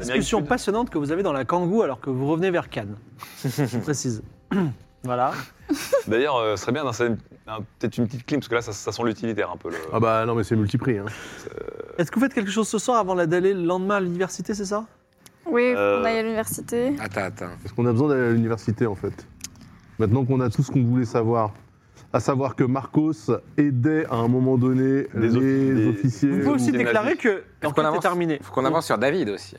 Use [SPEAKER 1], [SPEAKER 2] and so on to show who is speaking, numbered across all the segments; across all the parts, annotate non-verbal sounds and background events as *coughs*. [SPEAKER 1] Discussion passionnante que vous avez dans la Kangoo alors que vous revenez vers Cannes. Je précise. voilà.
[SPEAKER 2] D'ailleurs, euh, ce serait bien d'installer une- un- peut-être une petite clim, parce que là, ça, ça sent l'utilitaire un peu. le-
[SPEAKER 3] Ah bah non, mais c'est multiprix. Hein.
[SPEAKER 1] Est-ce que vous faites quelque chose ce soir avant d'aller le lendemain à l'université, c'est ça
[SPEAKER 4] Oui,
[SPEAKER 2] Euh.
[SPEAKER 4] on aille à l'université.
[SPEAKER 5] Attends, attends.
[SPEAKER 3] Parce qu'on a besoin d'aller à l'université, en fait. Maintenant qu'on a tout ce qu'on voulait savoir, à savoir que Marcos aidait à un moment donné
[SPEAKER 2] Des
[SPEAKER 3] les
[SPEAKER 2] offi- des-
[SPEAKER 3] officiers.
[SPEAKER 1] Vous pouvez aussi
[SPEAKER 2] des
[SPEAKER 1] déclarer
[SPEAKER 2] nazis.
[SPEAKER 1] que
[SPEAKER 5] Faut
[SPEAKER 1] l'enquête est
[SPEAKER 5] avance-
[SPEAKER 1] terminée.
[SPEAKER 5] Faut qu'on avance sur David aussi.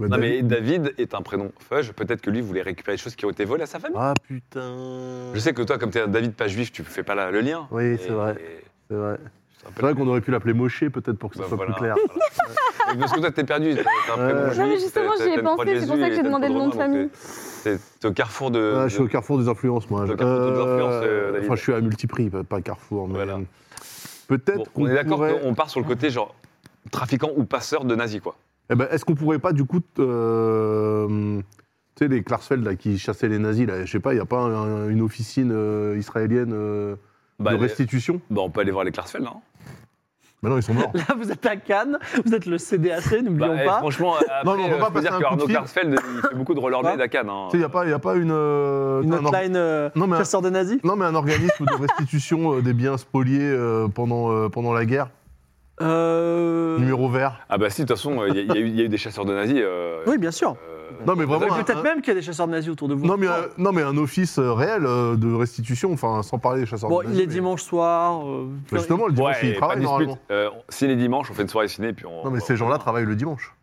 [SPEAKER 3] Bah,
[SPEAKER 2] Non, mais
[SPEAKER 3] David-
[SPEAKER 2] David est un prénom fudge. Peut-être que lui voulait récupérer des choses qui ont été volées à sa famille.
[SPEAKER 3] Ah putain.
[SPEAKER 2] Je sais que toi, comme t'es un David pas juif, tu fais pas la- le lien.
[SPEAKER 3] Oui, c'est
[SPEAKER 2] Et-
[SPEAKER 3] vrai.
[SPEAKER 2] et- je
[SPEAKER 3] C'est vrai,
[SPEAKER 2] te rappelle
[SPEAKER 3] C'est vrai
[SPEAKER 2] que-
[SPEAKER 3] qu'on aurait pu l'appeler Moshe, peut-être, pour que ça
[SPEAKER 2] Bah,
[SPEAKER 3] soit
[SPEAKER 2] voilà,
[SPEAKER 3] plus clair.
[SPEAKER 2] voilà. Ouais. Mais Parce que toi, t'es perdu. t'as- t'as un prénom
[SPEAKER 3] Ouais.
[SPEAKER 2] juif,
[SPEAKER 4] Non, mais justement,
[SPEAKER 2] t'as-
[SPEAKER 4] j'y ai
[SPEAKER 2] t'as une croix
[SPEAKER 4] pensé, c'est pour
[SPEAKER 2] Jésus
[SPEAKER 4] ça que j'ai
[SPEAKER 2] et t'as
[SPEAKER 4] demandé
[SPEAKER 2] une
[SPEAKER 4] le nom de
[SPEAKER 2] Romain,
[SPEAKER 4] famille.
[SPEAKER 2] donc T'es t'es- t'es au carrefour de.
[SPEAKER 3] Ah, je suis
[SPEAKER 2] de-
[SPEAKER 3] au carrefour des influences, moi.
[SPEAKER 2] Euh, Au carrefour des influences, euh, David.
[SPEAKER 3] enfin, je suis à multiprix, pas, pas carrefour, mais.
[SPEAKER 2] Voilà.
[SPEAKER 3] Peut-être
[SPEAKER 2] Bon,
[SPEAKER 3] qu'on
[SPEAKER 2] On est d'accord
[SPEAKER 3] pourrait-
[SPEAKER 2] qu'on part sur le côté genre trafiquant ou passeur de nazis, quoi.
[SPEAKER 3] Eh ben, est-ce qu'on pourrait pas, du coup, t- euh, tu sais, les Klarsfeld là, qui chassaient les nazis, là, je sais pas, il n'y a pas un- une officine euh, israélienne euh,
[SPEAKER 2] Bah,
[SPEAKER 3] de
[SPEAKER 2] les-
[SPEAKER 3] restitution
[SPEAKER 2] bah, on peut aller voir les Klarsfeld, non
[SPEAKER 3] Mais Bah non, ils sont morts.
[SPEAKER 1] Là, vous êtes à Cannes, vous êtes le CDAC, n'oublions
[SPEAKER 2] Bah, eh,
[SPEAKER 1] pas.
[SPEAKER 2] Franchement, après,
[SPEAKER 3] Non, mais on peut
[SPEAKER 2] euh,
[SPEAKER 3] pas
[SPEAKER 2] je peux
[SPEAKER 3] passer
[SPEAKER 2] dire que
[SPEAKER 3] un coup de
[SPEAKER 2] Arnaud
[SPEAKER 3] fil.
[SPEAKER 2] Klarsfeld, il fait beaucoup de roller à Cannes. hein.
[SPEAKER 3] Tu sais, il n'y a pas, y a pas une. euh,
[SPEAKER 1] Une
[SPEAKER 3] un or-
[SPEAKER 1] hotline euh,
[SPEAKER 3] Non, mais un-
[SPEAKER 1] chasseur de nazis
[SPEAKER 3] Non, mais un organisme de restitution euh, des biens spoliés euh, pendant, euh, pendant la guerre,
[SPEAKER 1] Euh,
[SPEAKER 3] numéro vert.
[SPEAKER 2] Ah bah si, de toute façon, il y, a- il y a eu- il y a eu des chasseurs de nazis. euh,
[SPEAKER 1] Oui, bien sûr.
[SPEAKER 2] euh,
[SPEAKER 3] Non,
[SPEAKER 1] Mais
[SPEAKER 3] mais vraiment. hein. un-
[SPEAKER 1] Peut-être
[SPEAKER 3] un-
[SPEAKER 1] même qu'il y a des chasseurs de nazis autour de vous.
[SPEAKER 3] Non mais, euh, non, mais un office euh, réel euh, de restitution, enfin, sans parler des chasseurs
[SPEAKER 1] Bon,
[SPEAKER 3] de nazis,
[SPEAKER 1] il est
[SPEAKER 3] mais-
[SPEAKER 1] dimanche soir. euh,
[SPEAKER 3] Mais justement, le dimanche,
[SPEAKER 2] Ouais,
[SPEAKER 3] ils
[SPEAKER 2] pas de
[SPEAKER 3] travaillent
[SPEAKER 2] dispute.
[SPEAKER 3] normalement.
[SPEAKER 2] Euh, si les dimanches, on fait une soirée ciné, puis on.
[SPEAKER 3] Non, mais ces gens-là travaillent le dimanche.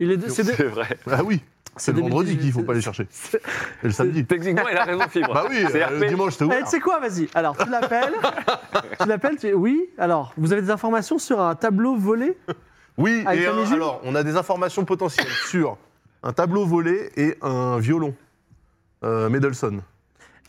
[SPEAKER 1] il est, c'est dé-
[SPEAKER 2] C'est vrai.
[SPEAKER 3] Ah oui, c'est le
[SPEAKER 1] début
[SPEAKER 3] vendredi qu'il faut
[SPEAKER 1] c'est-
[SPEAKER 3] pas les chercher. Et le samedi.
[SPEAKER 2] Techniquement, il a raison, Fibre.
[SPEAKER 3] Bah
[SPEAKER 5] *laughs*
[SPEAKER 3] oui,
[SPEAKER 2] C'est
[SPEAKER 3] euh, le
[SPEAKER 2] RP.
[SPEAKER 3] dimanche, c'est
[SPEAKER 1] Eh,
[SPEAKER 3] ouvert.
[SPEAKER 1] tu sais quoi, vas-y. Alors, tu l'appelles. tu l'appelles, tu Oui. Alors, vous avez des informations sur un tableau volé
[SPEAKER 3] Oui,
[SPEAKER 1] Avec
[SPEAKER 3] et
[SPEAKER 1] la
[SPEAKER 3] un-
[SPEAKER 1] musique
[SPEAKER 3] alors, on a des informations potentielles *laughs* sur un tableau volé et un violon. Euh, Mendelssohn.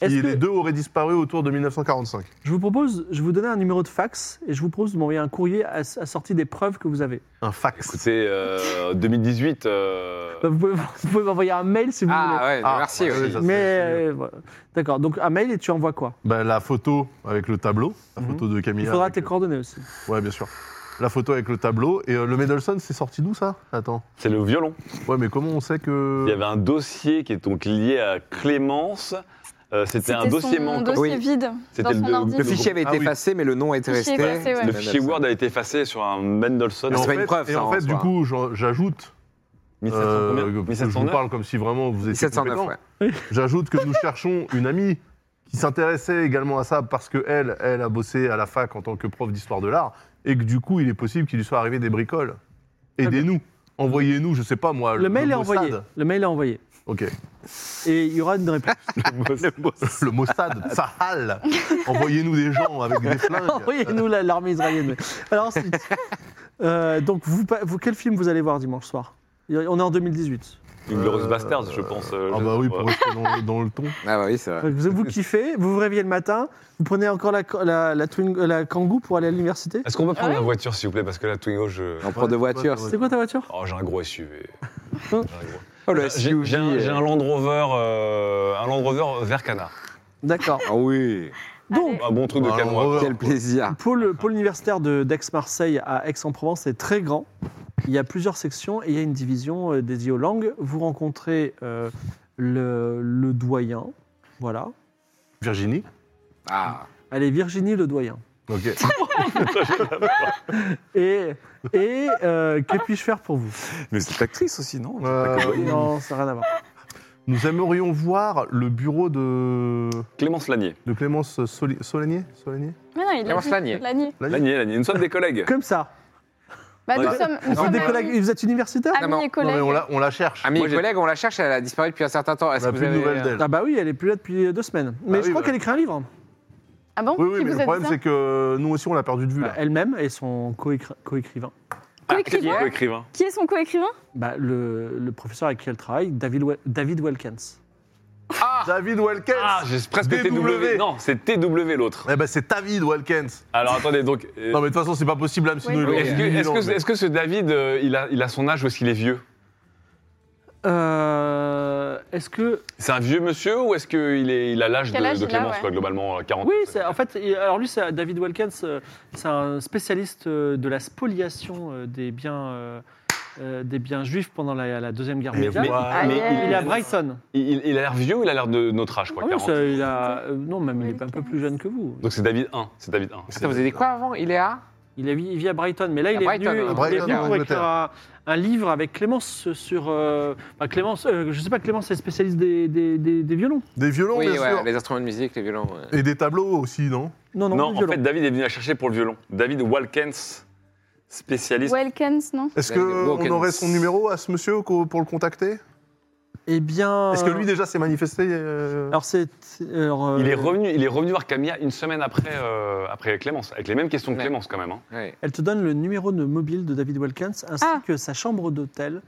[SPEAKER 1] Est-ce
[SPEAKER 3] Qui,
[SPEAKER 1] que-
[SPEAKER 3] Les deux auraient disparu autour de 1945.
[SPEAKER 1] Je vous propose, je vous donner un numéro de fax et je vous propose de m'envoyer un courrier ass- assorti des preuves que vous avez.
[SPEAKER 3] Un fax.
[SPEAKER 2] Écoutez, euh, 2018. euh,
[SPEAKER 1] Bah, vous pouvez, *laughs* vous pouvez m'envoyer un mail si vous
[SPEAKER 5] Ah
[SPEAKER 1] voulez.
[SPEAKER 5] ouais,
[SPEAKER 3] Ah,
[SPEAKER 5] merci.
[SPEAKER 3] ouais,
[SPEAKER 5] aussi.
[SPEAKER 3] ouais, ça-
[SPEAKER 1] Mais
[SPEAKER 3] c'est mieux.
[SPEAKER 1] euh, voilà. d'accord, donc un mail et tu envoies quoi
[SPEAKER 3] Bah, la photo avec le tableau, la
[SPEAKER 1] Mhm.
[SPEAKER 3] photo de Camilla.
[SPEAKER 1] Il faudra
[SPEAKER 3] avec
[SPEAKER 1] tes
[SPEAKER 3] le-
[SPEAKER 1] coordonnées aussi.
[SPEAKER 3] Ouais, bien sûr. La photo avec le tableau. Et euh, le Mendelssohn, c'est sorti d'où ça Attends.
[SPEAKER 2] C'est le violon.
[SPEAKER 3] Ouais, mais comment on sait que.
[SPEAKER 2] Il y avait un dossier qui est donc lié à Clémence. Euh, C'était un dossier
[SPEAKER 4] son
[SPEAKER 2] manquant.
[SPEAKER 4] dossier
[SPEAKER 5] Oui.
[SPEAKER 4] vide
[SPEAKER 2] C'était
[SPEAKER 4] dans
[SPEAKER 2] le-
[SPEAKER 4] son
[SPEAKER 2] le-
[SPEAKER 4] ordi.
[SPEAKER 5] Le fichier avait
[SPEAKER 3] Ah
[SPEAKER 5] été
[SPEAKER 3] oui.
[SPEAKER 5] effacé, mais le nom était
[SPEAKER 4] Le fichier
[SPEAKER 5] resté.
[SPEAKER 4] est effacé, ouais.
[SPEAKER 2] Le fichier Word a été effacé sur un Mendelssohn.
[SPEAKER 3] Et
[SPEAKER 5] Mais
[SPEAKER 3] en
[SPEAKER 5] c'est pas
[SPEAKER 3] fait-
[SPEAKER 5] une preuve,
[SPEAKER 3] Et
[SPEAKER 5] ça,
[SPEAKER 3] en
[SPEAKER 5] en
[SPEAKER 3] fait,
[SPEAKER 5] soi.
[SPEAKER 3] du coup, j'en- j'ajoute.
[SPEAKER 2] 1700 combien
[SPEAKER 3] euh, parce que je vous
[SPEAKER 2] 1709.
[SPEAKER 3] parle comme si vraiment vous étiez.
[SPEAKER 5] 1709,
[SPEAKER 3] compétent.
[SPEAKER 5] ouais.
[SPEAKER 3] J'ajoute que nous cherchons une amie qui s'intéressait également à ça parce qu'elle, elle a bossé à la fac en tant que prof d'histoire de l'art et que du coup, il est possible qu'il lui soit arrivé des bricoles. Aidez-nous, envoyez-nous, je sais pas moi.
[SPEAKER 1] Le mail est
[SPEAKER 3] Mossad.
[SPEAKER 1] envoyé. Le mail est envoyé.
[SPEAKER 3] Ok. *laughs*
[SPEAKER 1] Et il y aura une réponse.
[SPEAKER 2] *laughs*
[SPEAKER 3] Le Mossad, Sahal. Envoyez-nous des gens avec
[SPEAKER 1] *laughs*
[SPEAKER 3] des flingues.
[SPEAKER 1] Envoyez-nous la- l'armée israélienne. Alors ensuite, euh, donc vous, pa- vous, quel film vous allez voir dimanche soir On est en 2018.
[SPEAKER 2] Une Glorious
[SPEAKER 3] Euh,
[SPEAKER 2] Bastards, je pense. euh,
[SPEAKER 3] Ah
[SPEAKER 2] je-
[SPEAKER 3] bah oui, pour
[SPEAKER 2] ouais.
[SPEAKER 3] rester dans, dans le ton.
[SPEAKER 5] Ah bah oui, c'est vrai.
[SPEAKER 1] Donc, Vous, vous kiffez, vous vous réveillez le matin, vous prenez encore la, la, la, Twin- euh, la Kangoo pour aller à l'université.
[SPEAKER 2] Est-ce
[SPEAKER 4] Ah
[SPEAKER 2] qu'on peut prendre la voiture, s'il vous plaît Parce que là, Twingo, je.
[SPEAKER 5] On prend deux voitures.
[SPEAKER 1] C'est quoi ta voiture
[SPEAKER 2] Oh, j'ai un gros SUV. *laughs* J'ai un gros-
[SPEAKER 5] Oh, le
[SPEAKER 2] J'ai
[SPEAKER 5] SUV.
[SPEAKER 2] j'ai un, j'ai un
[SPEAKER 5] euh.
[SPEAKER 2] Land Rover, euh, un Land Rover vert canard.
[SPEAKER 1] D'accord.
[SPEAKER 5] Ah oui,
[SPEAKER 1] Donc,
[SPEAKER 2] Un bon truc de
[SPEAKER 3] Un Land
[SPEAKER 2] canoë.
[SPEAKER 3] Rover,
[SPEAKER 5] quel
[SPEAKER 3] quoi.
[SPEAKER 5] plaisir.
[SPEAKER 1] pôle, pôle universitaire de- d'Aix-Marseille à Aix-en-Provence est très grand. Il y a plusieurs sections et il y a une division euh, dédiée aux langues. Vous rencontrez euh, le, le doyen. Voilà.
[SPEAKER 3] Virginie
[SPEAKER 5] Ah,
[SPEAKER 1] Allez, Virginie le doyen.
[SPEAKER 3] Ok.
[SPEAKER 1] Et, et euh, que puis-je faire pour vous
[SPEAKER 5] *laughs* mais c'est actrice aussi, non
[SPEAKER 3] Euh,
[SPEAKER 1] Non, ça n'a rien à voir.
[SPEAKER 3] nous aimerions voir le bureau de,
[SPEAKER 2] Clémence Lanier.
[SPEAKER 3] de Clémence Soli- Solanier Solanier
[SPEAKER 4] Mais non, il
[SPEAKER 5] Clémence
[SPEAKER 4] l'a
[SPEAKER 5] Lanier.
[SPEAKER 4] dit. Lanier.
[SPEAKER 1] *laughs*
[SPEAKER 2] Lanier, Lanier. Nous sommes des collègues.
[SPEAKER 1] Comme ça.
[SPEAKER 4] Bah, nous
[SPEAKER 2] Ouais.
[SPEAKER 4] sommes, nous
[SPEAKER 1] Vous,
[SPEAKER 4] sommes
[SPEAKER 1] êtes des
[SPEAKER 4] amis,
[SPEAKER 1] collègues- vous êtes universitaire
[SPEAKER 4] amis
[SPEAKER 5] Non, mais
[SPEAKER 4] et
[SPEAKER 3] Ah Non, mais on
[SPEAKER 4] collègues.
[SPEAKER 3] la, on la cherche.
[SPEAKER 5] Amis
[SPEAKER 3] Moi,
[SPEAKER 5] et
[SPEAKER 3] j'ai-
[SPEAKER 5] collègues, on la cherche, elle a disparu depuis un certain temps. Est-ce
[SPEAKER 3] On a
[SPEAKER 5] que vous
[SPEAKER 3] plus de
[SPEAKER 5] avez- euh,
[SPEAKER 3] nouvelles d'elle.
[SPEAKER 1] Ah bah oui, elle est plus là depuis deux semaines. Mais
[SPEAKER 3] Ah
[SPEAKER 1] je
[SPEAKER 3] oui,
[SPEAKER 1] crois
[SPEAKER 3] bah.
[SPEAKER 1] qu'elle écrit un livre. hein.
[SPEAKER 4] ah bon
[SPEAKER 3] Oui, oui,
[SPEAKER 4] Qui
[SPEAKER 3] mais
[SPEAKER 4] vous
[SPEAKER 3] le
[SPEAKER 4] a dit
[SPEAKER 3] problème,
[SPEAKER 4] ça
[SPEAKER 3] c'est que nous aussi, on l'a perdu de vue.
[SPEAKER 1] Bah,
[SPEAKER 3] là.
[SPEAKER 1] Elle-même et son coécri- coécrivain.
[SPEAKER 2] Ah,
[SPEAKER 4] Coécrivain
[SPEAKER 2] Coécrivain.
[SPEAKER 4] Qui est son coécrivain
[SPEAKER 1] Bah, le, le professeur avec qui elle travaille, David, Wel- David Welkens.
[SPEAKER 2] Ah
[SPEAKER 3] David Welkens
[SPEAKER 2] Ah, j'ai presque
[SPEAKER 3] TW.
[SPEAKER 2] TW. Non, c'est TW l'autre.
[SPEAKER 3] Eh ben, c'est David Welkens.
[SPEAKER 2] Alors attendez, donc. euh,
[SPEAKER 3] Non, mais de toute façon, c'est pas possible, même sinon,
[SPEAKER 4] Oui,
[SPEAKER 3] il
[SPEAKER 4] mais
[SPEAKER 3] aurait
[SPEAKER 2] Est-ce
[SPEAKER 3] dit
[SPEAKER 2] que,
[SPEAKER 3] mille
[SPEAKER 2] est-ce
[SPEAKER 3] ans,
[SPEAKER 2] que-
[SPEAKER 3] mais-
[SPEAKER 2] est-ce que ce David, euh, il, a, il a son âge ou est-ce qu'il est vieux
[SPEAKER 1] Euh, Est-ce que.
[SPEAKER 2] C'est un vieux monsieur ou est-ce qu'il est, il a l'âge de,
[SPEAKER 4] Quel âge
[SPEAKER 2] de
[SPEAKER 4] il a,
[SPEAKER 2] Clémence,
[SPEAKER 4] ouais.
[SPEAKER 2] quoi, globalement euh, 40
[SPEAKER 1] Oui, c'est- en fait, il- alors lui, c'est David Welkens, euh, c'est un spécialiste euh, de la spoliation euh, des biens, euh, euh, des biens juifs pendant la, la Deuxième Guerre
[SPEAKER 3] Mais
[SPEAKER 1] mondiale.
[SPEAKER 3] voilà.
[SPEAKER 4] mais
[SPEAKER 1] Il est à
[SPEAKER 4] yes.
[SPEAKER 1] Brighton.
[SPEAKER 2] Il, il a l'air vieux ou il a l'air de notre âge, quoi,
[SPEAKER 1] Ah oui,
[SPEAKER 2] 40
[SPEAKER 1] ça, il a- euh, non, même il est un peu
[SPEAKER 4] Welkens.
[SPEAKER 1] plus jeune que vous.
[SPEAKER 2] Donc c'est David 1. C'est David 1.
[SPEAKER 5] Attends, vous avez dit quoi avant Il est à
[SPEAKER 1] Il, est- il vit à Brighton, mais là, il
[SPEAKER 5] À
[SPEAKER 1] est
[SPEAKER 5] Brighton,
[SPEAKER 1] venu,
[SPEAKER 5] hein.
[SPEAKER 1] il
[SPEAKER 3] Brighton,
[SPEAKER 1] est venu
[SPEAKER 3] en
[SPEAKER 1] pour
[SPEAKER 3] Angleterre.
[SPEAKER 1] écrire un, un livre avec Clémence sur. euh, enfin, Clémence, euh, je sais pas, Clémence est spécialiste des, des- des- des violons.
[SPEAKER 3] Des violons,
[SPEAKER 5] Oui,
[SPEAKER 3] bien
[SPEAKER 5] ouais,
[SPEAKER 3] sûr.
[SPEAKER 5] les instruments de musique, les violons. ouais.
[SPEAKER 3] Et des tableaux aussi, non
[SPEAKER 1] Non, non,
[SPEAKER 2] Non,
[SPEAKER 1] des
[SPEAKER 2] en
[SPEAKER 1] violons.
[SPEAKER 2] fait, David est venu la chercher pour le violon. David Walkens, spécialiste.
[SPEAKER 4] Welkens, non
[SPEAKER 3] Est-ce
[SPEAKER 5] David
[SPEAKER 3] qu'on
[SPEAKER 5] Welkens.
[SPEAKER 3] aurait son numéro à ce monsieur co- pour le contacter
[SPEAKER 1] Eh bien.
[SPEAKER 3] Est-ce que lui, déjà, s'est manifesté euh,
[SPEAKER 1] Alors, c'est. alors, euh,
[SPEAKER 2] Il est revenu, il est revenu voir Camilla une semaine après, euh, après Clémence, avec les mêmes questions que
[SPEAKER 5] Ouais.
[SPEAKER 2] Clémence quand même. hein.
[SPEAKER 5] Ouais.
[SPEAKER 1] Elle te donne le numéro de mobile de David Wilkins ainsi
[SPEAKER 4] Ah.
[SPEAKER 1] que sa chambre d'hôtel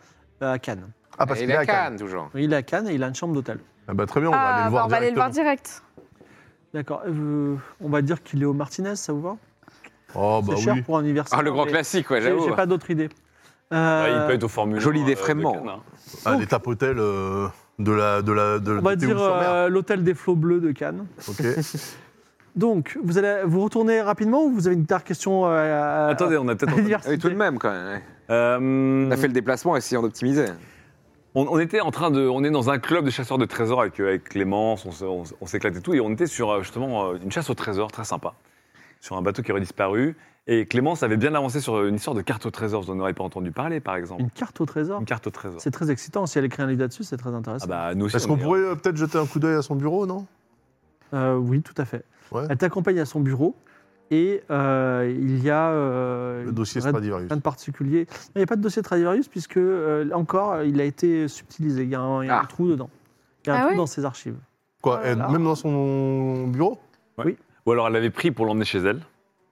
[SPEAKER 1] euh, à Cannes.
[SPEAKER 3] Ah, parce
[SPEAKER 5] Et
[SPEAKER 3] qu'il
[SPEAKER 5] il
[SPEAKER 3] est
[SPEAKER 5] est à
[SPEAKER 3] à Cannes.
[SPEAKER 5] Cannes, toujours.
[SPEAKER 1] Il est à Cannes et il a une chambre d'hôtel.
[SPEAKER 3] Ah bah, très bien, on va aller
[SPEAKER 4] Ah,
[SPEAKER 3] le
[SPEAKER 4] bah,
[SPEAKER 3] voir
[SPEAKER 4] on va aller le voir
[SPEAKER 3] directement.
[SPEAKER 4] direct.
[SPEAKER 1] D'accord. euh, on va dire qu'il est au Martinez, ça vous va
[SPEAKER 3] Oh, bah
[SPEAKER 1] C'est cher
[SPEAKER 3] oui.
[SPEAKER 1] pour un anniversaire.
[SPEAKER 5] Ah, le grand
[SPEAKER 1] mais
[SPEAKER 5] classique, ouais,
[SPEAKER 1] j'ai-
[SPEAKER 5] j'avoue.
[SPEAKER 1] J'ai pas d'autre idée.
[SPEAKER 2] Ouais,
[SPEAKER 1] Euh,
[SPEAKER 2] Ah, il peut être au Formule
[SPEAKER 5] joli
[SPEAKER 2] 1, euh,
[SPEAKER 5] défraiement.
[SPEAKER 2] de Cannes, hein.
[SPEAKER 3] Ah, les tapotels euh, de la. De la de,
[SPEAKER 1] on va
[SPEAKER 3] de
[SPEAKER 1] dire
[SPEAKER 3] Théoul-sur-Mer.
[SPEAKER 1] euh, l'hôtel des flots bleus de Cannes.
[SPEAKER 3] Ok.
[SPEAKER 1] Donc, vous allez vous retournez rapidement ou vous avez une dernière question euh, à, *laughs*
[SPEAKER 2] Attendez, on a peut-être.
[SPEAKER 1] à l'université
[SPEAKER 5] Ah Oui, tout de même, quand même. ouais.
[SPEAKER 2] Euh,
[SPEAKER 1] Mm.
[SPEAKER 5] On a fait le déplacement, essayant d'optimiser.
[SPEAKER 2] On, on était en train de, on est dans un club de chasseurs de trésors avec, euh, avec Clémence, on, se- on, se- on s'éclatait tout et on était sur euh, justement euh, une chasse au trésor très sympa, sur un bateau qui aurait disparu et Clémence avait bien avancé sur euh, une histoire de carte au trésor, vous n'en aurez pas entendu parler par exemple,
[SPEAKER 1] Une carte au trésor.
[SPEAKER 2] une carte au trésor.
[SPEAKER 1] C'est très excitant. Si elle écrit un livre là-dessus, c'est très intéressant.
[SPEAKER 2] Ah bah nous aussi.
[SPEAKER 3] Est-ce
[SPEAKER 2] on
[SPEAKER 3] qu'on
[SPEAKER 2] est-
[SPEAKER 3] pourrait euh, peut-être jeter un coup d'œil à son bureau, non
[SPEAKER 1] Euh, oui, tout à fait.
[SPEAKER 3] Ouais.
[SPEAKER 1] Elle t'accompagne à son bureau et euh, il y a euh,
[SPEAKER 3] Le dossier
[SPEAKER 1] rien, de-
[SPEAKER 3] Stradivarius.
[SPEAKER 1] rien de particulier. Non, il n'y a pas de dossier Stradivarius puisque euh, encore il a été subtilisé. Il y a un, il y a un
[SPEAKER 5] Ah.
[SPEAKER 1] trou dedans. Il y a un
[SPEAKER 4] Ah
[SPEAKER 1] trou
[SPEAKER 4] ouais
[SPEAKER 1] dans ses archives.
[SPEAKER 3] Quoi elle-
[SPEAKER 1] Voilà.
[SPEAKER 3] Même dans son bureau
[SPEAKER 2] Ou alors elle l'avait pris pour l'emmener chez elle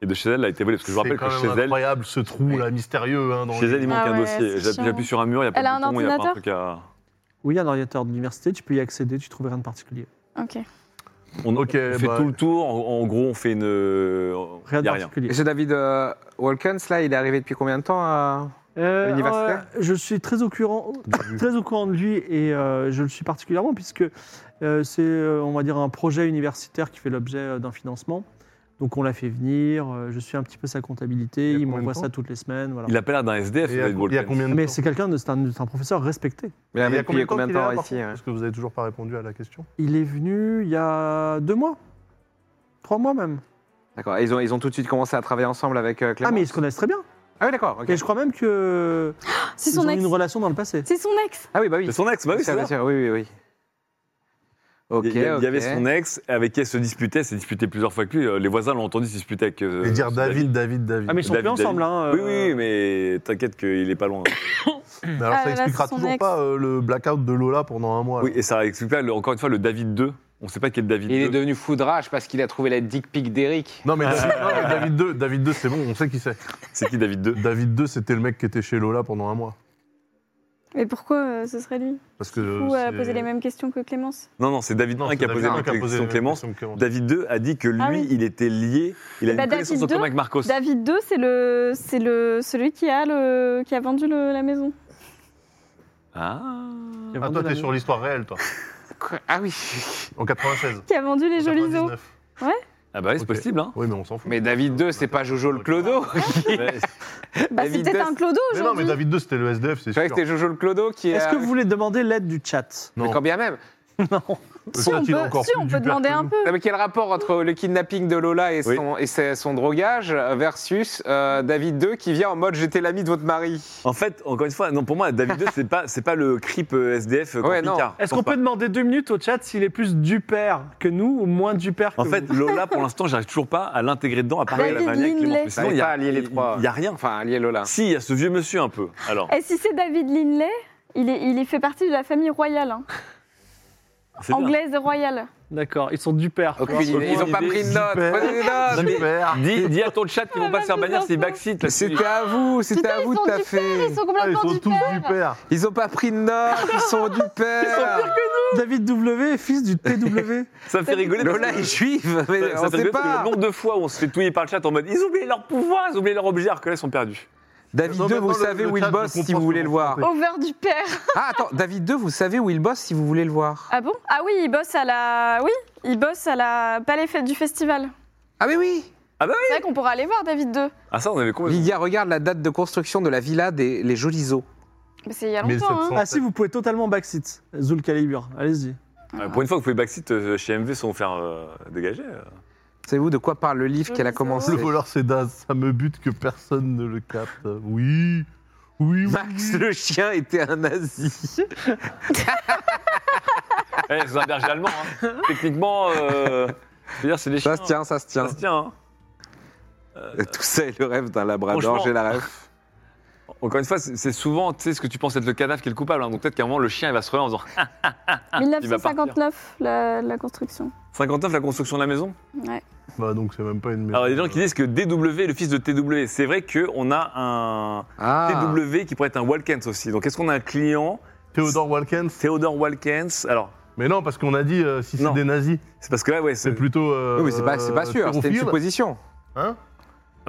[SPEAKER 2] et de chez elle elle a été volée parce que je vous rappelle que chez elle,
[SPEAKER 3] incroyable ce trou là mystérieux. hein, dans
[SPEAKER 2] chez elle il manque
[SPEAKER 4] Ah
[SPEAKER 2] un
[SPEAKER 4] ouais,
[SPEAKER 2] dossier.
[SPEAKER 4] c'est
[SPEAKER 2] J'appuie-
[SPEAKER 4] chiant.
[SPEAKER 2] J'appuie sur un mur, il n'y a pas
[SPEAKER 4] Elle a un
[SPEAKER 2] de bouton, il n'y a pas un
[SPEAKER 4] ordinateur
[SPEAKER 2] truc à.
[SPEAKER 1] Oui, il y a un ordinateur de l'université. Tu peux y accéder. Tu trouves rien de particulier.
[SPEAKER 4] Ok.
[SPEAKER 2] On,
[SPEAKER 3] Ok,
[SPEAKER 2] on fait
[SPEAKER 3] bah-
[SPEAKER 2] tout le tour. En, en gros, on fait une. Il
[SPEAKER 1] Rien
[SPEAKER 2] n'y
[SPEAKER 1] de
[SPEAKER 2] a rien. *laughs*
[SPEAKER 1] particulier.
[SPEAKER 5] Et ce David euh, Walkens, là, il est arrivé depuis combien de temps à-
[SPEAKER 1] Euh,
[SPEAKER 5] À l'université
[SPEAKER 1] euh, je suis très au, courant, très au courant de lui et euh, je le suis particulièrement puisque euh, c'est, euh, on va dire, un projet universitaire qui fait l'objet euh, d'un financement. Donc on l'a fait venir, euh, je suis un petit peu sa comptabilité,
[SPEAKER 3] Il y a
[SPEAKER 1] il
[SPEAKER 3] combien de
[SPEAKER 1] m'envoie
[SPEAKER 3] temps
[SPEAKER 1] ça toutes les semaines. Voilà.
[SPEAKER 2] Il a pas l'air d'un SDF,
[SPEAKER 3] Et il y a-
[SPEAKER 2] David
[SPEAKER 3] il y a
[SPEAKER 2] Walken.
[SPEAKER 3] combien de
[SPEAKER 1] Mais
[SPEAKER 3] temps
[SPEAKER 1] c'est quelqu'un, de, c'est un, c'est un professeur respecté.
[SPEAKER 5] Il est
[SPEAKER 3] Il y
[SPEAKER 5] arrivé
[SPEAKER 3] a
[SPEAKER 5] depuis combien de
[SPEAKER 3] qu'il est
[SPEAKER 5] temps
[SPEAKER 3] là, par
[SPEAKER 5] ici hein
[SPEAKER 3] contre
[SPEAKER 5] ouais.
[SPEAKER 3] Parce que vous avez toujours pas répondu à la question.
[SPEAKER 1] Il est venu il y a deux mois, trois mois même.
[SPEAKER 5] D'accord. Et Ils ont, ils ont tout de suite commencé à travailler ensemble avec euh, Clément.
[SPEAKER 1] Ah mais ils se connaissent très bien.
[SPEAKER 5] Ah oui, d'accord. ok.
[SPEAKER 1] Et je crois même que
[SPEAKER 4] C'est
[SPEAKER 1] ils
[SPEAKER 4] son
[SPEAKER 1] ont eu
[SPEAKER 4] ex.
[SPEAKER 1] une relation dans le passé.
[SPEAKER 4] C'est son ex.
[SPEAKER 5] Ah oui, bah oui.
[SPEAKER 2] C'est son ex, bah oui,
[SPEAKER 5] Bien sûr,
[SPEAKER 2] c'est
[SPEAKER 5] bien
[SPEAKER 2] ça.
[SPEAKER 5] sûr, oui, oui, oui. Ok,
[SPEAKER 2] il y a- il y avait
[SPEAKER 5] ok.
[SPEAKER 2] son ex avec qui elle se disputait, elle s'est disputée plusieurs fois que lui. euh, Les voisins l'ont entendu se disputer avec. euh,
[SPEAKER 3] Et dire David, David, David.
[SPEAKER 1] Ah mais ils sont
[SPEAKER 2] David,
[SPEAKER 1] plus ensemble.
[SPEAKER 2] David.
[SPEAKER 1] Hein,
[SPEAKER 2] Oui,
[SPEAKER 1] euh,
[SPEAKER 2] oui, mais t'inquiète qu'il est pas
[SPEAKER 3] *coughs*
[SPEAKER 2] loin.
[SPEAKER 3] Mais alors
[SPEAKER 4] Ah,
[SPEAKER 3] ça
[SPEAKER 4] là,
[SPEAKER 3] expliquera
[SPEAKER 4] c'est son
[SPEAKER 3] toujours
[SPEAKER 4] ex.
[SPEAKER 3] pas euh, le blackout de Lola pendant un mois.
[SPEAKER 2] oui, et ça explique pas, le- encore une fois, le David 2. On sait pas quel David
[SPEAKER 5] Il est
[SPEAKER 2] 2.
[SPEAKER 5] devenu fou de rage parce qu'il a trouvé la dick pic d'Eric.
[SPEAKER 2] Ah,
[SPEAKER 3] Non mais David, non, mais David 2, David 2 c'est bon, on sait qui c'est.
[SPEAKER 2] C'est qui David 2
[SPEAKER 3] David 2 c'était le mec qui était chez Lola pendant un mois.
[SPEAKER 4] Mais pourquoi euh, ce serait lui
[SPEAKER 3] Parce que
[SPEAKER 4] Ou
[SPEAKER 3] c'est-
[SPEAKER 4] euh, poser les mêmes questions que Clémence
[SPEAKER 2] Non, non, c'est David
[SPEAKER 3] Non,
[SPEAKER 2] 1 qui
[SPEAKER 3] c'est
[SPEAKER 2] a posé
[SPEAKER 3] David un
[SPEAKER 2] la
[SPEAKER 3] qui a posé
[SPEAKER 2] question
[SPEAKER 3] la
[SPEAKER 2] Clémence.
[SPEAKER 3] question que Clémence.
[SPEAKER 2] David 2 a dit que lui,
[SPEAKER 4] Ah oui.
[SPEAKER 2] il était lié, il a
[SPEAKER 4] Bah,
[SPEAKER 2] une
[SPEAKER 4] David
[SPEAKER 2] connaissance en commun
[SPEAKER 4] 2,
[SPEAKER 2] avec Marcos.
[SPEAKER 4] David 2, c'est le, c'est le, celui qui a le, qui a vendu le- la maison.
[SPEAKER 2] Ah
[SPEAKER 1] il y a
[SPEAKER 3] Ah
[SPEAKER 1] vraiment
[SPEAKER 3] toi
[SPEAKER 1] de
[SPEAKER 3] t'es
[SPEAKER 1] la-
[SPEAKER 3] sur l'histoire réelle toi.
[SPEAKER 5] Quoi Ah oui.
[SPEAKER 3] En 96.
[SPEAKER 4] Qui a vendu les
[SPEAKER 3] en
[SPEAKER 4] jolis os.
[SPEAKER 3] 99.
[SPEAKER 2] Ah bah oui, c'est
[SPEAKER 3] Ok.
[SPEAKER 2] possible, hein
[SPEAKER 3] Oui mais on s'en fout.
[SPEAKER 5] Mais David 2, c'est pas Jojo le Clodo. *laughs*
[SPEAKER 2] Ouais,
[SPEAKER 4] Bah, c'est
[SPEAKER 5] David
[SPEAKER 4] peut-être
[SPEAKER 5] Dess-
[SPEAKER 4] un clodo
[SPEAKER 3] Mais non mais
[SPEAKER 4] aujourd'hui.
[SPEAKER 3] David 2 c'était le SDF c'est
[SPEAKER 5] Tu vois
[SPEAKER 3] sûr.
[SPEAKER 5] que c'était Jojo le Clodo qui est.
[SPEAKER 1] Est-ce que vous voulez demander l'aide du chat
[SPEAKER 5] Mais
[SPEAKER 3] Non.
[SPEAKER 5] quand bien même.
[SPEAKER 1] Non.
[SPEAKER 4] Si, on
[SPEAKER 3] Peut-être il est
[SPEAKER 4] peut,
[SPEAKER 3] Euh, encore
[SPEAKER 4] si,
[SPEAKER 3] plus
[SPEAKER 4] on peut
[SPEAKER 3] duper
[SPEAKER 4] demander
[SPEAKER 3] que
[SPEAKER 4] un
[SPEAKER 3] nous.
[SPEAKER 4] peu.
[SPEAKER 5] Non, mais quel rapport entre le kidnapping de Lola et
[SPEAKER 2] Oui.
[SPEAKER 5] son, et sa- son drogage euh, versus euh, David 2 qui vient en mode j'étais l'ami de votre mari
[SPEAKER 2] En fait, encore une fois, non, pour moi, David 2, c'est pas, c'est pas le creep euh, SDF. euh,
[SPEAKER 5] Ouais,
[SPEAKER 2] comme
[SPEAKER 5] non.
[SPEAKER 2] Picard.
[SPEAKER 1] Est-ce
[SPEAKER 2] Je
[SPEAKER 1] qu'on
[SPEAKER 2] pense
[SPEAKER 1] peut demander deux minutes au chat s'il est plus du père que nous ou moins du père que
[SPEAKER 2] pas. En fait,
[SPEAKER 1] vous
[SPEAKER 2] Lola, pour l'instant, j'arrive toujours pas à l'intégrer dedans, à parler de la
[SPEAKER 4] David
[SPEAKER 2] manière avec Clément.
[SPEAKER 4] Lindley.
[SPEAKER 2] Mais sinon, il
[SPEAKER 5] J'arrive
[SPEAKER 2] y a-
[SPEAKER 5] pas à lier les trois. Hein.
[SPEAKER 2] Il y a rien.
[SPEAKER 5] Enfin, allié Lola.
[SPEAKER 2] Si, il y a ce vieux monsieur un peu. Alors,
[SPEAKER 4] Et si c'est David Linley, il, est, il est fait partie de la famille royale, hein,
[SPEAKER 2] c'est bien.
[SPEAKER 4] anglaise et royale.
[SPEAKER 1] D'accord, ils sont du père.
[SPEAKER 5] Aucune
[SPEAKER 2] Aucune
[SPEAKER 5] idée. Ils ont pas
[SPEAKER 2] idée.
[SPEAKER 5] pris de notes.
[SPEAKER 3] Super.
[SPEAKER 5] Prenez des notes.
[SPEAKER 2] Non, mais
[SPEAKER 3] Super.
[SPEAKER 2] Dis, dis à ton chat qu'ils vont pas se faire
[SPEAKER 4] Madame
[SPEAKER 2] bannir
[SPEAKER 4] des
[SPEAKER 2] s'ils
[SPEAKER 4] enfants.
[SPEAKER 2] backseat. là-dessus.
[SPEAKER 5] C'était à vous, c'était
[SPEAKER 4] Putain,
[SPEAKER 5] à
[SPEAKER 4] ils
[SPEAKER 5] vous
[SPEAKER 4] sont
[SPEAKER 5] tout à
[SPEAKER 4] du père,
[SPEAKER 5] fait.
[SPEAKER 4] ils
[SPEAKER 3] Ah,
[SPEAKER 4] sont
[SPEAKER 3] ils
[SPEAKER 4] complètement
[SPEAKER 3] sont
[SPEAKER 4] du
[SPEAKER 3] tous
[SPEAKER 4] père.
[SPEAKER 3] du père.
[SPEAKER 5] Ils ont pas pris de notes, ils sont du père.
[SPEAKER 1] David W, fils du
[SPEAKER 5] *laughs*
[SPEAKER 1] TW.
[SPEAKER 2] Ça me fait rigoler. parce
[SPEAKER 5] Lola
[SPEAKER 2] que-
[SPEAKER 5] est juive, mais
[SPEAKER 2] Ça, ça
[SPEAKER 5] on
[SPEAKER 2] fait
[SPEAKER 5] sait
[SPEAKER 2] rigoler parce que
[SPEAKER 5] pas.
[SPEAKER 2] le nombre de fois où on se fait touiller par le chat en mode ils ont oublié leur pouvoir, ils ont oublié leur objet, alors que là, ils sont perdus.
[SPEAKER 5] David
[SPEAKER 3] Non,
[SPEAKER 5] 2,
[SPEAKER 3] mais
[SPEAKER 5] vous
[SPEAKER 3] dans le-
[SPEAKER 5] savez
[SPEAKER 3] le
[SPEAKER 5] où il
[SPEAKER 3] chat, je
[SPEAKER 5] bosse si
[SPEAKER 3] comprends
[SPEAKER 5] vous
[SPEAKER 3] ce
[SPEAKER 5] voulez
[SPEAKER 3] qu'on
[SPEAKER 5] le voir.
[SPEAKER 3] fait.
[SPEAKER 4] Over du père.
[SPEAKER 5] Ah, attends, David 2, vous savez où il bosse si vous voulez le voir.
[SPEAKER 4] Ah bon Ah oui, il bosse à la. Oui, il bosse à la. Pas les fêtes du festival.
[SPEAKER 5] Ah, mais oui
[SPEAKER 4] C'est vrai qu'on pourra aller voir David 2.
[SPEAKER 2] Ah, ça, on avait complètement.
[SPEAKER 5] Lydia, regarde la date de construction de la villa des les Jolis Eaux.
[SPEAKER 4] Mais c'est il y a longtemps, hein.
[SPEAKER 3] 1700.
[SPEAKER 1] Ah si, vous pouvez totalement backseat, Zul Calibur, allez-y.
[SPEAKER 2] Euh, Pour une fois que vous pouvez backseat euh, chez MV sans vous faire euh, dégager. euh.
[SPEAKER 5] Savez-vous de quoi parle le livre qu'elle a
[SPEAKER 4] Jolies
[SPEAKER 5] commencé
[SPEAKER 3] Le voleur c'est Daz, ça me bute que personne ne le capte. Oui, oui, oui.
[SPEAKER 5] Max le chien était un nazi.
[SPEAKER 2] Eh, c'est un berger allemand. hein. *laughs* Techniquement, euh, je veux dire, c'est des chiens.
[SPEAKER 5] Ça se tient, ça se tient.
[SPEAKER 2] Ça se tient, hein. Euh,
[SPEAKER 5] Tout ça est le rêve d'un labrador,
[SPEAKER 2] Franchement.
[SPEAKER 5] j'ai la rêve.
[SPEAKER 2] encore une fois, c'est c'est souvent tu sais, ce que tu penses être le cadavre qui est le coupable. hein. Donc peut-être qu'à un moment, le chien il va se relever en disant Ah,
[SPEAKER 4] 1959, la, la construction.
[SPEAKER 2] 59, la construction de la maison.
[SPEAKER 4] Ouais.
[SPEAKER 3] Bah donc c'est même pas une.
[SPEAKER 2] Alors il y a des
[SPEAKER 5] euh,
[SPEAKER 2] gens qui disent que DW est le fils de TW. C'est vrai qu'on a un
[SPEAKER 5] Ah,
[SPEAKER 2] TW qui pourrait être un Walkens aussi. Donc est-ce qu'on a un client,
[SPEAKER 3] Théodore Walkens.
[SPEAKER 2] Theodore Walkens Alors,
[SPEAKER 3] Mais non, parce qu'on a dit euh, si c'est
[SPEAKER 2] Non.
[SPEAKER 3] des nazis,
[SPEAKER 2] c'est parce que là, ouais,
[SPEAKER 3] c'est
[SPEAKER 2] c'est.
[SPEAKER 3] plutôt. euh,
[SPEAKER 5] oui, mais c'est pas, c'est pas sûr, c'était une
[SPEAKER 3] thérophile.
[SPEAKER 5] supposition.
[SPEAKER 3] Hein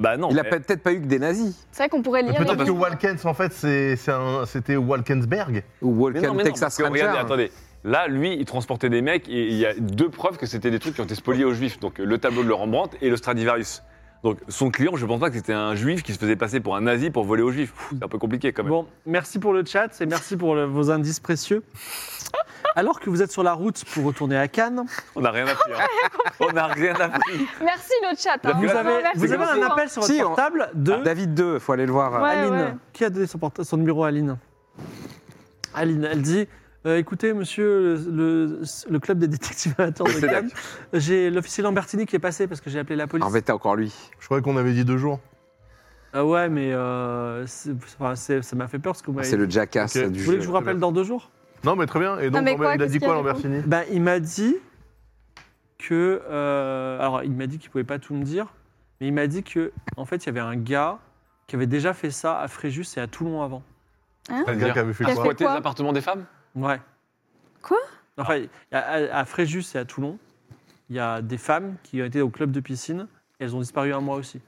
[SPEAKER 2] Bah non.
[SPEAKER 5] Il a
[SPEAKER 2] mais-
[SPEAKER 5] peut-être pas eu que des nazis.
[SPEAKER 4] C'est vrai qu'on pourrait
[SPEAKER 3] Mais
[SPEAKER 4] lire.
[SPEAKER 3] Peut-être
[SPEAKER 4] les-
[SPEAKER 3] que Walkens, en fait, c'est- c'est un- c'était Walkensberg.
[SPEAKER 5] Ou
[SPEAKER 2] Mais
[SPEAKER 5] Walken
[SPEAKER 2] non, mais non, parce
[SPEAKER 5] Texas
[SPEAKER 2] que regardez,
[SPEAKER 5] Ranger. hein.
[SPEAKER 2] attendez. Là, lui, il transportait des mecs et il y a deux preuves que c'était des trucs qui ont été spoliés aux juifs. Donc le tableau de le Rembrandt et le Stradivarius. Donc son client, je pense pas que c'était un juif qui se faisait passer pour un nazi pour voler aux juifs. Pff, C'est un peu compliqué quand même.
[SPEAKER 1] Bon, merci pour le chat et merci pour le- vos indices précieux. Alors que vous êtes sur la route pour retourner à Cannes,
[SPEAKER 2] On n'a rien appris. hein. On n'a rien appris.
[SPEAKER 4] Merci le chat. hein.
[SPEAKER 1] vous
[SPEAKER 2] Voilà.
[SPEAKER 1] avez,
[SPEAKER 4] Merci
[SPEAKER 1] vous avez un
[SPEAKER 4] beaucoup.
[SPEAKER 1] appel sur votre
[SPEAKER 5] Si, on-
[SPEAKER 1] portable de
[SPEAKER 5] Ah, David 2, faut aller le voir.
[SPEAKER 4] Ouais,
[SPEAKER 1] Aline.
[SPEAKER 4] ouais.
[SPEAKER 1] Qui a donné son, porta- son numéro à Aline Aline, elle dit euh, Écoutez, monsieur, le, le- le club des détectives amateurs
[SPEAKER 2] Le
[SPEAKER 1] de
[SPEAKER 2] CEDAC.
[SPEAKER 1] Cannes, j'ai l'officier Lambertini qui est passé parce que j'ai appelé la police.
[SPEAKER 5] Embêté Ah, encore lui.
[SPEAKER 3] Je croyais qu'on avait dit deux jours.
[SPEAKER 1] Ah ouais, mais euh, c'est- enfin, c'est- ça m'a fait peur ce que vous m'avez
[SPEAKER 5] Ah, C'est le
[SPEAKER 1] dit.
[SPEAKER 5] jackass
[SPEAKER 3] Ok.
[SPEAKER 5] du
[SPEAKER 1] Vous voulez
[SPEAKER 5] jeu.
[SPEAKER 1] que je vous rappelle dans deux jours
[SPEAKER 3] Non, mais très bien. Et donc,
[SPEAKER 4] mais
[SPEAKER 3] non, mais
[SPEAKER 4] quoi,
[SPEAKER 3] il a
[SPEAKER 4] qu'est-ce
[SPEAKER 3] dit
[SPEAKER 4] qu'il y
[SPEAKER 3] quoi,
[SPEAKER 4] a du
[SPEAKER 3] Lambertini
[SPEAKER 1] Ben, il m'a dit que. euh, alors, il m'a dit qu'il pouvait pas tout me dire, mais il m'a dit que, en fait, il y avait un gars qui avait déjà fait ça à Fréjus et à Toulon avant.
[SPEAKER 3] Le gars qui avait fait
[SPEAKER 4] Qu'est-ce
[SPEAKER 3] quoi
[SPEAKER 4] que-
[SPEAKER 2] Squatter les appartements des femmes
[SPEAKER 1] Ouais.
[SPEAKER 4] Quoi
[SPEAKER 2] Ah.
[SPEAKER 1] Enfin, il y a- à, à Fréjus et à Toulon, il y a des femmes qui ont été au club de piscine et elles ont disparu un mois aussi.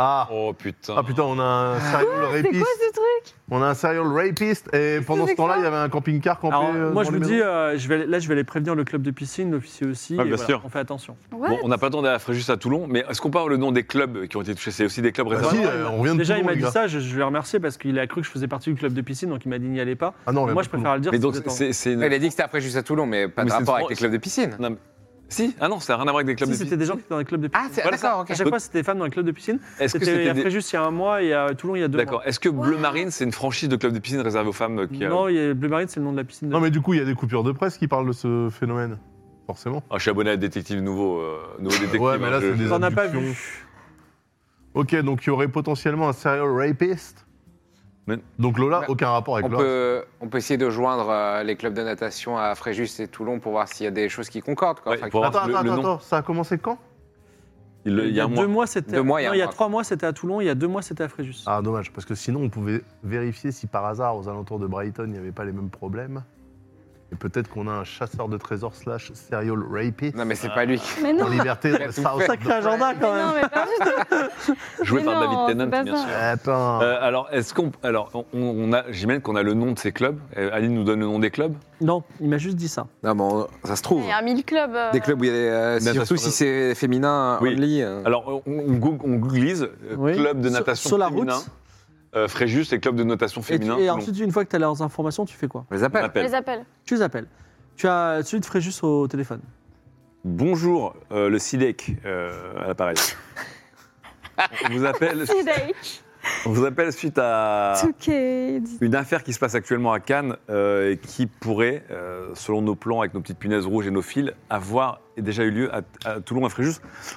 [SPEAKER 3] Ah.
[SPEAKER 2] Oh putain.
[SPEAKER 3] Ah putain, on a un serial
[SPEAKER 4] Ah, C'est quoi
[SPEAKER 3] rapist.
[SPEAKER 4] ce truc
[SPEAKER 3] On a un serial rapist. Et pendant ce
[SPEAKER 4] c'est
[SPEAKER 3] temps-là,
[SPEAKER 4] ça
[SPEAKER 3] il y avait un camping-car campé.
[SPEAKER 1] Alors,
[SPEAKER 3] euh,
[SPEAKER 1] moi, je
[SPEAKER 3] devant
[SPEAKER 1] vous
[SPEAKER 3] les
[SPEAKER 1] dis,
[SPEAKER 3] maisons.
[SPEAKER 1] euh, je vais, là, je vais aller prévenir le club de piscine, l'officier aussi.
[SPEAKER 2] Ah,
[SPEAKER 1] et
[SPEAKER 2] bien
[SPEAKER 1] voilà,
[SPEAKER 2] sûr.
[SPEAKER 1] On fait attention.
[SPEAKER 4] Ouais.
[SPEAKER 2] Bon, on n'a pas le temps d'aller à Fréjus à Toulon, mais est-ce qu'on parle le nom des clubs qui ont été touchés C'est aussi des clubs
[SPEAKER 3] Bah
[SPEAKER 2] récents
[SPEAKER 3] si, euh, on revient de
[SPEAKER 1] Déjà,
[SPEAKER 3] Toulon,
[SPEAKER 1] il m'a
[SPEAKER 3] les
[SPEAKER 1] dit
[SPEAKER 3] gars.
[SPEAKER 1] ça, je, je vais le remercier parce qu'il a cru que je faisais partie du club de piscine, donc il m'a dit n'y allez pas.
[SPEAKER 3] Ah non, on revient
[SPEAKER 1] moi,
[SPEAKER 3] de
[SPEAKER 1] je préfère le dire.
[SPEAKER 2] Mais
[SPEAKER 1] si
[SPEAKER 2] donc,
[SPEAKER 1] vous êtes en-
[SPEAKER 2] c'est. c'est une-
[SPEAKER 5] Il a dit que c'était après juste à Toulon, mais pas
[SPEAKER 2] Mais
[SPEAKER 5] de
[SPEAKER 2] c'est
[SPEAKER 5] rapport
[SPEAKER 2] trop-
[SPEAKER 5] avec les clubs de piscine.
[SPEAKER 2] Non, mais- Si Ah non, ça n'a rien à voir avec des clubs
[SPEAKER 1] Si,
[SPEAKER 2] de
[SPEAKER 1] c'était des gens qui étaient dans les clubs de piscine.
[SPEAKER 5] Ah, c'est
[SPEAKER 2] Voilà
[SPEAKER 5] d'accord,
[SPEAKER 1] À
[SPEAKER 5] ok.
[SPEAKER 1] chaque fois, c'était des femmes dans les clubs de piscine.
[SPEAKER 2] Est-ce que
[SPEAKER 1] C'était
[SPEAKER 2] c'était
[SPEAKER 1] à
[SPEAKER 2] des-
[SPEAKER 1] Fréjus il y a un mois et à Toulon il y a deux
[SPEAKER 2] D'accord.
[SPEAKER 1] mois.
[SPEAKER 2] Est-ce que Bleu Marine, c'est une franchise de club de piscine réservée aux femmes qui a-
[SPEAKER 1] Non, il y a- Bleu Marine, c'est le nom de la piscine. de-
[SPEAKER 3] Non, mais du coup, il y a des coupures de presse qui parlent de ce phénomène. Forcément.
[SPEAKER 2] Ah, je suis abonné à Détective Nouveau. euh, nouveau détective.
[SPEAKER 3] Ouais, mais là,
[SPEAKER 2] hein, je-
[SPEAKER 3] c'est des
[SPEAKER 1] T'en as pas
[SPEAKER 3] abductions.
[SPEAKER 1] vu.
[SPEAKER 3] Ok, donc il y aurait potentiellement un serial rapist.
[SPEAKER 2] Mais-
[SPEAKER 3] Donc Lola,
[SPEAKER 5] Ouais.
[SPEAKER 3] aucun rapport avec
[SPEAKER 5] On
[SPEAKER 3] Lola.
[SPEAKER 5] peut, on peut essayer de joindre euh, les clubs de natation à Fréjus et Toulon pour voir s'il y a des choses qui concordent. Quoi.
[SPEAKER 2] Ouais,
[SPEAKER 5] Enfin,
[SPEAKER 2] pour
[SPEAKER 3] Attends,
[SPEAKER 2] Le-
[SPEAKER 3] attends,
[SPEAKER 2] le nom.
[SPEAKER 3] attends, ça a commencé quand
[SPEAKER 2] Il le- il y a un mois.
[SPEAKER 1] deux mois, c'était.
[SPEAKER 5] Deux mois, il y a
[SPEAKER 1] non,
[SPEAKER 5] un
[SPEAKER 1] il y a
[SPEAKER 5] mois.
[SPEAKER 1] trois mois, c'était à Toulon. Il y a deux mois, c'était à Fréjus.
[SPEAKER 3] Ah, dommage, parce que sinon, on pouvait vérifier si par hasard, aux alentours de Brighton, il n'y avait pas les mêmes problèmes. Et peut-être qu'on a un chasseur de trésors slash serial rapist
[SPEAKER 5] Non, mais c'est pas lui. qui-
[SPEAKER 4] Mais
[SPEAKER 3] en
[SPEAKER 4] non.
[SPEAKER 2] *laughs*
[SPEAKER 3] liberté
[SPEAKER 5] Il
[SPEAKER 3] dans
[SPEAKER 5] a
[SPEAKER 3] le
[SPEAKER 5] tout
[SPEAKER 3] South
[SPEAKER 5] fait.
[SPEAKER 3] of
[SPEAKER 1] Sacré agenda quand
[SPEAKER 4] Mais non,
[SPEAKER 1] même.
[SPEAKER 4] mais pas du tout.
[SPEAKER 2] Joué
[SPEAKER 4] Mais
[SPEAKER 2] par
[SPEAKER 4] non,
[SPEAKER 2] David
[SPEAKER 4] c'est
[SPEAKER 2] Tennant,
[SPEAKER 4] pas
[SPEAKER 2] bien
[SPEAKER 4] ça.
[SPEAKER 2] sûr.
[SPEAKER 3] Attends.
[SPEAKER 2] Euh, alors, est-ce qu'on. Alors, on, on a. J'imagine qu'on a le nom de ces clubs. Euh, Aline nous donne le nom des clubs.
[SPEAKER 1] Non, il m'a juste dit ça.
[SPEAKER 5] Non, mais on- ça se trouve.
[SPEAKER 4] Il y a 1000 clubs. euh,
[SPEAKER 5] Des clubs où il y a des. euh,
[SPEAKER 2] Natation.
[SPEAKER 5] surtout si c'est féminin,
[SPEAKER 2] Oui.
[SPEAKER 5] only. euh.
[SPEAKER 2] Alors, on, on goog- on googlise euh,
[SPEAKER 1] Oui.
[SPEAKER 2] club de
[SPEAKER 1] Sur-
[SPEAKER 2] natation
[SPEAKER 1] sur la
[SPEAKER 2] féminin.
[SPEAKER 1] route.
[SPEAKER 2] euh, Fréjus et club de natation
[SPEAKER 1] Et, tu-
[SPEAKER 2] féminin.
[SPEAKER 1] et
[SPEAKER 2] Toulon.
[SPEAKER 1] ensuite, une fois que tu as leurs informations, tu fais quoi
[SPEAKER 5] on les
[SPEAKER 2] on
[SPEAKER 5] appelle.
[SPEAKER 2] appelle.
[SPEAKER 4] Les appels.
[SPEAKER 1] Tu les appelles. Tu as celui de Fréjus au téléphone.
[SPEAKER 2] Bonjour, euh, le SIDEC euh,
[SPEAKER 1] *laughs*
[SPEAKER 2] à l'appareil. on, vous appelle,
[SPEAKER 4] Sidek,
[SPEAKER 2] on vous appelle suite à
[SPEAKER 4] Touquet,
[SPEAKER 2] une affaire qui se passe actuellement à Cannes euh, et qui pourrait, euh, selon nos plans avec nos petites punaises rouges et nos fils, avoir déjà eu lieu à, à Toulon et Fréjus.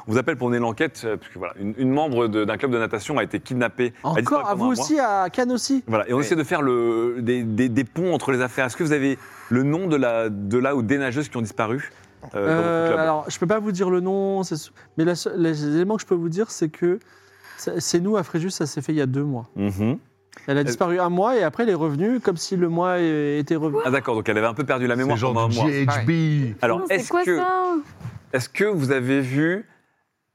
[SPEAKER 2] On vous appelle pour mener l'enquête, euh, puisque voilà, une, une membre de- d'un club de natation a été kidnappée. a disparu
[SPEAKER 1] Encore à
[SPEAKER 2] pendant
[SPEAKER 1] vous
[SPEAKER 2] un mois.
[SPEAKER 1] aussi, à Cannes aussi.
[SPEAKER 2] Voilà, et on
[SPEAKER 5] Oui.
[SPEAKER 2] essaie de faire le, des, des- des ponts entre les affaires. Est-ce que vous avez le nom de la, de la ou des nageuses qui ont disparu euh, dans votre
[SPEAKER 1] Euh,
[SPEAKER 2] club
[SPEAKER 1] alors, je peux pas vous dire le nom, c'est sou- mais la seule- les éléments que je peux vous dire, c'est que c'est c'est nous à Fréjus, ça s'est fait il y a deux mois.
[SPEAKER 2] Mhm.
[SPEAKER 1] Elle a disparu un mois et après elle est revenue comme si le mois euh, était revenu.
[SPEAKER 2] Ah d'accord, donc elle avait un peu perdu la mémoire
[SPEAKER 3] C'est
[SPEAKER 2] pendant
[SPEAKER 3] genre
[SPEAKER 2] un
[SPEAKER 3] du
[SPEAKER 2] mois.
[SPEAKER 3] GHB.
[SPEAKER 2] Alors,
[SPEAKER 4] Oh, c'est
[SPEAKER 2] est-ce
[SPEAKER 4] quoi
[SPEAKER 2] que,
[SPEAKER 4] ça
[SPEAKER 2] est-ce que vous avez vu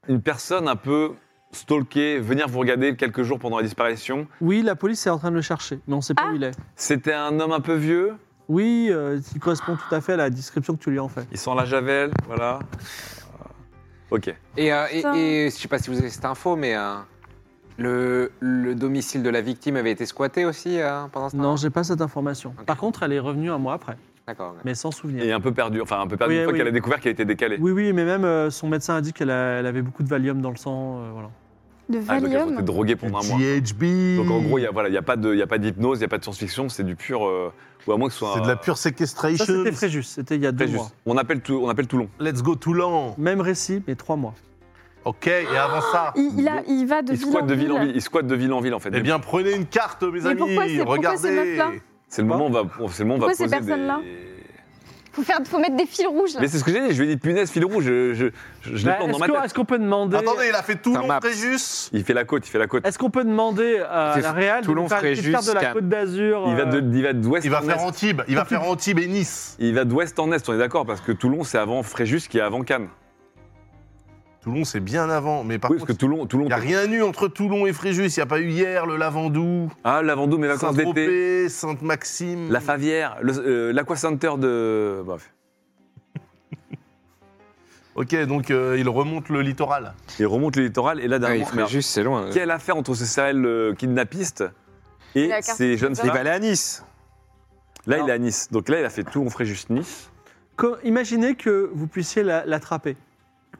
[SPEAKER 2] une personne un peu stalker, venir vous regarder quelques jours pendant la disparition
[SPEAKER 1] Oui, la police est en train de le chercher, mais on sait pas
[SPEAKER 4] Ah.
[SPEAKER 1] où il est.
[SPEAKER 2] C'était un homme un peu vieux,
[SPEAKER 1] Oui, euh, il correspond tout à fait à la description que tu lui en fais.
[SPEAKER 2] il sent la javel, voilà. Euh, Ok.
[SPEAKER 5] Et, euh, et,
[SPEAKER 4] Putain.
[SPEAKER 5] et je sais pas si vous avez cette info, mais euh, le, le domicile de la victime avait été squatté aussi euh, pendant ce temps
[SPEAKER 1] Non, j'ai pas cette information.
[SPEAKER 5] Ok.
[SPEAKER 1] Par contre, elle est revenue un mois après,
[SPEAKER 5] D'accord. ok.
[SPEAKER 1] mais sans souvenir.
[SPEAKER 2] Et euh, un peu perdu, enfin un peu perdu
[SPEAKER 1] Oui,
[SPEAKER 2] une fois
[SPEAKER 1] oui.
[SPEAKER 2] qu'elle a découvert qu'elle était décalée.
[SPEAKER 1] Oui, oui, mais même euh, son médecin a dit qu'elle a- elle avait beaucoup de Valium dans le sang. euh, voilà.
[SPEAKER 4] Le
[SPEAKER 2] Ah, donc elles ont été
[SPEAKER 4] Valium
[SPEAKER 2] droguées pendant un mois.
[SPEAKER 3] GHB.
[SPEAKER 2] Donc en gros, il n'y a, voilà, il y a pas de- il y a pas d'hypnose, il n'y a pas de science-fiction, c'est du pur... euh, ou à moins que ce soit...
[SPEAKER 3] C'est
[SPEAKER 2] un-
[SPEAKER 3] de la pure
[SPEAKER 1] Ça,
[SPEAKER 3] séquestration.
[SPEAKER 1] c'était Fréjus, c'était il y a deux
[SPEAKER 2] Très juste.
[SPEAKER 1] mois.
[SPEAKER 2] On appelle, tout, on appelle Toulon.
[SPEAKER 3] Let's go Toulon.
[SPEAKER 1] Même récit, mais trois mois.
[SPEAKER 3] Ok, et avant ça,
[SPEAKER 4] il, il a- il va de
[SPEAKER 2] Il
[SPEAKER 4] ville en
[SPEAKER 2] squatte de ville en ville.
[SPEAKER 4] ville.
[SPEAKER 2] Il squatte de ville en ville en fait.
[SPEAKER 3] eh bien prenez une carte, mes
[SPEAKER 4] Mais
[SPEAKER 3] amis.
[SPEAKER 4] pourquoi c'est- pourquoi ces meufs-là
[SPEAKER 3] Regardez.
[SPEAKER 2] C'est le moment où on va, on- c'est le moment où on va
[SPEAKER 4] Pourquoi ces
[SPEAKER 2] poser
[SPEAKER 4] personnes-là
[SPEAKER 2] des...
[SPEAKER 4] Faut, faire, faut mettre des fils rouges là.
[SPEAKER 2] Mais c'est ce que j'ai dit, je lui ai dit punaise fil rouge, je, je, je, je l'ai
[SPEAKER 1] Bah,
[SPEAKER 2] planté dans
[SPEAKER 1] Est-ce
[SPEAKER 2] ma
[SPEAKER 1] qu'on
[SPEAKER 2] tête.
[SPEAKER 1] est-ce qu'on peut demander
[SPEAKER 3] Attendez, il a fait
[SPEAKER 5] Ça
[SPEAKER 3] Toulon,
[SPEAKER 5] m'a-
[SPEAKER 3] Fréjus.
[SPEAKER 2] Il fait la côte, il fait la côte.
[SPEAKER 1] Est-ce qu'on peut demander à
[SPEAKER 5] C'est
[SPEAKER 1] la Real de
[SPEAKER 5] Toulon,
[SPEAKER 1] nous faire une petite
[SPEAKER 5] Fréjus,
[SPEAKER 1] carte de la
[SPEAKER 5] Cannes.
[SPEAKER 1] Côte d'Azur
[SPEAKER 2] Il va
[SPEAKER 1] euh,
[SPEAKER 2] de il va d'ouest
[SPEAKER 3] Il va
[SPEAKER 2] en
[SPEAKER 3] faire
[SPEAKER 2] est.
[SPEAKER 3] Antibes, il va faire Antibes et Nice.
[SPEAKER 2] Il va d'ouest en est, on est d'accord, parce que Toulon c'est avant Fréjus qui est avant Cannes.
[SPEAKER 3] Toulon, c'est bien avant, mais par
[SPEAKER 2] oui, parce
[SPEAKER 3] contre,
[SPEAKER 2] que Toulon, Toulon.
[SPEAKER 3] il n'y a rien eu entre Toulon et Fréjus. Il n'y a pas eu hier le Lavandou,
[SPEAKER 2] Ah, la Vendôme, mes vacances d'été,
[SPEAKER 3] Saint-Tropez, Sainte-Maxime.
[SPEAKER 2] la Favière, le- euh, l'Aquacenter de. Bref.
[SPEAKER 3] Ok, donc euh, il remonte le littoral.
[SPEAKER 2] Il remonte le littoral et là
[SPEAKER 5] Ah, il
[SPEAKER 2] dernièrement.
[SPEAKER 5] ferait
[SPEAKER 2] merde.
[SPEAKER 5] juste, c'est loin.
[SPEAKER 2] Quelle affaire entre ce serial euh, kidnappiste et
[SPEAKER 4] La carte
[SPEAKER 2] ces jeunes
[SPEAKER 4] des
[SPEAKER 2] femmes
[SPEAKER 5] aller à Nice.
[SPEAKER 2] Là, il est à Nice. Donc là, il a fait Toulon, Fréjus, Nice.
[SPEAKER 1] Comme- imaginez que vous puissiez la- l'attraper,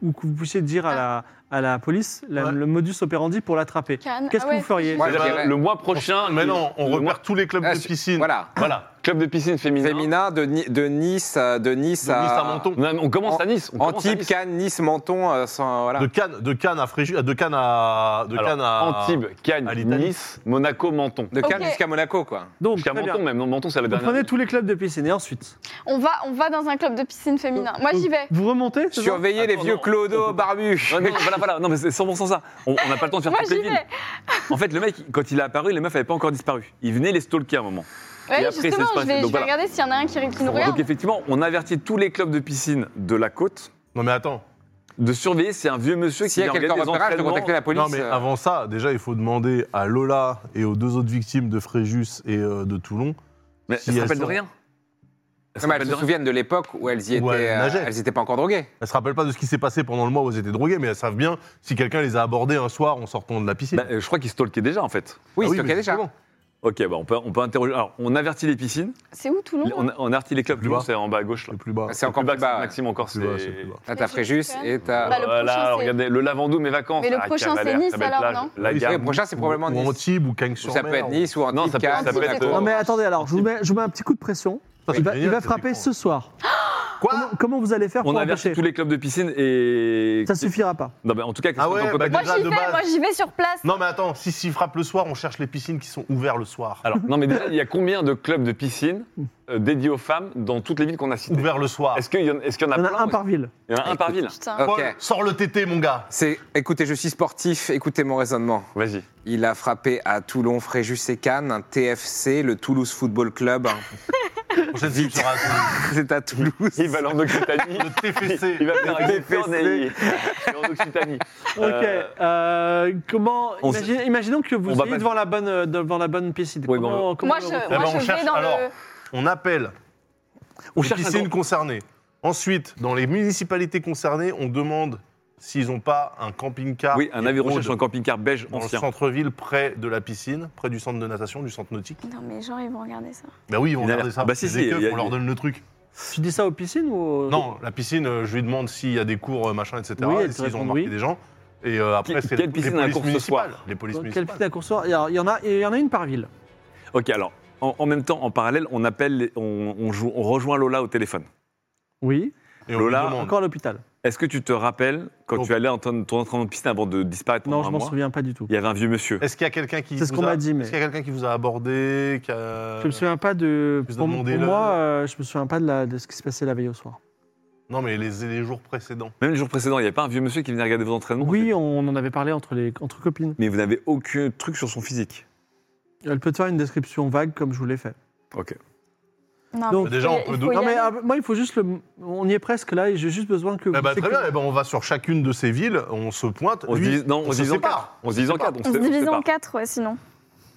[SPEAKER 1] ou que vous puissiez dire
[SPEAKER 4] Ah.
[SPEAKER 1] à la, à la police la-
[SPEAKER 3] Ouais.
[SPEAKER 1] le modus operandi pour l'attraper.
[SPEAKER 4] Cannes.
[SPEAKER 1] Qu'est-ce
[SPEAKER 4] Ah
[SPEAKER 1] que
[SPEAKER 4] ouais,
[SPEAKER 1] vous feriez
[SPEAKER 4] Fréjus.
[SPEAKER 3] Ouais, je dirais-
[SPEAKER 2] Le mois prochain.
[SPEAKER 3] Maintenant, on
[SPEAKER 2] le mois-
[SPEAKER 3] repère tous les clubs
[SPEAKER 5] Ah,
[SPEAKER 3] de
[SPEAKER 5] c'est-
[SPEAKER 3] piscine.
[SPEAKER 5] Voilà.
[SPEAKER 3] Voilà.
[SPEAKER 2] Club de piscine féminin.
[SPEAKER 5] Féminin de, Ni- de Nice, à- de Nice
[SPEAKER 3] De Nice à Menton.
[SPEAKER 2] On, a- on commence à Nice. On commence à
[SPEAKER 5] Antibes,
[SPEAKER 2] Nice.
[SPEAKER 5] Cannes, Nice, Menton, euh, sans, voilà.
[SPEAKER 3] De Cannes, de Cannes à Fréjus, euh, de Cannes à, de
[SPEAKER 2] Alors,
[SPEAKER 3] Cannes à
[SPEAKER 2] Antibes, Cannes,
[SPEAKER 3] à l'Italie.
[SPEAKER 2] Ah. Nice, Monaco, Menton.
[SPEAKER 5] De
[SPEAKER 4] Ok.
[SPEAKER 5] Cannes jusqu'à Monaco, quoi.
[SPEAKER 1] Donc,
[SPEAKER 2] Jusqu'à
[SPEAKER 1] très bien.
[SPEAKER 2] Menton même. Non, Menton, c'est la
[SPEAKER 1] vous
[SPEAKER 2] dernière.
[SPEAKER 1] prenez tous les clubs de piscine et ensuite.
[SPEAKER 4] On va, on va dans un club de piscine féminin. Moi
[SPEAKER 1] Donc,
[SPEAKER 4] j'y vais.
[SPEAKER 1] Vous remontez c'est ça
[SPEAKER 5] Surveillez les
[SPEAKER 2] Attends,
[SPEAKER 5] vieux
[SPEAKER 2] non.
[SPEAKER 5] clodos barbus.
[SPEAKER 2] Ouais, non, voilà,
[SPEAKER 5] *laughs*
[SPEAKER 2] voilà. Non, mais c'est 100% ça. On on n'a pas le temps de faire
[SPEAKER 4] Moi
[SPEAKER 2] toutes
[SPEAKER 4] j'y
[SPEAKER 2] les villes.
[SPEAKER 4] vais.
[SPEAKER 2] En fait, le mec, quand il est apparu, les meufs n'avaient pas encore disparu. Il venait les stalker à un moment.
[SPEAKER 4] Ouais,
[SPEAKER 2] Et après,
[SPEAKER 4] justement,
[SPEAKER 2] c'est
[SPEAKER 4] je vais,
[SPEAKER 2] espace-
[SPEAKER 4] je
[SPEAKER 2] donc
[SPEAKER 4] vais
[SPEAKER 2] voilà.
[SPEAKER 4] regarder s'il y en a un qui, qui nous
[SPEAKER 2] Donc
[SPEAKER 4] regarde.
[SPEAKER 2] effectivement, on avertit tous les clubs de piscine de la côte
[SPEAKER 3] Non mais attends.
[SPEAKER 2] de surveiller si un vieux monsieur qui
[SPEAKER 5] S'il y a
[SPEAKER 2] vient
[SPEAKER 5] quelqu'un en
[SPEAKER 2] regarder des
[SPEAKER 5] repérage, de
[SPEAKER 2] entraînements-
[SPEAKER 5] contacter la police.
[SPEAKER 3] non mais
[SPEAKER 5] euh,
[SPEAKER 3] avant ça, déjà il faut demander à Lola et aux deux autres victimes de Fréjus et euh, de Toulon.
[SPEAKER 2] Mais
[SPEAKER 3] Si
[SPEAKER 2] elle se
[SPEAKER 3] elles
[SPEAKER 2] rappelle de
[SPEAKER 3] sont-
[SPEAKER 2] rien. Elle se
[SPEAKER 5] non, mais
[SPEAKER 2] rappelle
[SPEAKER 5] elles
[SPEAKER 2] de
[SPEAKER 5] se
[SPEAKER 2] rien.
[SPEAKER 5] souviennent de l'époque où elles y étaient.
[SPEAKER 3] Où elles
[SPEAKER 5] euh,
[SPEAKER 3] nageaient.
[SPEAKER 5] elles n'étaient pas encore droguées.
[SPEAKER 3] Elles se rappellent pas de ce qui s'est passé pendant le mois où elles étaient droguées, mais elles savent bien si quelqu'un les a abordées un soir en sortant de la piscine.
[SPEAKER 2] Bah, euh, je crois qu'il stalkait déjà en fait.
[SPEAKER 5] Oui,
[SPEAKER 3] Ah
[SPEAKER 5] c'est ok
[SPEAKER 3] mais
[SPEAKER 5] déjà.
[SPEAKER 3] justement.
[SPEAKER 2] Ok, bah, on, peut, on peut interroger. Alors, on avertit les piscines,
[SPEAKER 4] C'est où Toulon
[SPEAKER 2] on, on avertit les clubs.
[SPEAKER 3] Plus
[SPEAKER 2] Toulon,
[SPEAKER 3] bas.
[SPEAKER 2] C'est en bas à gauche là.
[SPEAKER 3] C'est plus bas.
[SPEAKER 5] C'est encore
[SPEAKER 2] Plus bas,
[SPEAKER 5] plus bas. ouais.
[SPEAKER 2] Maxime encore, c'est. Ah,
[SPEAKER 3] Plus bas, c'est plus bas.
[SPEAKER 5] Là, Ah, t'as Fréjus et
[SPEAKER 4] Bah,
[SPEAKER 5] t'as.
[SPEAKER 4] le
[SPEAKER 2] Voilà,
[SPEAKER 4] prochain,
[SPEAKER 2] alors,
[SPEAKER 4] c'est-
[SPEAKER 2] regardez, le Lavandou, mes vacances.
[SPEAKER 4] Mais le
[SPEAKER 2] Ah,
[SPEAKER 4] prochain,
[SPEAKER 2] Cavalaire,
[SPEAKER 4] c'est Nice,
[SPEAKER 2] ça va être
[SPEAKER 4] alors,
[SPEAKER 2] la-
[SPEAKER 4] non
[SPEAKER 2] la
[SPEAKER 3] Oui,
[SPEAKER 5] Oui,
[SPEAKER 2] gare.
[SPEAKER 5] le prochain, c'est probablement
[SPEAKER 3] Ou
[SPEAKER 5] Nice.
[SPEAKER 3] Antibes ou Cannes
[SPEAKER 5] Ou
[SPEAKER 3] sur
[SPEAKER 5] ça peut être Nice ou Antibes.
[SPEAKER 2] Non, ça peut-
[SPEAKER 5] Cannes,
[SPEAKER 4] ça peut
[SPEAKER 5] Monaco.
[SPEAKER 4] être-
[SPEAKER 1] Non mais attendez, alors je vous, mets, je vous mets un petit coup de pression. Il va, il va frapper ce
[SPEAKER 2] *gasps*
[SPEAKER 1] soir.
[SPEAKER 3] Quoi
[SPEAKER 1] Comment, comment vous allez faire
[SPEAKER 2] On
[SPEAKER 1] pour
[SPEAKER 2] avertit
[SPEAKER 1] empêcher
[SPEAKER 2] tous les clubs de piscine et.
[SPEAKER 1] Ça suffira pas.
[SPEAKER 2] Non, mais en tout cas,
[SPEAKER 3] Ah ouais,
[SPEAKER 2] Christophe, on peut
[SPEAKER 3] bah,
[SPEAKER 2] pas-
[SPEAKER 4] Moi
[SPEAKER 3] déjà,
[SPEAKER 4] j'y
[SPEAKER 3] de
[SPEAKER 4] vais,
[SPEAKER 3] base.
[SPEAKER 4] moi j'y vais sur place.
[SPEAKER 3] Non mais attends, si s'il frappe le soir, on cherche les piscines qui sont ouvertes le soir.
[SPEAKER 2] Alors, non, mais déjà, il y a combien de clubs de piscine euh, dédiés aux femmes dans toutes les villes qu'on a citées
[SPEAKER 3] Ouvertes le soir.
[SPEAKER 2] Est-ce qu'il y, en- est-ce qu'il y en a
[SPEAKER 1] Il y en
[SPEAKER 2] plein
[SPEAKER 1] a un par ville.
[SPEAKER 2] Il y en a un par ville.
[SPEAKER 4] Putain.
[SPEAKER 5] Ok.
[SPEAKER 3] Paul, sors le tété mon gars.
[SPEAKER 5] C'est, écoutez, je suis sportif, écoutez mon raisonnement.
[SPEAKER 2] Vas-y.
[SPEAKER 5] Il a frappé à Toulon, Fréjus et Cannes, un TFC, le Toulouse Football Club. *laughs*
[SPEAKER 3] Prochaine sub sera
[SPEAKER 5] C'est à Toulouse.
[SPEAKER 2] Il va en Occitanie.
[SPEAKER 3] le TFC.
[SPEAKER 2] Il va faire un
[SPEAKER 5] Le
[SPEAKER 2] Gayford et il- il va en Occitanie.
[SPEAKER 1] Ok.
[SPEAKER 2] Euh,
[SPEAKER 1] euh, comment
[SPEAKER 2] on
[SPEAKER 1] imagine- Imaginons que vous
[SPEAKER 2] on va
[SPEAKER 1] soyez
[SPEAKER 2] pas-
[SPEAKER 1] devant la bonne euh, devant la bonne piscine.
[SPEAKER 2] Oui, bon, euh, Eh
[SPEAKER 1] Comment- comment
[SPEAKER 4] Moi je,
[SPEAKER 1] vous-
[SPEAKER 3] ben,
[SPEAKER 4] moi,
[SPEAKER 3] on
[SPEAKER 4] je
[SPEAKER 3] cherche-
[SPEAKER 4] vais dans
[SPEAKER 3] alors.
[SPEAKER 4] le.
[SPEAKER 3] On appelle
[SPEAKER 2] On
[SPEAKER 3] les
[SPEAKER 2] cherche un
[SPEAKER 3] piscines
[SPEAKER 2] grand-
[SPEAKER 3] concernées. Ensuite, dans les municipalités concernées, on demande s'ils n'ont pas un camping-car
[SPEAKER 2] Oui, un
[SPEAKER 3] qui
[SPEAKER 2] avis
[SPEAKER 3] rôde
[SPEAKER 2] recherche un camping-car beige
[SPEAKER 3] Ah. dans le
[SPEAKER 2] ancien.
[SPEAKER 3] centre-ville près de la piscine, près du centre de natation, du centre nautique.
[SPEAKER 4] Non mais genre ils vont regarder ça.
[SPEAKER 3] Bah oui, ils
[SPEAKER 2] Il
[SPEAKER 3] vont
[SPEAKER 2] a
[SPEAKER 3] regarder
[SPEAKER 2] l'air-
[SPEAKER 3] ça.
[SPEAKER 2] Bah si,
[SPEAKER 3] C'est des
[SPEAKER 2] si,
[SPEAKER 3] keufs,
[SPEAKER 2] il y a-
[SPEAKER 3] on leur donne le truc.
[SPEAKER 1] Tu dis ça aux piscines ou aux-
[SPEAKER 3] Non, la piscine, euh, je lui demande s'il y a des cours, euh, machin, etc.
[SPEAKER 1] Oui, elle
[SPEAKER 3] et
[SPEAKER 1] te
[SPEAKER 3] s'ils ont
[SPEAKER 1] répond
[SPEAKER 3] remarqué
[SPEAKER 1] oui.
[SPEAKER 3] des gens. Et euh, après,
[SPEAKER 2] Qui-
[SPEAKER 3] c'est
[SPEAKER 2] quelle
[SPEAKER 3] les
[SPEAKER 2] piscine a un
[SPEAKER 3] polices
[SPEAKER 2] cours ce
[SPEAKER 3] municipales.
[SPEAKER 2] soir
[SPEAKER 3] Les polices
[SPEAKER 1] Quel Quelle
[SPEAKER 3] municipales.
[SPEAKER 1] piscine à coursoir Alors, Il y, en a- il y en a une par ville.
[SPEAKER 2] Ok, alors, en, en même temps, en parallèle, on appelle, les- on, on joue- on rejoint Lola au téléphone.
[SPEAKER 1] Oui.
[SPEAKER 3] Et on lui
[SPEAKER 2] Lola,
[SPEAKER 3] demande.
[SPEAKER 1] Encore à l'hôpital.
[SPEAKER 2] Est-ce que tu te rappelles quand
[SPEAKER 3] Non.
[SPEAKER 2] tu allais en ton, ton entraînement de piscine avant de disparaître pendant
[SPEAKER 1] Non, je
[SPEAKER 2] un
[SPEAKER 1] m'en
[SPEAKER 2] mois
[SPEAKER 1] souviens pas du tout.
[SPEAKER 2] Il y avait un vieux monsieur.
[SPEAKER 3] Est-ce qu'il y a quelqu'un qui
[SPEAKER 1] C'est ce
[SPEAKER 3] vous
[SPEAKER 1] qu'on
[SPEAKER 3] a-
[SPEAKER 1] m'a dit, mais-
[SPEAKER 3] Est-ce qu'il y a quelqu'un qui vous a abordé qui
[SPEAKER 2] Euh,
[SPEAKER 3] a-
[SPEAKER 1] Je me souviens pas de.
[SPEAKER 3] Plus de
[SPEAKER 1] Pour, pour
[SPEAKER 3] demander le-
[SPEAKER 1] moi, euh, je me souviens pas de, la- de ce qui se passait la veille au soir.
[SPEAKER 3] Non, mais les, les jours précédents.
[SPEAKER 2] Même le jour précédent, il n'y avait pas un vieux monsieur qui venait regarder vos entraînements en fait
[SPEAKER 1] Oui, on en avait parlé entre, les, entre copines.
[SPEAKER 2] Mais vous n'avez aucun truc sur son physique.
[SPEAKER 1] Elle peut te faire une description vague comme je vous l'ai fait.
[SPEAKER 2] Ok.
[SPEAKER 4] Non,
[SPEAKER 1] Donc,
[SPEAKER 4] mais
[SPEAKER 3] déjà,
[SPEAKER 4] il
[SPEAKER 3] on
[SPEAKER 4] faut-
[SPEAKER 3] peut
[SPEAKER 4] il
[SPEAKER 3] nous-
[SPEAKER 4] faut y
[SPEAKER 1] Non, mais
[SPEAKER 4] aller.
[SPEAKER 1] ah, moi, il faut juste le. On y est presque là et j'ai juste besoin que. vous
[SPEAKER 3] Eh ben, très bien,
[SPEAKER 1] sécuriez-
[SPEAKER 3] eh ben, on va sur chacune de ces villes, on se pointe.
[SPEAKER 2] On se
[SPEAKER 3] Lui,
[SPEAKER 2] divise, non, on
[SPEAKER 3] se
[SPEAKER 2] se divise en
[SPEAKER 3] sépare.
[SPEAKER 2] quatre. On se divise en quatre.
[SPEAKER 4] On se
[SPEAKER 2] sait-
[SPEAKER 4] divise
[SPEAKER 2] sait
[SPEAKER 4] en
[SPEAKER 2] pas.
[SPEAKER 4] quatre, ouais, sinon.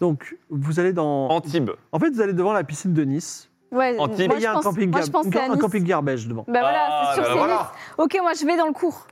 [SPEAKER 1] Donc, vous allez dans.
[SPEAKER 2] Antibes.
[SPEAKER 1] En fait, vous allez devant la piscine de Nice.
[SPEAKER 4] Ouais,
[SPEAKER 2] En
[SPEAKER 4] moi,
[SPEAKER 2] team.
[SPEAKER 1] Et il y
[SPEAKER 4] je
[SPEAKER 1] a un
[SPEAKER 4] pense-
[SPEAKER 1] camping,
[SPEAKER 4] moi, je
[SPEAKER 1] gar-
[SPEAKER 4] pensais à
[SPEAKER 1] un
[SPEAKER 4] Nice.
[SPEAKER 1] camping garbage devant.
[SPEAKER 4] Bah voilà,
[SPEAKER 2] Ah,
[SPEAKER 4] c'est sûr,
[SPEAKER 2] bah
[SPEAKER 4] c'est
[SPEAKER 3] voilà.
[SPEAKER 4] Nice. Ok, moi, je vais dans le cours.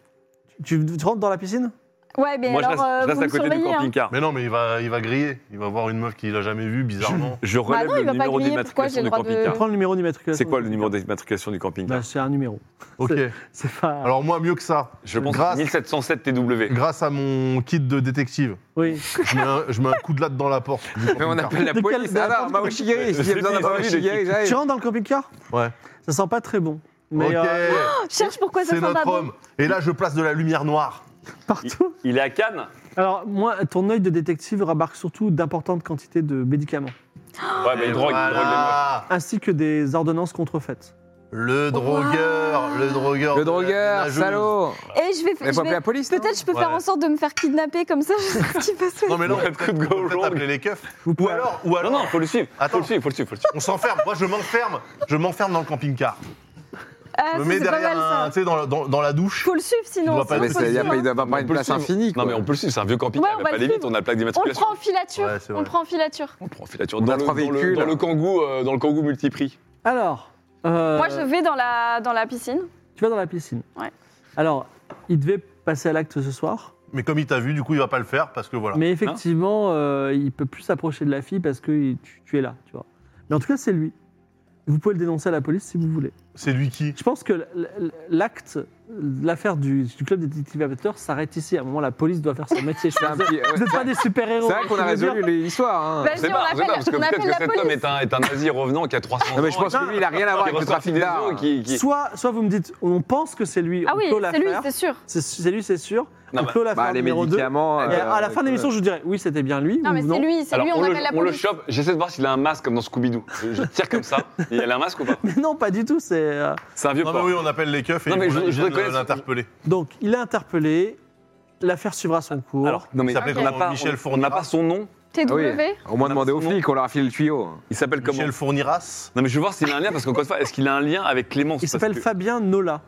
[SPEAKER 1] Tu, tu rentres dans la piscine
[SPEAKER 4] Ouais, mais
[SPEAKER 2] Moi, je
[SPEAKER 4] alors,
[SPEAKER 2] reste, je
[SPEAKER 4] euh,
[SPEAKER 2] reste
[SPEAKER 4] vous
[SPEAKER 2] à
[SPEAKER 4] me
[SPEAKER 2] côté du
[SPEAKER 4] surveillez, hein.
[SPEAKER 2] camping-car.
[SPEAKER 3] Mais non, mais il va, il va griller. Il va voir une meuf qu'il a jamais vue,
[SPEAKER 4] *laughs*
[SPEAKER 3] bizarrement.
[SPEAKER 2] Je
[SPEAKER 4] Bah
[SPEAKER 2] relève
[SPEAKER 4] non, il
[SPEAKER 2] le
[SPEAKER 4] va pas
[SPEAKER 2] numéro
[SPEAKER 4] griller, pourquoi j'ai
[SPEAKER 2] d'immatriculation
[SPEAKER 4] le
[SPEAKER 2] du
[SPEAKER 4] droit de-
[SPEAKER 2] camping-car.
[SPEAKER 1] Prends le numéro d'immatriculation.
[SPEAKER 2] C'est quoi le numéro d'immatriculation du camping-car
[SPEAKER 1] Bah, C'est un numéro.
[SPEAKER 3] ok.
[SPEAKER 1] C'est pas.
[SPEAKER 3] Alors moi, mieux que ça.
[SPEAKER 2] Je pense
[SPEAKER 3] grâce,
[SPEAKER 2] 1707 TW.
[SPEAKER 3] grâce à mon kit de détective,
[SPEAKER 1] Oui.
[SPEAKER 3] je mets un, je mets un coup de latte dans la
[SPEAKER 2] *laughs*
[SPEAKER 3] porte. du
[SPEAKER 5] Mais on
[SPEAKER 3] camping-car.
[SPEAKER 5] appelle
[SPEAKER 1] De
[SPEAKER 5] la
[SPEAKER 1] quel-
[SPEAKER 5] police.
[SPEAKER 1] de la
[SPEAKER 5] Ah non,
[SPEAKER 1] porte-
[SPEAKER 5] Mawashigeri, s'il y a besoin d'un
[SPEAKER 2] C'est-
[SPEAKER 5] Mawashigeri,
[SPEAKER 1] Tu
[SPEAKER 5] j'arrive.
[SPEAKER 1] rentres dans le camping-car
[SPEAKER 3] Ouais.
[SPEAKER 1] Ça sent pas très bon. Mais
[SPEAKER 3] ok.
[SPEAKER 1] euh,
[SPEAKER 4] Cherche pourquoi Oh, ça
[SPEAKER 3] Oh, C'est
[SPEAKER 4] sent pas
[SPEAKER 3] notre homme.
[SPEAKER 4] bon.
[SPEAKER 3] Et là, je place de la lumière noire.
[SPEAKER 1] partout.
[SPEAKER 2] Il est à Cannes
[SPEAKER 1] Alors, moi, ton œil de détective remarque surtout d'importantes quantités de médicaments,
[SPEAKER 2] Ouais, Ah, mais il drogue, il drogue les meufs.
[SPEAKER 3] Voilà.
[SPEAKER 1] ainsi que des ordonnances contrefaites.
[SPEAKER 3] Le drogueur, le drogueur.
[SPEAKER 5] Le
[SPEAKER 3] de la
[SPEAKER 5] drogueur,
[SPEAKER 3] ménageuse.
[SPEAKER 5] salaud.
[SPEAKER 4] Et je vais,
[SPEAKER 5] Mais
[SPEAKER 4] je
[SPEAKER 5] faut appeler
[SPEAKER 4] vais-
[SPEAKER 5] la police. non
[SPEAKER 4] peut-être je peux
[SPEAKER 3] Ouais.
[SPEAKER 4] faire en sorte de me faire kidnapper comme ça, je sais ce qui va se
[SPEAKER 3] Non
[SPEAKER 2] *laughs*
[SPEAKER 3] mais là, on peut
[SPEAKER 2] What could
[SPEAKER 3] peut-être
[SPEAKER 2] go
[SPEAKER 3] on peut peut-être
[SPEAKER 2] wrong
[SPEAKER 3] appeler les keufs.
[SPEAKER 1] Vous
[SPEAKER 3] Ou
[SPEAKER 1] pouvez-
[SPEAKER 3] alors, ou
[SPEAKER 2] Non,
[SPEAKER 3] alors,
[SPEAKER 2] non, faut le suivre. Faut
[SPEAKER 3] Attends.
[SPEAKER 2] le suivre, faut le suivre, faut le suivre.
[SPEAKER 3] on s'enferme. Moi, je m'enferme. Je m'enferme dans le camping-car.
[SPEAKER 4] Ah,
[SPEAKER 3] Je me
[SPEAKER 4] ça,
[SPEAKER 3] mets
[SPEAKER 4] c'est pas
[SPEAKER 3] derrière, un-
[SPEAKER 4] mal
[SPEAKER 3] tu
[SPEAKER 4] ça.
[SPEAKER 3] sais, dans, la- dans- dans la douche.
[SPEAKER 4] Faut le suivre sinon.
[SPEAKER 3] dois pas
[SPEAKER 4] sinon,
[SPEAKER 5] Mais
[SPEAKER 3] le
[SPEAKER 4] faut
[SPEAKER 5] ça,
[SPEAKER 4] le
[SPEAKER 5] il n'y a
[SPEAKER 4] suivre,
[SPEAKER 5] pas- il
[SPEAKER 4] hein.
[SPEAKER 5] doit pas avoir
[SPEAKER 2] On
[SPEAKER 5] une
[SPEAKER 2] peut le
[SPEAKER 5] place
[SPEAKER 2] suivre.
[SPEAKER 5] infinie.
[SPEAKER 2] Non,
[SPEAKER 5] quoi.
[SPEAKER 2] mais on peut le suivre, c'est un vieux camping-car,
[SPEAKER 4] Ouais,
[SPEAKER 2] il va
[SPEAKER 4] on va
[SPEAKER 2] pas
[SPEAKER 4] le
[SPEAKER 2] les vite,
[SPEAKER 4] suivre.
[SPEAKER 2] on a la plaque
[SPEAKER 4] On le
[SPEAKER 2] d'immatriculation.
[SPEAKER 4] prend en filature.
[SPEAKER 3] Ouais, c'est
[SPEAKER 4] on
[SPEAKER 3] vrai.
[SPEAKER 4] le prend en filature.
[SPEAKER 2] On le prend en filature.
[SPEAKER 5] On
[SPEAKER 2] Dans
[SPEAKER 5] a
[SPEAKER 2] le,
[SPEAKER 5] trois
[SPEAKER 2] dans le-
[SPEAKER 5] véhicules.
[SPEAKER 2] dans le Kangoo, euh, dans le Kangoo multiprix.
[SPEAKER 1] Alors. euh,
[SPEAKER 4] Moi, je vais dans la, dans la piscine.
[SPEAKER 1] Tu vas dans la piscine.
[SPEAKER 4] Ouais.
[SPEAKER 1] Alors, il devait passer à l'acte ce soir,
[SPEAKER 3] Mais comme il t'a vu, du coup, il va pas le faire parce que
[SPEAKER 5] Ah.
[SPEAKER 3] voilà.
[SPEAKER 1] mais effectivement, euh, il peut plus s'approcher de la fille parce que il- tu, tu es là, tu vois. Mais en tout cas, c'est lui. Vous pouvez le dénoncer à la police si vous voulez.
[SPEAKER 3] C'est lui qui.
[SPEAKER 1] Je pense que l- l- l'acte, l'affaire du, du club des détectives amateurs s'arrête ici. À un moment, la police doit faire son
[SPEAKER 5] *laughs*
[SPEAKER 1] métier. Je
[SPEAKER 5] C'est un
[SPEAKER 1] veux dire,
[SPEAKER 5] petit- ouais,
[SPEAKER 1] Vous n'êtes pas des super-héros.
[SPEAKER 5] C'est vrai qu'on a
[SPEAKER 1] je veux dire.
[SPEAKER 5] résolu l'histoire. hein.
[SPEAKER 4] Vas-y,
[SPEAKER 2] C'est
[SPEAKER 4] on
[SPEAKER 2] pas, c'est
[SPEAKER 4] appelle-
[SPEAKER 2] pas, parce que
[SPEAKER 4] on
[SPEAKER 2] peut-être
[SPEAKER 4] appelle
[SPEAKER 2] que
[SPEAKER 4] la
[SPEAKER 2] cet
[SPEAKER 4] police.
[SPEAKER 2] homme est un, est un nazi revenant qui a 300 ans.
[SPEAKER 5] Non, mais je pense
[SPEAKER 2] et
[SPEAKER 5] que lui, il n'a rien à voir
[SPEAKER 2] qui
[SPEAKER 5] avec le
[SPEAKER 2] ressort
[SPEAKER 5] trafic
[SPEAKER 2] des
[SPEAKER 5] d'armes.
[SPEAKER 2] eaux, qui- qui-
[SPEAKER 1] Soit, soit vous me dites, on pense que c'est lui,
[SPEAKER 4] Ah
[SPEAKER 1] on
[SPEAKER 4] oui,
[SPEAKER 1] clôt
[SPEAKER 4] c'est lui,
[SPEAKER 1] l'affaire.
[SPEAKER 4] c'est sûr.
[SPEAKER 1] C'est c'est lui, c'est sûr.
[SPEAKER 2] Non,
[SPEAKER 1] on
[SPEAKER 2] bah-
[SPEAKER 1] clôt l'affaire
[SPEAKER 5] Bah, les
[SPEAKER 1] numéro deux.
[SPEAKER 5] médicaments.
[SPEAKER 1] Et à la
[SPEAKER 5] euh,
[SPEAKER 1] fin de l'émission, je vous dirai, oui, c'était bien lui.
[SPEAKER 4] Non,
[SPEAKER 1] ou
[SPEAKER 4] mais c'est lui, c'est
[SPEAKER 2] Alors,
[SPEAKER 4] lui, on
[SPEAKER 2] on,
[SPEAKER 4] appelle la
[SPEAKER 2] le, on le
[SPEAKER 4] police.
[SPEAKER 2] chope, j'essaie de voir s'il a un masque comme dans Scooby-Doo. Je, je tire comme
[SPEAKER 5] *laughs*
[SPEAKER 2] ça, et il a un masque ou pas
[SPEAKER 1] *laughs* Mais non, pas du tout. C'est euh,
[SPEAKER 2] C'est un vieux
[SPEAKER 3] Non mais
[SPEAKER 2] porc.
[SPEAKER 3] oui, on appelle les keufs et
[SPEAKER 2] Non, mais
[SPEAKER 3] ils
[SPEAKER 2] je-
[SPEAKER 3] vont- ils
[SPEAKER 2] je
[SPEAKER 3] viennent euh,
[SPEAKER 2] reconnais ce-
[SPEAKER 3] l'interpeller.
[SPEAKER 1] donc il est interpellé. L'affaire suivra son cours.
[SPEAKER 2] Alors, non, mais
[SPEAKER 3] Il s'appelait
[SPEAKER 2] on n'a
[SPEAKER 3] comment,
[SPEAKER 2] pas,
[SPEAKER 3] Michel
[SPEAKER 2] on- on n'a
[SPEAKER 3] Fourniras
[SPEAKER 2] pas son nom.
[SPEAKER 5] ah oui.
[SPEAKER 4] TW.
[SPEAKER 5] Au moins demander aux flics, on leur a filé le tuyau.
[SPEAKER 2] Il s'appelle comment
[SPEAKER 3] Michel Fourniras,
[SPEAKER 2] Non, mais je veux voir s'il a un lien, parce qu'encore une fois, est-ce qu'il a un lien avec Clémence
[SPEAKER 1] il
[SPEAKER 2] Parce
[SPEAKER 1] s'appelle
[SPEAKER 2] que-
[SPEAKER 1] Fabien Nola.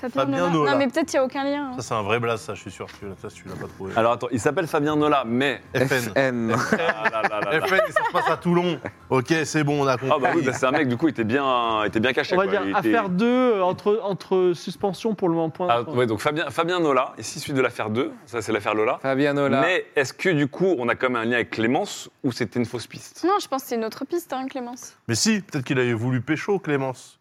[SPEAKER 4] Fabien
[SPEAKER 3] Fabien
[SPEAKER 4] Nola.
[SPEAKER 3] Nola.
[SPEAKER 4] Non, mais peut-être qu'il n'y a aucun lien. hein.
[SPEAKER 3] ça c'est un vrai blaze, ça, je suis sûr. Tu l'as, ça, tu l'as pas trouvé.
[SPEAKER 2] Alors attends, il s'appelle Fabien Nola, mais.
[SPEAKER 3] FN.
[SPEAKER 5] *laughs* FN.
[SPEAKER 2] Ah là là là là.
[SPEAKER 3] FN, et ça se passe à Toulon. Ok, c'est bon, on a compris.
[SPEAKER 2] Ah bah oui, bah, c'est un mec, du coup, il était bien, il était bien caché.
[SPEAKER 1] On va
[SPEAKER 2] quoi. Il
[SPEAKER 1] dire
[SPEAKER 2] était-
[SPEAKER 1] affaire 2 euh, entre, entre suspension pour le moment point.
[SPEAKER 2] Ah, ouais, donc Fabien, Fabien Nola, ici, suite de l'affaire 2, ça c'est l'affaire Lola.
[SPEAKER 5] Fabien Nola.
[SPEAKER 2] Mais est-ce que du coup, on a quand même un lien avec Clémence ou c'était une fausse piste
[SPEAKER 4] Non, je pense que c'est une autre piste, hein, Clémence.
[SPEAKER 3] Mais si, peut-être qu'il avait voulu pécho, Clémence.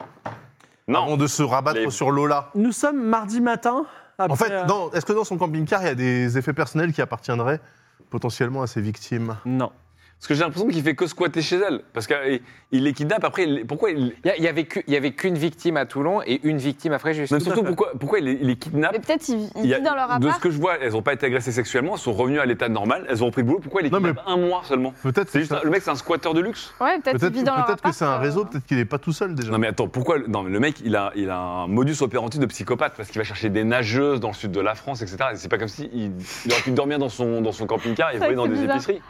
[SPEAKER 3] Avant
[SPEAKER 2] Non,
[SPEAKER 3] de se rabattre
[SPEAKER 2] Les-
[SPEAKER 3] sur Lola.
[SPEAKER 1] Nous sommes mardi matin. après,
[SPEAKER 4] Ah,
[SPEAKER 3] En
[SPEAKER 1] euh,
[SPEAKER 3] fait, dans- est-ce que dans son camping-car, il y a des effets personnels qui appartiendraient potentiellement à ses victimes
[SPEAKER 1] Non.
[SPEAKER 2] parce que j'ai l'impression qu'il fait que squatter chez elle. Parce qu'il il les kidnappe, après, il les- pourquoi il.
[SPEAKER 5] Il y a- il y avait que- il y avait qu'une victime à Toulon et une victime à Fréjus.
[SPEAKER 2] Même surtout, pourquoi, pourquoi il les, il les kidnappe
[SPEAKER 4] Mais peut-être il, il
[SPEAKER 2] Il y a-
[SPEAKER 4] vit dans leur
[SPEAKER 2] De ce
[SPEAKER 4] appart.
[SPEAKER 2] que je vois, elles n'ont pas été agressées sexuellement, elles sont revenues à l'état normal, elles ont repris le boulot. Pourquoi il les
[SPEAKER 3] Non, mais-
[SPEAKER 2] kidnappe un mois seulement
[SPEAKER 3] Peut-être
[SPEAKER 2] C'est juste un- le mec, c'est un squatteur de luxe.
[SPEAKER 4] Ouais, peut-être
[SPEAKER 3] Peut-être
[SPEAKER 4] qu'il vit dans leur
[SPEAKER 3] peut-être que
[SPEAKER 4] appart,
[SPEAKER 3] c'est un
[SPEAKER 4] euh,
[SPEAKER 3] réseau, peut-être qu'il est pas tout seul déjà.
[SPEAKER 2] Non mais attends, pourquoi le- Non mais le mec, il a, il a un modus operandi de psychopathe parce qu'il va chercher des nageuses dans le sud de la France, etc. Et C'est pas comme si il, il aurait pu dormir dans son dans son camping-car et voler
[SPEAKER 4] vrai que
[SPEAKER 2] dans
[SPEAKER 4] c'est
[SPEAKER 2] des
[SPEAKER 4] bizarre.
[SPEAKER 2] épiceries.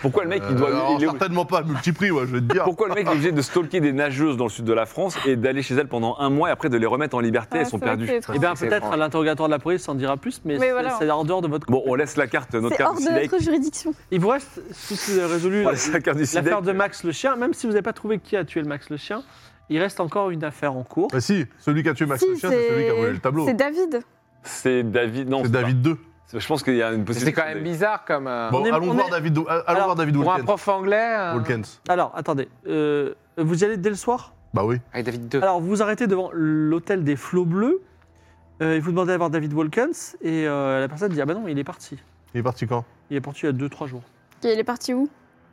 [SPEAKER 2] Pourquoi le mec, il doit
[SPEAKER 3] Euh, alors,
[SPEAKER 2] il est-
[SPEAKER 3] certainement pas à multiprix, ouais, je vais te dire.
[SPEAKER 2] *laughs* Pourquoi le mec est obligé de stalker des nageuses dans le sud de la France et d'aller chez elles pendant un mois et après de les remettre en liberté
[SPEAKER 4] Ah,
[SPEAKER 2] Elles sont
[SPEAKER 4] c'est vrai que
[SPEAKER 2] perdues.
[SPEAKER 4] c'est étrange.
[SPEAKER 1] Eh bien,
[SPEAKER 5] c'est
[SPEAKER 1] peut-être
[SPEAKER 5] étrange.
[SPEAKER 1] à l'interrogatoire de la police, on en dira plus, mais,
[SPEAKER 4] Mais
[SPEAKER 1] c'est
[SPEAKER 4] voilà.
[SPEAKER 1] c'est en dehors de votre.
[SPEAKER 2] Bon, on laisse la carte, notre
[SPEAKER 4] C'est
[SPEAKER 2] carte
[SPEAKER 4] hors
[SPEAKER 2] du
[SPEAKER 4] de
[SPEAKER 2] SIDEC.
[SPEAKER 4] notre juridiction.
[SPEAKER 1] Il vous reste, si vous avez résolu
[SPEAKER 2] On laisse la carte du SIDEC.
[SPEAKER 1] l'affaire de Max le chien, même si vous n'avez pas trouvé qui a tué le Max le chien, il reste encore une affaire en cours.
[SPEAKER 3] Bah si, celui qui a tué Max
[SPEAKER 4] Si,
[SPEAKER 3] le chien, c'est celui qui a volé le tableau.
[SPEAKER 4] C'est David.
[SPEAKER 2] C'est David. Non,
[SPEAKER 3] C'est David 2.
[SPEAKER 2] pas- Je pense qu'il y a une
[SPEAKER 5] C'est
[SPEAKER 2] possibilité.
[SPEAKER 5] quand même bizarre comme. euh,
[SPEAKER 3] Bon,
[SPEAKER 1] On est-
[SPEAKER 3] allons
[SPEAKER 1] on
[SPEAKER 3] voir
[SPEAKER 1] est-
[SPEAKER 3] David, Do- allons
[SPEAKER 1] Alors,
[SPEAKER 3] voir David
[SPEAKER 5] Pour un
[SPEAKER 3] Wilkens.
[SPEAKER 5] prof anglais. euh,
[SPEAKER 3] Wilkens.
[SPEAKER 1] Alors, attendez, euh, vous y allez dès le soir
[SPEAKER 3] Bah oui.
[SPEAKER 5] Avec David 2.
[SPEAKER 1] Alors, vous vous arrêtez devant l'hôtel des Flots Bleus euh, et vous demandez à voir David Walkens. Et euh, la personne dit Ah bah non, il est parti.
[SPEAKER 3] Il est parti quand
[SPEAKER 1] Il est parti il y a 2-3 jours. *laughs*
[SPEAKER 4] Il est parti où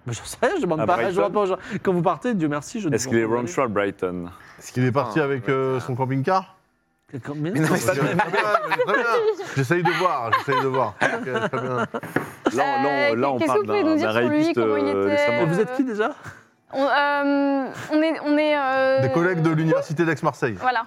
[SPEAKER 1] Bah, j'en sais rien, je demande
[SPEAKER 2] À
[SPEAKER 1] pas. je demande pas aux gens. Quand vous partez, Dieu merci, je ne
[SPEAKER 2] Est-ce
[SPEAKER 1] vous
[SPEAKER 2] qu'il est
[SPEAKER 1] demande
[SPEAKER 2] round à Brighton
[SPEAKER 3] Il est parti avec euh, son camping-car
[SPEAKER 1] pas. Quand- mais
[SPEAKER 5] Mais
[SPEAKER 1] non,
[SPEAKER 5] non,
[SPEAKER 3] Très
[SPEAKER 5] mais ça-
[SPEAKER 3] bien, très bien. J'essaye de voir, j'essaye de voir. Ok, très bien.
[SPEAKER 2] Là, on- là, on-
[SPEAKER 4] Euh,
[SPEAKER 2] là, on
[SPEAKER 4] qu'est-ce
[SPEAKER 2] parle
[SPEAKER 4] que vous pouvez nous
[SPEAKER 2] d'un
[SPEAKER 4] dire sur lui,
[SPEAKER 2] rapiste,
[SPEAKER 4] comment il
[SPEAKER 2] euh,
[SPEAKER 4] était,
[SPEAKER 2] récemment.
[SPEAKER 1] mais Vous êtes qui déjà *laughs*
[SPEAKER 4] on, euh, on est. On est euh,
[SPEAKER 3] Des collègues de l'université d'Aix-Marseille.
[SPEAKER 4] Voilà.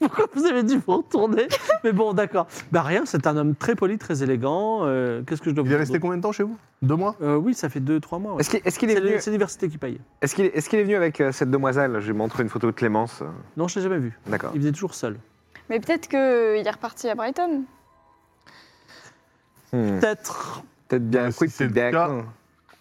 [SPEAKER 1] Pourquoi vous avez dit vous retourner Mais bon, d'accord. Bah rien, c'est un homme très poli, très élégant. Euh, Qu'est-ce que je dois vous
[SPEAKER 3] Il est
[SPEAKER 1] dire
[SPEAKER 3] resté
[SPEAKER 1] d'autre
[SPEAKER 3] combien de temps chez vous Deux mois
[SPEAKER 1] Euh, Oui, ça fait 2-3 mois. ouais.
[SPEAKER 5] Est-ce qu'il est-ce qu'il est,
[SPEAKER 1] C'est
[SPEAKER 5] venu-
[SPEAKER 1] le- c'est l'université qui paye.
[SPEAKER 5] est-ce qu'il est- est-ce qu'il est venu avec euh, cette demoiselle Je lui montre une photo de Clémence.
[SPEAKER 1] Non, je l'ai jamais vu.
[SPEAKER 5] D'accord.
[SPEAKER 1] Il venait toujours seul.
[SPEAKER 4] Mais peut-être qu'il est reparti à Brighton.
[SPEAKER 5] Hmm.
[SPEAKER 1] Peut-être.
[SPEAKER 5] Peut-être bien
[SPEAKER 3] Ouais,
[SPEAKER 5] un
[SPEAKER 3] si
[SPEAKER 5] quick
[SPEAKER 3] c'est le
[SPEAKER 5] feedback.
[SPEAKER 3] cas.
[SPEAKER 5] hein.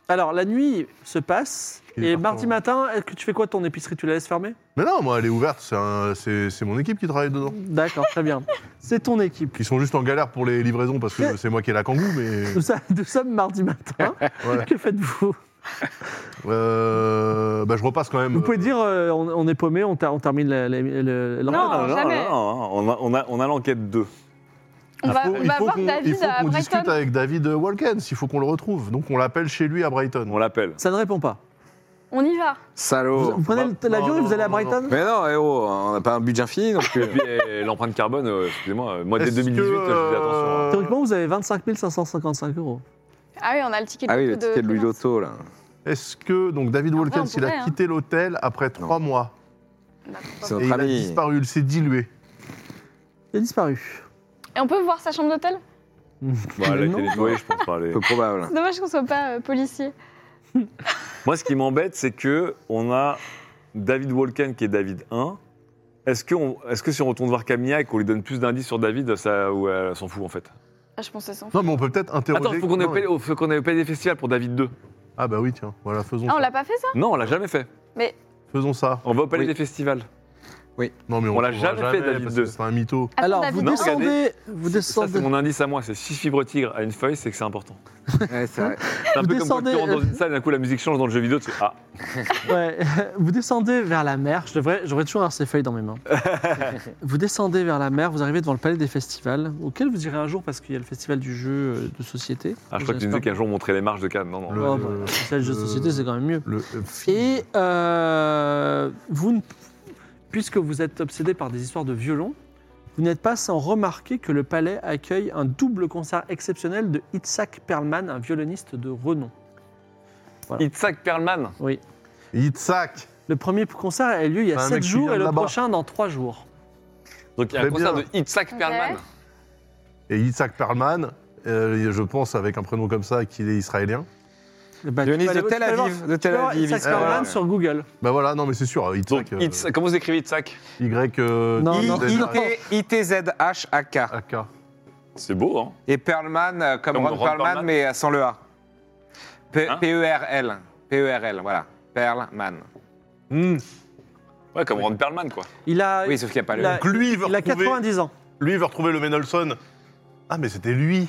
[SPEAKER 1] Alors, la nuit se passe.
[SPEAKER 3] Il est hein.
[SPEAKER 1] Et
[SPEAKER 3] partant.
[SPEAKER 1] mardi matin, est-ce que tu fais quoi ton épicerie Tu la laisses fermer
[SPEAKER 3] Mais non, moi, elle est ouverte. c'est un- C'est c'est mon équipe qui travaille dedans.
[SPEAKER 1] D'accord, très
[SPEAKER 3] *laughs*
[SPEAKER 1] bien. C'est ton équipe.
[SPEAKER 3] Ils sont juste en galère pour les livraisons parce que c'est moi qui ai la kangou, mais.
[SPEAKER 1] Nous, sa- nous sommes mardi
[SPEAKER 3] *laughs*
[SPEAKER 1] matin.
[SPEAKER 3] Ouais.
[SPEAKER 1] Que faites-vous
[SPEAKER 3] Euh, bah, je repasse quand même.
[SPEAKER 1] Vous pouvez dire euh, on, on est paumé, on, ta- on termine la- la- le- l'enquête.
[SPEAKER 4] Non, jamais.
[SPEAKER 2] on a, on a- on a l'enquête 2.
[SPEAKER 3] Ah,
[SPEAKER 4] On
[SPEAKER 3] Il
[SPEAKER 4] va,
[SPEAKER 3] faut-
[SPEAKER 4] on
[SPEAKER 3] il
[SPEAKER 4] va
[SPEAKER 3] faut
[SPEAKER 4] voir
[SPEAKER 3] qu'on- Il
[SPEAKER 4] David
[SPEAKER 3] faut
[SPEAKER 4] à
[SPEAKER 3] qu'on discute
[SPEAKER 4] Brighton.
[SPEAKER 3] avec David Walkens. Il faut qu'on le retrouve. Donc on l'appelle chez lui à Brighton.
[SPEAKER 2] On l'appelle.
[SPEAKER 1] Ça ne répond pas.
[SPEAKER 4] On y va.
[SPEAKER 1] Vous,
[SPEAKER 5] Salaud
[SPEAKER 1] vous prenez
[SPEAKER 3] bah,
[SPEAKER 1] le- l'avion
[SPEAKER 3] non,
[SPEAKER 1] et vous
[SPEAKER 3] non,
[SPEAKER 1] allez à
[SPEAKER 3] non, non.
[SPEAKER 1] Brighton Euh.
[SPEAKER 5] Mais non, héros, on n'a pas un budget infini
[SPEAKER 3] *laughs*
[SPEAKER 5] non plus.
[SPEAKER 2] Et puis, euh, l'empreinte carbone, euh, excusez-moi, euh, moi, dès
[SPEAKER 3] Est-ce
[SPEAKER 2] 2018,
[SPEAKER 3] que,
[SPEAKER 2] je dis attention. hein.
[SPEAKER 3] euh,
[SPEAKER 1] Théoriquement, vous avez 25 555 euros.
[SPEAKER 4] Ah oui, on a le ticket de
[SPEAKER 5] ah oui, le
[SPEAKER 4] loto
[SPEAKER 5] ticket de Louis
[SPEAKER 4] Clémence.
[SPEAKER 5] Lotto, là.
[SPEAKER 3] Est-ce que donc David
[SPEAKER 4] Ah,
[SPEAKER 3] Walkens,
[SPEAKER 4] ouais,
[SPEAKER 3] il
[SPEAKER 4] on pourrait,
[SPEAKER 3] a
[SPEAKER 4] hein.
[SPEAKER 3] quitté l'hôtel après trois mois
[SPEAKER 4] Bah, pourquoi
[SPEAKER 5] C'est
[SPEAKER 3] et
[SPEAKER 5] notre
[SPEAKER 3] il a
[SPEAKER 5] ami.
[SPEAKER 3] disparu, il s'est dilué.
[SPEAKER 1] Il a disparu.
[SPEAKER 4] pas. Et on peut voir sa chambre d'hôtel
[SPEAKER 2] Bon, elle a été
[SPEAKER 1] Non.
[SPEAKER 2] nettoyée, je pense pas. elle est-
[SPEAKER 5] Peu probable.
[SPEAKER 4] C'est Dommage qu'on soit pas euh, policier.
[SPEAKER 2] Moi, ce qui m'embête, c'est que on a David Walken qui est David 1. Est-ce que, on- est-ce que si on retourne voir Camilla et qu'on lui donne plus d'indices sur David, ça, ou euh, elle s'en fout en fait
[SPEAKER 4] Ah, je pensais sans.
[SPEAKER 3] Non, mais on peut peut-être interroger.
[SPEAKER 2] Attends, faut qu'on ait,
[SPEAKER 3] Non, mais-
[SPEAKER 2] au- faut qu'on ait au pays des festivals pour David 2.
[SPEAKER 3] Ah bah oui, tiens, voilà, faisons,
[SPEAKER 4] Ah, on
[SPEAKER 3] ça.
[SPEAKER 4] l'a pas fait ça
[SPEAKER 2] Non, on l'a jamais fait.
[SPEAKER 3] faisons ça.
[SPEAKER 2] On va au palais
[SPEAKER 5] Oui.
[SPEAKER 2] des festivals.
[SPEAKER 3] Non, mais on,
[SPEAKER 2] On l'a
[SPEAKER 3] trouvera
[SPEAKER 2] jamais fait, David
[SPEAKER 3] parce
[SPEAKER 2] deux.
[SPEAKER 3] que C'est un mytho.
[SPEAKER 4] Attends,
[SPEAKER 1] Alors,
[SPEAKER 4] David,
[SPEAKER 1] vous
[SPEAKER 2] Non,
[SPEAKER 4] non,
[SPEAKER 2] regardez.
[SPEAKER 1] descendez, vous
[SPEAKER 2] Ça,
[SPEAKER 1] descendez,
[SPEAKER 2] c'est mon indice à moi, c'est 6 fibres tigres à une feuille, c'est que c'est important.
[SPEAKER 5] *laughs* Ouais, c'est vrai.
[SPEAKER 2] C'est un
[SPEAKER 1] Vous
[SPEAKER 2] peu comme quand tu
[SPEAKER 1] descendez,
[SPEAKER 2] rentres dans
[SPEAKER 1] euh,
[SPEAKER 2] une salle et d'un coup la musique change dans le jeu vidéo, tu fais Ah,
[SPEAKER 1] ouais, *laughs* vous descendez vers la mer. Je devrais, j'aurais toujours avoir ces feuilles dans mes
[SPEAKER 3] *laughs*
[SPEAKER 1] mains. vous descendez vers la mer, vous arrivez devant le palais des festivals, auquel vous irez un jour parce qu'il y a le festival du jeu euh, de société.
[SPEAKER 2] Ah, je crois que tu me disais qu'un jour on montrait les marches de Cannes. Non, non.
[SPEAKER 3] Le-
[SPEAKER 1] Oh, bah, le festival du jeu de
[SPEAKER 3] le-
[SPEAKER 1] société, c'est quand même mieux.
[SPEAKER 3] Le, euh,
[SPEAKER 1] Et euh, vous, ne- puisque vous êtes obsédé par des histoires de violon, vous n'êtes pas sans remarquer que le palais accueille un double concert exceptionnel de Itzhak Perlman, un violoniste de renom.
[SPEAKER 2] Itzhak Perlman.
[SPEAKER 1] Oui.
[SPEAKER 3] Yitzhak
[SPEAKER 1] Le premier concert a eu lieu il y a
[SPEAKER 3] Un
[SPEAKER 1] 7
[SPEAKER 3] mec qui
[SPEAKER 1] jours
[SPEAKER 3] vient
[SPEAKER 1] et
[SPEAKER 3] de
[SPEAKER 1] le
[SPEAKER 3] là-bas.
[SPEAKER 1] prochain dans 3 jours.
[SPEAKER 2] Donc il y a un
[SPEAKER 3] Très
[SPEAKER 2] concert
[SPEAKER 3] bien.
[SPEAKER 2] de Itzhak
[SPEAKER 4] Ok.
[SPEAKER 2] Perlman.
[SPEAKER 3] et Yitzhak Perlman, euh, je pense avec un prénom comme ça qu'il est israélien.
[SPEAKER 1] Bah, tu
[SPEAKER 5] Dionys
[SPEAKER 1] peux
[SPEAKER 5] de
[SPEAKER 1] aller- tu
[SPEAKER 5] Tel
[SPEAKER 1] peux
[SPEAKER 5] Aviv.
[SPEAKER 1] voir-
[SPEAKER 5] De Tel
[SPEAKER 1] tu peux voir
[SPEAKER 5] Aviv. Ah.
[SPEAKER 1] Itzhak
[SPEAKER 5] Israël.
[SPEAKER 1] Perlman sur Google.
[SPEAKER 3] Bah voilà, non mais c'est sûr,
[SPEAKER 2] Donc,
[SPEAKER 3] Yitzhak. euh,
[SPEAKER 2] Itz- Comment vous écrivez Itzhak
[SPEAKER 3] Y. euh,
[SPEAKER 1] Non,
[SPEAKER 5] I-
[SPEAKER 1] non.
[SPEAKER 3] Z-
[SPEAKER 5] I- I-T-Z-H-A-K.
[SPEAKER 3] AK.
[SPEAKER 2] C'est beau, hein
[SPEAKER 5] Et Perlman, euh, comme,
[SPEAKER 2] Comme
[SPEAKER 5] Ron,
[SPEAKER 2] Ron
[SPEAKER 5] Perlman,
[SPEAKER 2] Perlman.
[SPEAKER 5] mais sans le A. P- E
[SPEAKER 2] Hein
[SPEAKER 5] P-E-R-L. P-E-R-L, E voilà. Perlman.
[SPEAKER 1] Hmm.
[SPEAKER 2] Ouais, comme Ron Perlman, quoi.
[SPEAKER 1] Il a,
[SPEAKER 5] Oui, sauf qu'il n'y a pas le
[SPEAKER 1] la-
[SPEAKER 3] Donc lui, il veut
[SPEAKER 1] il a
[SPEAKER 3] retrouver-
[SPEAKER 1] 90 ans.
[SPEAKER 3] Lui, il veut retrouver le Mendelson. Ah, mais c'était lui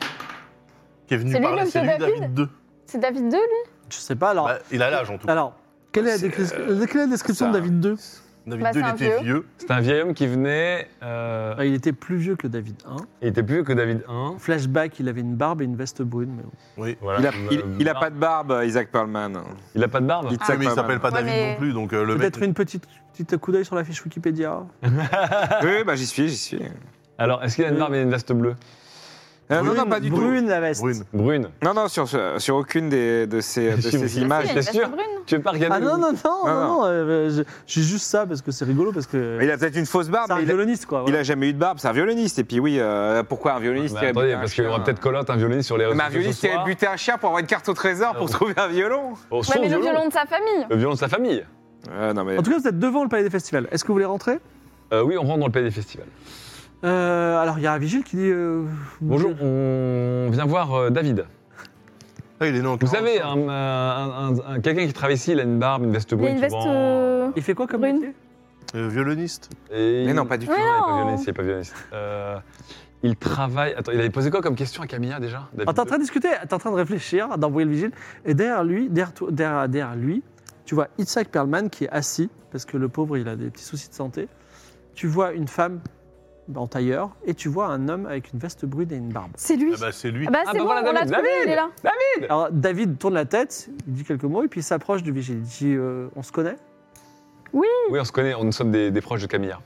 [SPEAKER 3] qui est venu
[SPEAKER 4] C'est lui
[SPEAKER 3] par là.
[SPEAKER 4] l'homme
[SPEAKER 3] C'est
[SPEAKER 4] de
[SPEAKER 3] lui,
[SPEAKER 4] David
[SPEAKER 3] David 2.
[SPEAKER 4] C'est David 2, lui
[SPEAKER 1] Je sais pas alors.
[SPEAKER 5] Bah,
[SPEAKER 3] il a l'âge, en tout cas.
[SPEAKER 1] alors, quelle est, la,
[SPEAKER 2] C'est,
[SPEAKER 1] décris-
[SPEAKER 2] euh,
[SPEAKER 1] quelle est la description de
[SPEAKER 2] ça-
[SPEAKER 1] David 2
[SPEAKER 3] David
[SPEAKER 4] Bah,
[SPEAKER 3] 2,
[SPEAKER 4] c'est
[SPEAKER 3] il
[SPEAKER 4] un
[SPEAKER 3] était
[SPEAKER 4] vieux.
[SPEAKER 3] vieux.
[SPEAKER 2] C'était un vieil homme qui venait. euh,
[SPEAKER 1] Ah, Il était plus vieux que David 1.
[SPEAKER 2] Il était plus vieux que David 1.
[SPEAKER 1] Flashback, il avait une barbe et une veste brune. mais bon.
[SPEAKER 3] Oui.
[SPEAKER 2] Voilà. Euh,
[SPEAKER 5] Il a, il- il a pas de barbe, Isaac Perlman.
[SPEAKER 2] Il a pas de barbe
[SPEAKER 4] Ah,
[SPEAKER 5] Itzhak
[SPEAKER 3] Ah. mais il s'appelle pas
[SPEAKER 4] Ouais,
[SPEAKER 3] David
[SPEAKER 4] mais-
[SPEAKER 3] non plus, donc euh, le mec.
[SPEAKER 1] Peut-être une petite, petite coup d'œil sur la fiche Wikipédia.
[SPEAKER 5] Oui, oui, bah j'y suis, j'y suis.
[SPEAKER 2] Alors, est-ce qu'il a une barbe et une veste bleue
[SPEAKER 5] Euh, non,
[SPEAKER 3] Brune,
[SPEAKER 5] non, pas du tout.
[SPEAKER 1] brune la veste.
[SPEAKER 3] Brune.
[SPEAKER 2] Brune.
[SPEAKER 5] Non, non, sur, sur aucune des, de
[SPEAKER 3] *laughs*
[SPEAKER 5] ces, de
[SPEAKER 2] Si,
[SPEAKER 5] ces
[SPEAKER 2] si,
[SPEAKER 5] images.
[SPEAKER 2] si,
[SPEAKER 4] il a
[SPEAKER 2] t'es
[SPEAKER 4] une veste
[SPEAKER 2] sûr
[SPEAKER 4] brune.
[SPEAKER 2] Tu veux pas regarder
[SPEAKER 1] Ah non, non, non, non,
[SPEAKER 5] non.
[SPEAKER 1] non, euh, je- J'ai juste ça parce que c'est rigolo parce que.
[SPEAKER 5] Il a peut-être une fausse barbe,
[SPEAKER 1] C'est un
[SPEAKER 5] mais il a,
[SPEAKER 1] violoniste quoi.
[SPEAKER 5] il
[SPEAKER 1] voilà.
[SPEAKER 5] a jamais eu de barbe, c'est un violoniste. Et puis oui, euh, pourquoi un violoniste qui a
[SPEAKER 2] Bah, attendez,
[SPEAKER 5] buté un
[SPEAKER 2] parce qu'il y aura
[SPEAKER 5] chien euh
[SPEAKER 2] peut-être Colotte, un violoniste sur les réseaux
[SPEAKER 5] Mais un
[SPEAKER 2] sociaux
[SPEAKER 5] violoniste
[SPEAKER 2] ce
[SPEAKER 5] qui avait
[SPEAKER 2] soir.
[SPEAKER 5] buté un chien pour avoir une carte au trésor pour
[SPEAKER 2] Euh,
[SPEAKER 5] trouver un violon
[SPEAKER 2] Oh, son
[SPEAKER 4] Ouais, mais le
[SPEAKER 2] violon.
[SPEAKER 4] violon de sa famille.
[SPEAKER 2] Le violon de sa famille.
[SPEAKER 5] Euh, Non, mais.
[SPEAKER 1] En tout cas, vous êtes devant le palais des festivals. Est-ce que vous voulez rentrer
[SPEAKER 2] Euh, oui, on rentre dans le palais des festivals.
[SPEAKER 1] Euh, Alors, il y a un vigile qui dit. euh,
[SPEAKER 2] Bonjour, on vient voir euh, David.
[SPEAKER 3] Ah, il est né en
[SPEAKER 2] Vous
[SPEAKER 3] 45.
[SPEAKER 2] savez, un, euh, un- un- un- quelqu'un qui travaille ici, il a une barbe, une veste
[SPEAKER 4] Il a
[SPEAKER 2] brune.
[SPEAKER 4] une
[SPEAKER 2] qui
[SPEAKER 4] veste.
[SPEAKER 2] vend-
[SPEAKER 4] euh,
[SPEAKER 1] Il fait quoi comme
[SPEAKER 4] Brune.
[SPEAKER 1] métier
[SPEAKER 3] Euh, violoniste.
[SPEAKER 2] Et
[SPEAKER 5] Mais
[SPEAKER 2] il-
[SPEAKER 5] non, pas du tout.
[SPEAKER 4] Ouais.
[SPEAKER 2] Non, il est pas
[SPEAKER 4] Non.
[SPEAKER 2] violoniste, il est pas violoniste. Euh, il travaille. Attends, il avait posé quoi comme question à Camilla déjà David
[SPEAKER 1] Alors, T'es en
[SPEAKER 2] de-
[SPEAKER 1] train de discuter, t'es en train de réfléchir, d'envoyer le vigile, et derrière lui, derrière, toi- derrière- derrière lui, Tu vois Itzhak Perlman qui est assis, parce que le pauvre, il a des petits soucis de santé. Tu vois une femme en tailleur et tu vois un homme avec une veste brune et une barbe.
[SPEAKER 4] C'est lui.
[SPEAKER 3] Ah bah, c'est lui.
[SPEAKER 4] Ah bah,
[SPEAKER 2] Ah
[SPEAKER 4] c'est
[SPEAKER 2] bah
[SPEAKER 4] bon,
[SPEAKER 2] voilà,
[SPEAKER 4] on l'a
[SPEAKER 2] David,
[SPEAKER 4] trouvé,
[SPEAKER 2] David.
[SPEAKER 4] il est là.
[SPEAKER 1] Alors David tourne la tête, il dit quelques mots et puis il s'approche du vigile. Il dit euh, On se connaît
[SPEAKER 2] Oui, on se connaît, on nous sommes des, des proches de Camilla.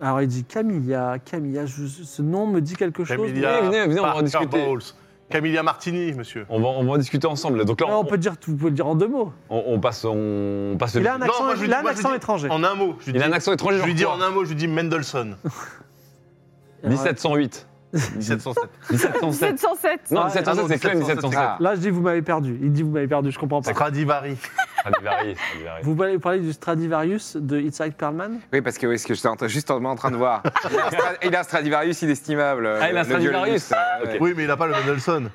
[SPEAKER 1] Alors il dit Camilla, Camilla, je- ce nom me dit quelque chose.
[SPEAKER 3] Camilla
[SPEAKER 2] venez, venez, on va en
[SPEAKER 3] Parker
[SPEAKER 2] discuter.
[SPEAKER 3] Bowles. Camilla Martini, monsieur.
[SPEAKER 2] On va, on va en discuter ensemble. là. Donc là,
[SPEAKER 1] Alors,
[SPEAKER 2] on,
[SPEAKER 1] on peut dire, vous pouvez le dire en deux mots.
[SPEAKER 2] on- on passe, on passe. le-
[SPEAKER 1] Il a un
[SPEAKER 3] Non,
[SPEAKER 1] accent,
[SPEAKER 3] moi, je lui
[SPEAKER 1] il a
[SPEAKER 3] dis-
[SPEAKER 1] un
[SPEAKER 3] moi, je lui
[SPEAKER 1] accent
[SPEAKER 3] dis-
[SPEAKER 1] étranger.
[SPEAKER 3] En un mot, je lui
[SPEAKER 2] Il
[SPEAKER 3] dis,
[SPEAKER 2] a un accent étranger.
[SPEAKER 3] je lui
[SPEAKER 2] genre
[SPEAKER 3] dis
[SPEAKER 2] quoi
[SPEAKER 3] en un mot, je lui dis Mendelssohn,
[SPEAKER 1] Alors,
[SPEAKER 2] 1708.
[SPEAKER 3] 1707.
[SPEAKER 2] 1707.
[SPEAKER 4] 707.
[SPEAKER 2] Non,
[SPEAKER 1] Ah,
[SPEAKER 2] 1707,
[SPEAKER 3] non,
[SPEAKER 2] c'est Clem
[SPEAKER 3] 1707,
[SPEAKER 2] 1707.
[SPEAKER 5] Ah.
[SPEAKER 1] Là, je dis, vous m'avez perdu. Il dit, vous m'avez perdu, je comprends pas.
[SPEAKER 3] Stradivari.
[SPEAKER 2] Ah, Stradivarius, Stradivarius.
[SPEAKER 1] Vous parlez parler du Stradivarius de Itzhak Perlman
[SPEAKER 5] Oui, parce que oui, ce que j'étais en train- juste en, en train de voir. Il a un, Stra- il a un Stradivarius inestimable.
[SPEAKER 2] Ah, il a un
[SPEAKER 5] le violoniste,
[SPEAKER 2] Stradivarius.
[SPEAKER 5] euh, ouais.
[SPEAKER 2] Ok.
[SPEAKER 3] Oui, mais il n'a pas le Mendelssohn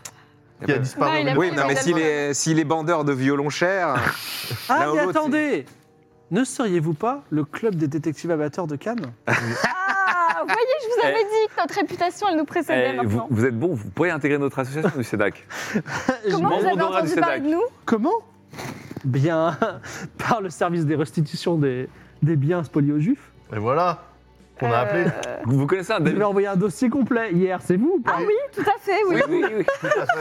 [SPEAKER 3] qui a disparu.
[SPEAKER 4] Non,
[SPEAKER 3] au
[SPEAKER 4] il a
[SPEAKER 3] milieu
[SPEAKER 5] Oui,
[SPEAKER 3] de
[SPEAKER 5] non, mais
[SPEAKER 3] la-
[SPEAKER 5] s'il est, s'il est bandeur de violon cher,
[SPEAKER 1] Ah,
[SPEAKER 5] Là, au
[SPEAKER 1] mais
[SPEAKER 5] l'autre,
[SPEAKER 1] attendez Ne seriez-vous pas le club des détectives amateurs de Cannes
[SPEAKER 4] Ah, voyez, je vous avais dit que notre réputation, elle nous précédait
[SPEAKER 2] Eh, vous,
[SPEAKER 4] maintenant.
[SPEAKER 2] vous êtes bon, vous pourriez intégrer notre association du SEDAC.
[SPEAKER 4] Comment vous
[SPEAKER 2] membre
[SPEAKER 4] avez
[SPEAKER 2] d'honneur
[SPEAKER 4] entendu
[SPEAKER 2] du
[SPEAKER 4] parler de
[SPEAKER 2] SEDAC.
[SPEAKER 4] nous
[SPEAKER 1] Comment Bien, *laughs* par le service des restitutions des, des biens spoliés aux Juifs.
[SPEAKER 3] Et voilà, qu'on a appelé.
[SPEAKER 4] Euh,
[SPEAKER 2] Vous vous connaissez un
[SPEAKER 1] Vous avez
[SPEAKER 2] David
[SPEAKER 1] envoyé un dossier complet hier, c'est vous ou pas
[SPEAKER 4] Ah oui, tout à fait, oui.
[SPEAKER 2] Oui, oui, oui.
[SPEAKER 3] Tout à fait.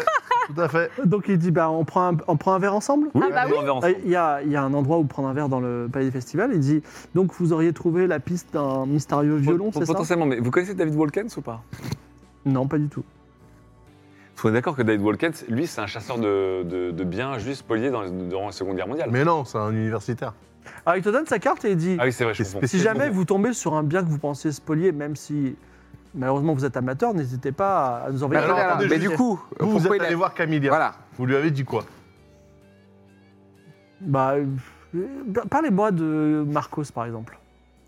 [SPEAKER 3] Tout à fait.
[SPEAKER 1] Donc il dit, bah, on, prend un, on prend un verre ensemble Euh,
[SPEAKER 2] Oui, Ah,
[SPEAKER 4] bah
[SPEAKER 2] on va ensemble.
[SPEAKER 1] Il y, a, il y a un endroit où prendre un verre dans le palais des festivals. Il dit Donc, vous auriez trouvé la piste d'un mystérieux violon, c'est ça
[SPEAKER 2] Potentiellement, mais vous connaissez David Walkens ou pas
[SPEAKER 1] Non, pas du tout.
[SPEAKER 2] Vous êtes d'accord que David Walkens, lui, c'est un chasseur de, de- de biens juste spoliés dans- durant la Seconde Guerre mondiale.
[SPEAKER 3] Mais non, c'est un universitaire.
[SPEAKER 1] Alors, il te donne sa carte et il dit
[SPEAKER 2] Ah oui, c'est vrai, je comprends.
[SPEAKER 1] Si jamais vous tombez sur un bien que vous pensez spolier, même si malheureusement vous êtes amateur, n'hésitez pas à nous
[SPEAKER 5] mais,
[SPEAKER 1] envoyer
[SPEAKER 3] alors,
[SPEAKER 5] Bah, attendez,
[SPEAKER 3] attendez,
[SPEAKER 5] mais
[SPEAKER 3] juste-
[SPEAKER 5] du coup,
[SPEAKER 3] Vous, vous
[SPEAKER 5] pourquoi
[SPEAKER 3] êtes
[SPEAKER 5] il a-
[SPEAKER 3] allé voir Camilla.
[SPEAKER 5] Voilà.
[SPEAKER 3] Vous lui avez dit quoi
[SPEAKER 1] Bah, euh, parlez-moi de Marcos, par exemple.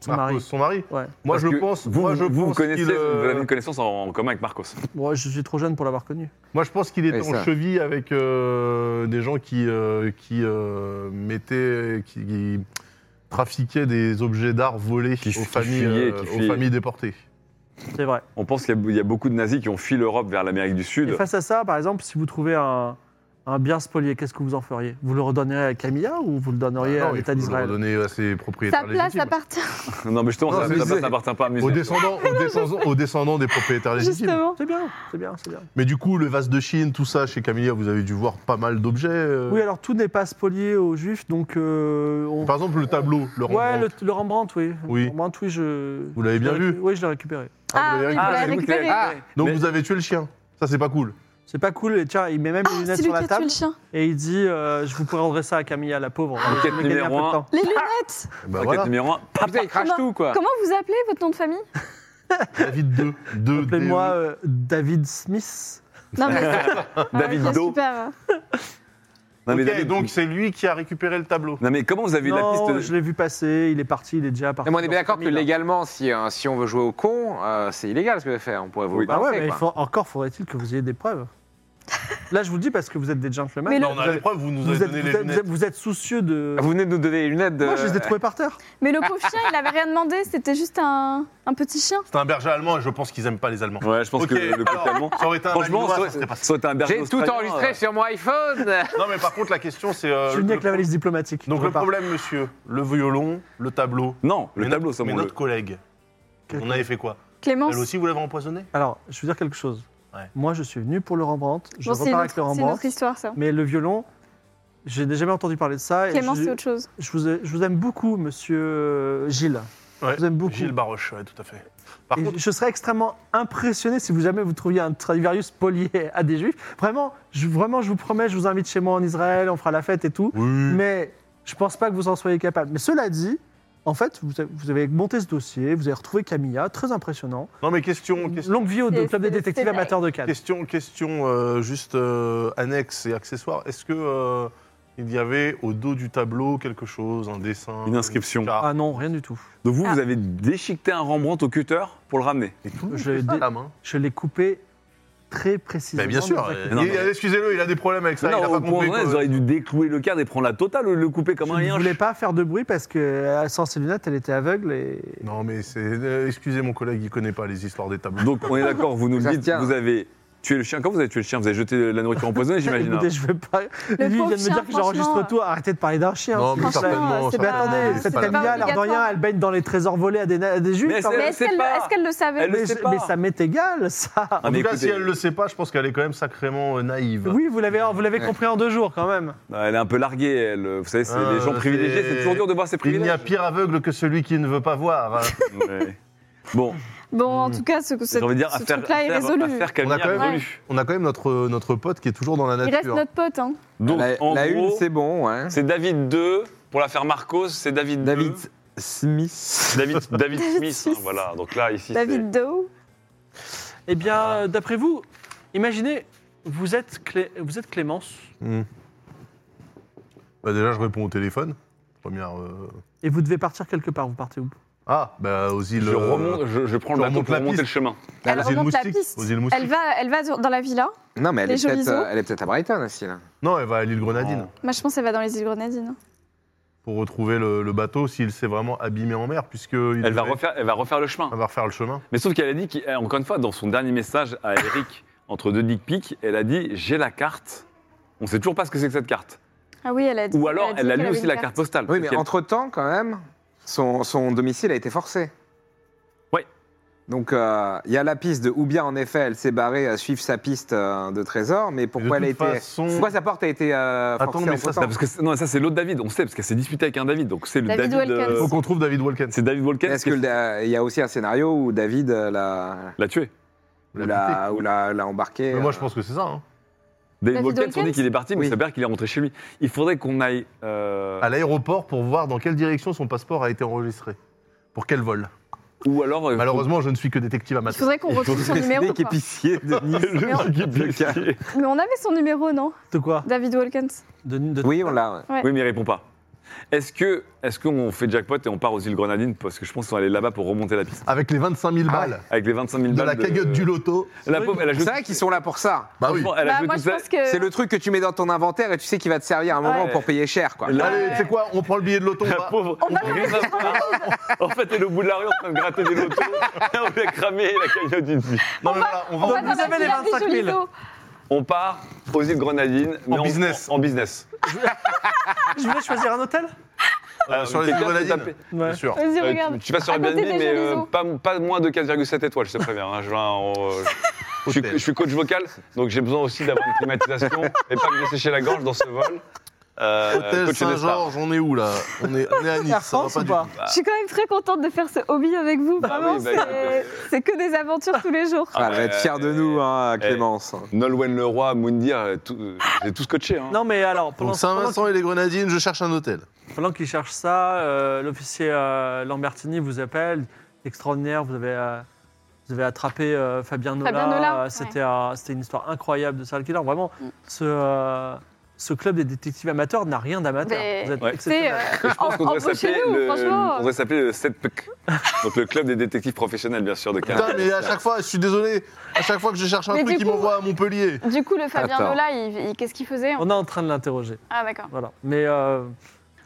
[SPEAKER 1] Son
[SPEAKER 3] Marcos,
[SPEAKER 1] mari.
[SPEAKER 3] Son mari
[SPEAKER 1] Ouais.
[SPEAKER 3] Moi,
[SPEAKER 2] Parce
[SPEAKER 3] je
[SPEAKER 2] que
[SPEAKER 3] pense.
[SPEAKER 2] Vous,
[SPEAKER 3] moi, je
[SPEAKER 2] vous, vous
[SPEAKER 3] pense
[SPEAKER 2] connaissez,
[SPEAKER 3] qu'il, euh,
[SPEAKER 2] vous avez une connaissance en, en commun avec Marcos.
[SPEAKER 1] Moi, je suis trop jeune pour l'avoir connu.
[SPEAKER 3] Moi, je pense qu'il était
[SPEAKER 5] Oui,
[SPEAKER 3] en
[SPEAKER 5] ça.
[SPEAKER 3] cheville avec euh, des gens qui, euh, qui euh, mettaient, qui, qui trafiquaient des objets d'art volés
[SPEAKER 2] Qui
[SPEAKER 3] aux,
[SPEAKER 2] fu- qui
[SPEAKER 3] familles,
[SPEAKER 2] fuyaient,
[SPEAKER 3] euh,
[SPEAKER 2] qui
[SPEAKER 3] aux
[SPEAKER 2] fuyaient.
[SPEAKER 3] familles déportées.
[SPEAKER 1] C'est vrai.
[SPEAKER 2] On pense qu'il y a- il y, a beaucoup de nazis qui ont fui l'Europe vers l'Amérique du
[SPEAKER 1] Et
[SPEAKER 3] bah.
[SPEAKER 2] Sud.
[SPEAKER 1] face à ça, par exemple, si vous trouvez un, un bien spolié, qu'est-ce que vous en feriez Vous le redonneriez à Camilla ou vous le donneriez
[SPEAKER 3] Ah non,
[SPEAKER 1] à
[SPEAKER 3] il
[SPEAKER 1] l'État
[SPEAKER 3] faut
[SPEAKER 1] d'Israël
[SPEAKER 3] le redonner à ses
[SPEAKER 4] Sa
[SPEAKER 3] propriétaires
[SPEAKER 4] place
[SPEAKER 3] légitimes.
[SPEAKER 4] appartient
[SPEAKER 2] Non, mais justement,
[SPEAKER 3] Non,
[SPEAKER 2] ça
[SPEAKER 3] mais
[SPEAKER 2] ça
[SPEAKER 3] c'est-
[SPEAKER 2] n'appartient pas à
[SPEAKER 3] Aux
[SPEAKER 2] Musée.
[SPEAKER 3] descendants,
[SPEAKER 4] *laughs*
[SPEAKER 3] aux, descendants, aux descendants des propriétaires légitimes.
[SPEAKER 4] justement.
[SPEAKER 1] C'est bien, c'est bien, c'est bien.
[SPEAKER 3] Mais du coup, le vase de Chine, tout ça, chez Camilla, vous avez dû voir pas mal d'objets. euh.
[SPEAKER 1] Oui, alors tout n'est pas spolié aux Juifs, donc euh, on-
[SPEAKER 3] Par exemple, le tableau, le
[SPEAKER 1] Ouais,
[SPEAKER 3] Rembrandt.
[SPEAKER 1] le, le Rembrandt, oui.
[SPEAKER 3] Oui.
[SPEAKER 1] Le Rembrandt, oui, je.
[SPEAKER 3] Vous l'avez
[SPEAKER 1] je
[SPEAKER 3] bien
[SPEAKER 1] l'ai
[SPEAKER 3] vu
[SPEAKER 1] récu- Oui, je l'ai récupéré.
[SPEAKER 3] Ah,
[SPEAKER 4] Ah,
[SPEAKER 3] vous l'avez
[SPEAKER 4] oui,
[SPEAKER 3] récupéré.
[SPEAKER 4] vous
[SPEAKER 2] Ah,
[SPEAKER 4] l'avez
[SPEAKER 2] c'est vous qui l'avez
[SPEAKER 4] récupéré.
[SPEAKER 5] Ah,
[SPEAKER 3] Donc
[SPEAKER 2] Mais-
[SPEAKER 3] vous avez tué le chien. Ça, c'est pas cool.
[SPEAKER 1] C'est pas cool, et tiens, il met même les
[SPEAKER 4] Ah,
[SPEAKER 1] lunettes
[SPEAKER 4] c'est lui
[SPEAKER 1] sur
[SPEAKER 4] qui
[SPEAKER 1] la
[SPEAKER 4] a tué
[SPEAKER 1] table
[SPEAKER 4] le chien.
[SPEAKER 1] et il dit euh, Je vous rendrai ça à Camilla, la pauvre. Elle
[SPEAKER 2] Enquête
[SPEAKER 1] a gagné un peu
[SPEAKER 2] numéro
[SPEAKER 1] de
[SPEAKER 2] un.
[SPEAKER 1] temps.
[SPEAKER 4] Les lunettes
[SPEAKER 3] Bah
[SPEAKER 2] Enquête
[SPEAKER 3] voilà.
[SPEAKER 2] numéro 1.
[SPEAKER 5] Putain, il crache
[SPEAKER 4] Comment-
[SPEAKER 5] tout, quoi.
[SPEAKER 4] Comment vous appelez votre nom de famille
[SPEAKER 3] David 2. 2
[SPEAKER 1] Appelez-moi euh, David Smith.
[SPEAKER 4] Non, mais
[SPEAKER 1] *laughs*
[SPEAKER 2] David
[SPEAKER 4] c'est
[SPEAKER 2] Do.
[SPEAKER 4] Ah, super.
[SPEAKER 2] Non, mais David-
[SPEAKER 3] donc c'est lui qui a récupéré le tableau.
[SPEAKER 2] non, mais comment vous avez eu la
[SPEAKER 1] Non,
[SPEAKER 2] piste de-
[SPEAKER 1] je l'ai vu passer, il est parti, il est déjà parti.
[SPEAKER 5] Non, mais on est bien
[SPEAKER 1] dans sa
[SPEAKER 5] d'accord que
[SPEAKER 1] famille, là.
[SPEAKER 5] légalement, si, euh, si on veut jouer au con, euh, c'est illégal ce que vous faire. On pourrait vous
[SPEAKER 2] Oui.
[SPEAKER 5] le
[SPEAKER 1] Bah ouais,
[SPEAKER 5] balancer,
[SPEAKER 1] mais il faut-
[SPEAKER 5] quoi.
[SPEAKER 1] encore faudrait-il que vous ayez des
[SPEAKER 4] *laughs*
[SPEAKER 1] preuves. Là, je vous le dis parce que vous êtes des gentlemen.
[SPEAKER 4] Mais
[SPEAKER 3] Non,
[SPEAKER 4] le-
[SPEAKER 3] on a les preuves, vous nous avez
[SPEAKER 1] Vous êtes-
[SPEAKER 3] donné
[SPEAKER 1] vous
[SPEAKER 3] les
[SPEAKER 1] êtes- vous êtes-
[SPEAKER 3] lunettes.
[SPEAKER 1] vous êtes soucieux de.
[SPEAKER 5] Ah, Vous euh, venez de nous donner les lunettes de.
[SPEAKER 1] Moi, je les ai trouvés par terre.
[SPEAKER 4] Mais le pauvre chien, il n'avait rien demandé, c'était juste un, un petit chien.
[SPEAKER 3] C'est un berger allemand et je pense qu'ils aiment pas les Allemands.
[SPEAKER 2] Ouais, je pense
[SPEAKER 3] Ok,
[SPEAKER 2] que le côté
[SPEAKER 3] alors,
[SPEAKER 2] allemand-
[SPEAKER 3] Ça aurait été un
[SPEAKER 2] Franchement,
[SPEAKER 3] Malinois, ça
[SPEAKER 2] soit,
[SPEAKER 3] serait passé.
[SPEAKER 2] soit t'es un berger
[SPEAKER 5] J'ai tout
[SPEAKER 2] australien,
[SPEAKER 5] enregistré
[SPEAKER 2] euh,
[SPEAKER 5] sur mon *laughs* iPhone
[SPEAKER 3] Non, mais par contre, la question, c'est. euh,
[SPEAKER 1] Je suis venu avec la valise diplomatique.
[SPEAKER 3] Donc
[SPEAKER 1] Je
[SPEAKER 3] le
[SPEAKER 1] repars.
[SPEAKER 3] problème, monsieur, le violon, le tableau.
[SPEAKER 2] Non, le
[SPEAKER 3] Mais
[SPEAKER 2] tableau,
[SPEAKER 3] notre-
[SPEAKER 2] ça
[SPEAKER 3] Mais
[SPEAKER 2] mon
[SPEAKER 3] notre collègue,
[SPEAKER 1] Quel-
[SPEAKER 3] on avait fait quoi
[SPEAKER 4] Clémence.
[SPEAKER 3] Elle aussi, vous l'avez empoisonné
[SPEAKER 1] Alors, je veux dire quelque chose.
[SPEAKER 3] Ouais.
[SPEAKER 1] Moi, je suis venu pour le Rembrandt. Je
[SPEAKER 4] Bon, c'est une,
[SPEAKER 1] repars avec le
[SPEAKER 4] autre- c'est une
[SPEAKER 1] Rembrandt.
[SPEAKER 4] autre histoire, ça.
[SPEAKER 1] Mais le violon, j'ai jamais entendu parler de ça. et
[SPEAKER 4] Clémence,
[SPEAKER 1] je,
[SPEAKER 4] c'est autre chose.
[SPEAKER 1] je vous, ai- je vous aime beaucoup, monsieur euh, Gilles.
[SPEAKER 3] Ouais,
[SPEAKER 1] Je vous aime beaucoup.
[SPEAKER 3] Gilles Baroche, ouais, tout à fait. Par
[SPEAKER 1] Et
[SPEAKER 3] contre,
[SPEAKER 1] je serais extrêmement impressionné si vous jamais vous trouviez un Stradivarius polié à des juifs. Vraiment, je, vraiment, je vous promets, je vous invite chez moi en Israël, on fera la fête et tout.
[SPEAKER 3] oui.
[SPEAKER 1] Mais je pense pas que vous en soyez capable. Mais cela dit, en fait, vous avez, vous avez monté ce dossier, vous avez retrouvé Camilla, très impressionnant.
[SPEAKER 3] Non, mais question, question,
[SPEAKER 1] Longue vie au
[SPEAKER 4] C'est-
[SPEAKER 1] club des
[SPEAKER 4] c'est-
[SPEAKER 1] détectives
[SPEAKER 4] c'est dingue.
[SPEAKER 1] amateurs de Cannes.
[SPEAKER 3] question, question, euh, juste euh, annexe et accessoire. Est-ce que euh, il y avait au dos du tableau quelque chose, un dessin
[SPEAKER 2] Une inscription.
[SPEAKER 3] carte
[SPEAKER 1] Ah non, rien du tout.
[SPEAKER 2] Donc vous, vous avez déchiqueté un Rembrandt au cutter pour le ramener.
[SPEAKER 3] Et tout le monde
[SPEAKER 1] Je
[SPEAKER 3] fait
[SPEAKER 1] l'ai
[SPEAKER 3] ça,
[SPEAKER 1] dé-
[SPEAKER 3] la main.
[SPEAKER 1] Je l'ai coupé très précisément.
[SPEAKER 3] Mais bien sûr.
[SPEAKER 1] dans un
[SPEAKER 3] euh,
[SPEAKER 1] coin.
[SPEAKER 2] Non,
[SPEAKER 3] il-
[SPEAKER 2] mais-
[SPEAKER 3] Excusez-le, il a des problèmes avec ça. il
[SPEAKER 2] non,
[SPEAKER 3] a pas
[SPEAKER 2] au point
[SPEAKER 3] compris
[SPEAKER 2] vrai,
[SPEAKER 3] que-
[SPEAKER 2] vous auriez dû déclouer le cadre et prendre la totale, le couper comme un
[SPEAKER 1] Je ne
[SPEAKER 2] lien.
[SPEAKER 1] voulais pas faire de bruit parce que euh, sans ses lunettes, elle était aveugle et.
[SPEAKER 3] Non, mais c'est. euh, excusez mon collègue, il connaît pas les histoires des tableaux.
[SPEAKER 2] Donc on est d'accord, vous nous le
[SPEAKER 5] Ça se
[SPEAKER 2] dites,
[SPEAKER 5] tient.
[SPEAKER 2] vous avez tué le chien. Quand vous avez tué le chien, vous avez jeté la nourriture empoisonnée,
[SPEAKER 3] *laughs*
[SPEAKER 2] j'imagine.
[SPEAKER 1] *laughs* Écoutez, je veux pas. Lui vient de
[SPEAKER 4] pauvre
[SPEAKER 1] me
[SPEAKER 4] chien,
[SPEAKER 1] dire que j'enregistre
[SPEAKER 4] franchement.
[SPEAKER 1] tout. Arrêtez de parler d'un chien.
[SPEAKER 3] Non,
[SPEAKER 1] s'il
[SPEAKER 3] mais
[SPEAKER 1] vous plaît.
[SPEAKER 3] certainement.
[SPEAKER 4] euh, c'est
[SPEAKER 1] Mais
[SPEAKER 3] certainement,
[SPEAKER 4] pas-
[SPEAKER 1] attendez,
[SPEAKER 3] c'est
[SPEAKER 1] cette
[SPEAKER 3] pas-
[SPEAKER 4] Camille-
[SPEAKER 1] Camilla,
[SPEAKER 4] obligatoire.
[SPEAKER 1] l'Ardorien, elle baigne dans les trésors volés à des, na- à des juifs.
[SPEAKER 2] Mais
[SPEAKER 1] quand
[SPEAKER 2] c'est-
[SPEAKER 4] Mais
[SPEAKER 1] même.
[SPEAKER 4] est-ce
[SPEAKER 2] sait
[SPEAKER 4] qu'elle
[SPEAKER 2] pas.
[SPEAKER 4] est-ce qu'elle le savait
[SPEAKER 2] Elle le
[SPEAKER 1] Mais
[SPEAKER 2] sait
[SPEAKER 1] je-
[SPEAKER 2] pas.
[SPEAKER 1] mais ça m'est égal, ça.
[SPEAKER 3] En
[SPEAKER 2] Ah, mais
[SPEAKER 3] tout cas,
[SPEAKER 2] écoutez,
[SPEAKER 3] si elle le sait pas, je pense qu'elle est quand même sacrément euh, naïve.
[SPEAKER 1] Oui, vous l'avez vous l'avez
[SPEAKER 5] Ouais.
[SPEAKER 1] compris en deux jours quand même.
[SPEAKER 2] bah, elle est un peu larguée, elle. Vous savez, c'est
[SPEAKER 3] Euh,
[SPEAKER 2] les gens privilégiés,
[SPEAKER 3] c'est-
[SPEAKER 2] c'est toujours dur de voir ses
[SPEAKER 3] Il n'y a
[SPEAKER 2] privilèges.
[SPEAKER 3] pire aveugle que celui qui ne veut pas voir. hein.
[SPEAKER 2] Ouais. Bon,
[SPEAKER 4] Bon, en tout cas, ce,
[SPEAKER 2] j'ai
[SPEAKER 4] cette-
[SPEAKER 2] envie de dire,
[SPEAKER 4] ce
[SPEAKER 2] affaire,
[SPEAKER 4] truc-là est
[SPEAKER 2] affaire,
[SPEAKER 4] résolu.
[SPEAKER 2] affaire
[SPEAKER 3] On a
[SPEAKER 2] Camille
[SPEAKER 3] quand même-
[SPEAKER 2] résolue.
[SPEAKER 3] On a quand même notre, notre pote qui est toujours dans la nature.
[SPEAKER 4] Il reste notre pote, hein.
[SPEAKER 2] Donc,
[SPEAKER 5] la
[SPEAKER 2] en
[SPEAKER 5] la une,
[SPEAKER 2] gros,
[SPEAKER 5] c'est bon. hein.
[SPEAKER 2] c'est David 2. Pour l'affaire Marcos, c'est David 2.
[SPEAKER 5] David Smith.
[SPEAKER 2] David, David Smith,
[SPEAKER 4] Smith.
[SPEAKER 2] hein, voilà. Donc là, ici,
[SPEAKER 4] David Doe.
[SPEAKER 1] Eh bien, euh, d'après vous, imaginez, vous êtes, Clé- vous êtes Clémence
[SPEAKER 3] Hmm. Bah, déjà, je réponds au téléphone. Première. euh,
[SPEAKER 1] et vous devez partir quelque part. Vous partez où
[SPEAKER 3] Ah, bah, aux
[SPEAKER 2] c'est-
[SPEAKER 3] îles.
[SPEAKER 2] Je,
[SPEAKER 3] euh,
[SPEAKER 2] remonte, je, je prends
[SPEAKER 3] je
[SPEAKER 2] le bateau
[SPEAKER 3] remonte
[SPEAKER 2] pour
[SPEAKER 3] la
[SPEAKER 2] remonter
[SPEAKER 3] piste.
[SPEAKER 2] le chemin.
[SPEAKER 3] Aux
[SPEAKER 4] Elle
[SPEAKER 3] îles
[SPEAKER 4] remonte la
[SPEAKER 3] Moustiques.
[SPEAKER 4] piste.
[SPEAKER 3] Aux îles
[SPEAKER 4] Elle
[SPEAKER 3] Moustiques.
[SPEAKER 4] va, elle va dans la villa.
[SPEAKER 5] Non, mais elle
[SPEAKER 4] Les
[SPEAKER 5] est peut-être
[SPEAKER 4] jolis os.
[SPEAKER 5] euh, elle est peut-être à Brighton aussi. Là.
[SPEAKER 3] Non, elle va à l'île Grenadine
[SPEAKER 4] Moi, je pense qu'elle va dans les îles Grenadines. hein.
[SPEAKER 3] pour retrouver le, le bateau s'il s'est vraiment abîmé en mer, puisque il
[SPEAKER 2] Elle va,
[SPEAKER 3] devait-
[SPEAKER 2] refaire, elle va refaire le chemin.
[SPEAKER 3] elle va refaire le chemin.
[SPEAKER 2] Mais sauf qu'elle a dit, qu'il- elle, encore une fois, dans son dernier message à Eric, entre deux dick pics, elle a dit J'ai la carte. On sait toujours pas ce que c'est que cette carte.
[SPEAKER 4] Ah oui, elle a dit.
[SPEAKER 2] Ou alors,
[SPEAKER 4] dit
[SPEAKER 2] elle a
[SPEAKER 4] qu'elle
[SPEAKER 2] lu
[SPEAKER 4] avait
[SPEAKER 2] aussi
[SPEAKER 4] une
[SPEAKER 2] la carte postale.
[SPEAKER 5] Oui, mais
[SPEAKER 2] Parce
[SPEAKER 5] entre-temps, quand même, son, son domicile a été forcé.
[SPEAKER 2] Oui.
[SPEAKER 5] Donc, euh, il y a la piste de ou bien, en effet, elle s'est barrée à suivre sa piste euh, de trésor, mais pourquoi
[SPEAKER 3] De
[SPEAKER 5] elle a
[SPEAKER 3] toute
[SPEAKER 5] été.
[SPEAKER 3] façon-
[SPEAKER 5] Pourquoi sa porte a été euh,
[SPEAKER 3] Attends,
[SPEAKER 5] forcée
[SPEAKER 3] mais ça,
[SPEAKER 2] qu'elle- Non, parce que c'est- non, ça, c'est l'autre David. On sait, parce qu'elle s'est disputée avec un David. Donc, c'est le
[SPEAKER 4] David
[SPEAKER 2] David.
[SPEAKER 4] Walken.
[SPEAKER 3] Il
[SPEAKER 2] euh,
[SPEAKER 3] faut qu'on trouve David Walken.
[SPEAKER 2] c'est David Walken
[SPEAKER 5] Est-ce
[SPEAKER 2] qui
[SPEAKER 5] qu'il y a aussi un scénario où David euh, l'a
[SPEAKER 2] l'a tué.
[SPEAKER 5] ou
[SPEAKER 3] La
[SPEAKER 5] l'a-
[SPEAKER 3] pitié.
[SPEAKER 5] ou l'a- l'a embarqué
[SPEAKER 3] Mais moi,
[SPEAKER 5] euh,
[SPEAKER 3] je pense que c'est ça. hein.
[SPEAKER 2] David,
[SPEAKER 4] David
[SPEAKER 2] Walken, on
[SPEAKER 4] Walken
[SPEAKER 2] dit qu'il est parti, mais
[SPEAKER 5] Oui. Ah,
[SPEAKER 2] ça veut dire qu'il est rentré chez lui. Il faudrait qu'on aille. euh,
[SPEAKER 3] À l'aéroport pour voir dans quelle direction son passeport a été enregistré. Pour quel vol
[SPEAKER 2] Ou alors. euh,
[SPEAKER 3] Malheureusement, je ne suis que détective
[SPEAKER 4] Il
[SPEAKER 3] amateur.
[SPEAKER 4] faudrait qu'on retrouve son numéro.
[SPEAKER 5] Nick
[SPEAKER 4] quoi.
[SPEAKER 5] *laughs* épicier de Nice.
[SPEAKER 2] faut-
[SPEAKER 4] Merde. Mais on avait son numéro, non
[SPEAKER 1] De quoi
[SPEAKER 4] David Walkens.
[SPEAKER 1] de, de-
[SPEAKER 5] Oui, on l'a. ouais.
[SPEAKER 2] Oui, mais il répond pas. Est-ce que, est-ce qu'on fait jackpot et on part aux îles Grenadines parce que je pense qu'on allait là-bas pour remonter la piste
[SPEAKER 3] Avec les 25 000
[SPEAKER 5] Ah ouais.
[SPEAKER 3] balles
[SPEAKER 2] avec les 25 000
[SPEAKER 3] de
[SPEAKER 2] balles
[SPEAKER 3] la cagotte du loto.
[SPEAKER 2] La pauvre, elle a
[SPEAKER 5] C'est
[SPEAKER 2] joué. Ah
[SPEAKER 5] vrai qu'ils sont là pour ça.
[SPEAKER 3] Bah oui.
[SPEAKER 2] Franchement, elle a
[SPEAKER 4] Bah,
[SPEAKER 2] joué
[SPEAKER 4] moi,
[SPEAKER 2] tout
[SPEAKER 4] je
[SPEAKER 2] ça.
[SPEAKER 4] pense que.
[SPEAKER 5] C'est le truc que tu mets dans ton inventaire et tu sais qu'il va te servir à un moment
[SPEAKER 2] Ouais.
[SPEAKER 5] pour payer cher, quoi.
[SPEAKER 2] Là,
[SPEAKER 3] Allez, tu sais quoi On prend le billet de loto. on
[SPEAKER 2] La
[SPEAKER 3] va-
[SPEAKER 2] pauvre.
[SPEAKER 4] On va
[SPEAKER 2] rien à faire. en fait, elle est au bout de la rue en train de gratter des
[SPEAKER 3] *laughs*
[SPEAKER 2] lotos. on lui a cramé la cagnotte d'une vie.
[SPEAKER 3] Non, mais voilà, on va-
[SPEAKER 4] On va dans
[SPEAKER 1] Vous
[SPEAKER 4] la
[SPEAKER 1] avez les
[SPEAKER 4] villa des
[SPEAKER 1] 25 000.
[SPEAKER 4] Joliot.
[SPEAKER 2] On part aux îles Grenadines. mais on-
[SPEAKER 3] business.
[SPEAKER 2] En, business. Euh,
[SPEAKER 1] Ah, Je voulais choisir un hôtel
[SPEAKER 3] Euh, sur les îles
[SPEAKER 2] Quelqu'un peut
[SPEAKER 3] Grenadines.
[SPEAKER 2] taper.
[SPEAKER 3] Bien sûr.
[SPEAKER 4] Vas-y,
[SPEAKER 2] Euh,
[SPEAKER 4] regarde.
[SPEAKER 2] tu- tu vas sur
[SPEAKER 4] À côté
[SPEAKER 2] Airbnb,
[SPEAKER 4] des
[SPEAKER 2] mais
[SPEAKER 4] Joliot.
[SPEAKER 2] euh, pas, pas moins de 4,7 étoiles, je te préviens. hein. Je, vais en- euh, je suis, je suis coach vocal, donc j'ai besoin aussi d'avoir une climatisation et pas me sécher la gorge dans ce vol. Euh,
[SPEAKER 3] Hôtel
[SPEAKER 2] coach Nesta.
[SPEAKER 3] Saint-Georges, on est où là on est, on est à Nice,
[SPEAKER 1] Air
[SPEAKER 3] ça va
[SPEAKER 1] France
[SPEAKER 3] pas
[SPEAKER 1] ou
[SPEAKER 3] du
[SPEAKER 1] pas
[SPEAKER 3] tout.
[SPEAKER 4] Je suis quand même très contente de faire ce hobby avec vous.
[SPEAKER 2] Ah
[SPEAKER 4] Vraiment,
[SPEAKER 2] oui, bah,
[SPEAKER 4] c'est- c'est que des aventures tous les
[SPEAKER 2] *laughs*
[SPEAKER 4] jours.
[SPEAKER 5] Ah, elle va être fière
[SPEAKER 2] euh,
[SPEAKER 5] de nous, hein, Clémence.
[SPEAKER 2] Nolwenn Leroy, Moundir, euh, tout- euh, j'ai tout scotché. Hein.
[SPEAKER 1] Non, mais alors, pendant,
[SPEAKER 3] Donc Saint-Vincent et les Grenadines, je cherche un hôtel.
[SPEAKER 1] Pendant qu'il cherche ça, euh, l'officier euh, Lambertini vous appelle. Extraordinaire, vous avez, euh, vous avez attrapé euh, Fabien Nola.
[SPEAKER 4] Fabien Nola, Mm.
[SPEAKER 1] Euh, C'était un- c'était une histoire incroyable de serial killer. Vraiment, ce, euh, ce club des détectives amateurs n'a rien d'amateur.
[SPEAKER 4] Mais-
[SPEAKER 1] Vous êtes
[SPEAKER 2] Ouais.
[SPEAKER 4] C'est euh,
[SPEAKER 1] exceptionnel.
[SPEAKER 2] Je pense qu'on devrait s'appeler
[SPEAKER 4] embauchez-nous,
[SPEAKER 2] le,
[SPEAKER 4] franchement.
[SPEAKER 2] on devrait s'appeler le CEDPEC. donc le club des détectives professionnels, bien sûr, de Cannes.
[SPEAKER 3] Putain, mais à chaque fois, je suis désolé. À chaque fois que je cherche un
[SPEAKER 4] Mais
[SPEAKER 3] truc,
[SPEAKER 4] du
[SPEAKER 3] il
[SPEAKER 4] coup-
[SPEAKER 3] m'envoie à Montpellier.
[SPEAKER 4] Du coup, le Fabien
[SPEAKER 5] Attends.
[SPEAKER 4] Lola, il- il- qu'est-ce qu'il faisait hein?
[SPEAKER 1] On est en train de l'interroger.
[SPEAKER 4] Ah, d'accord.
[SPEAKER 1] Voilà. Mais euh,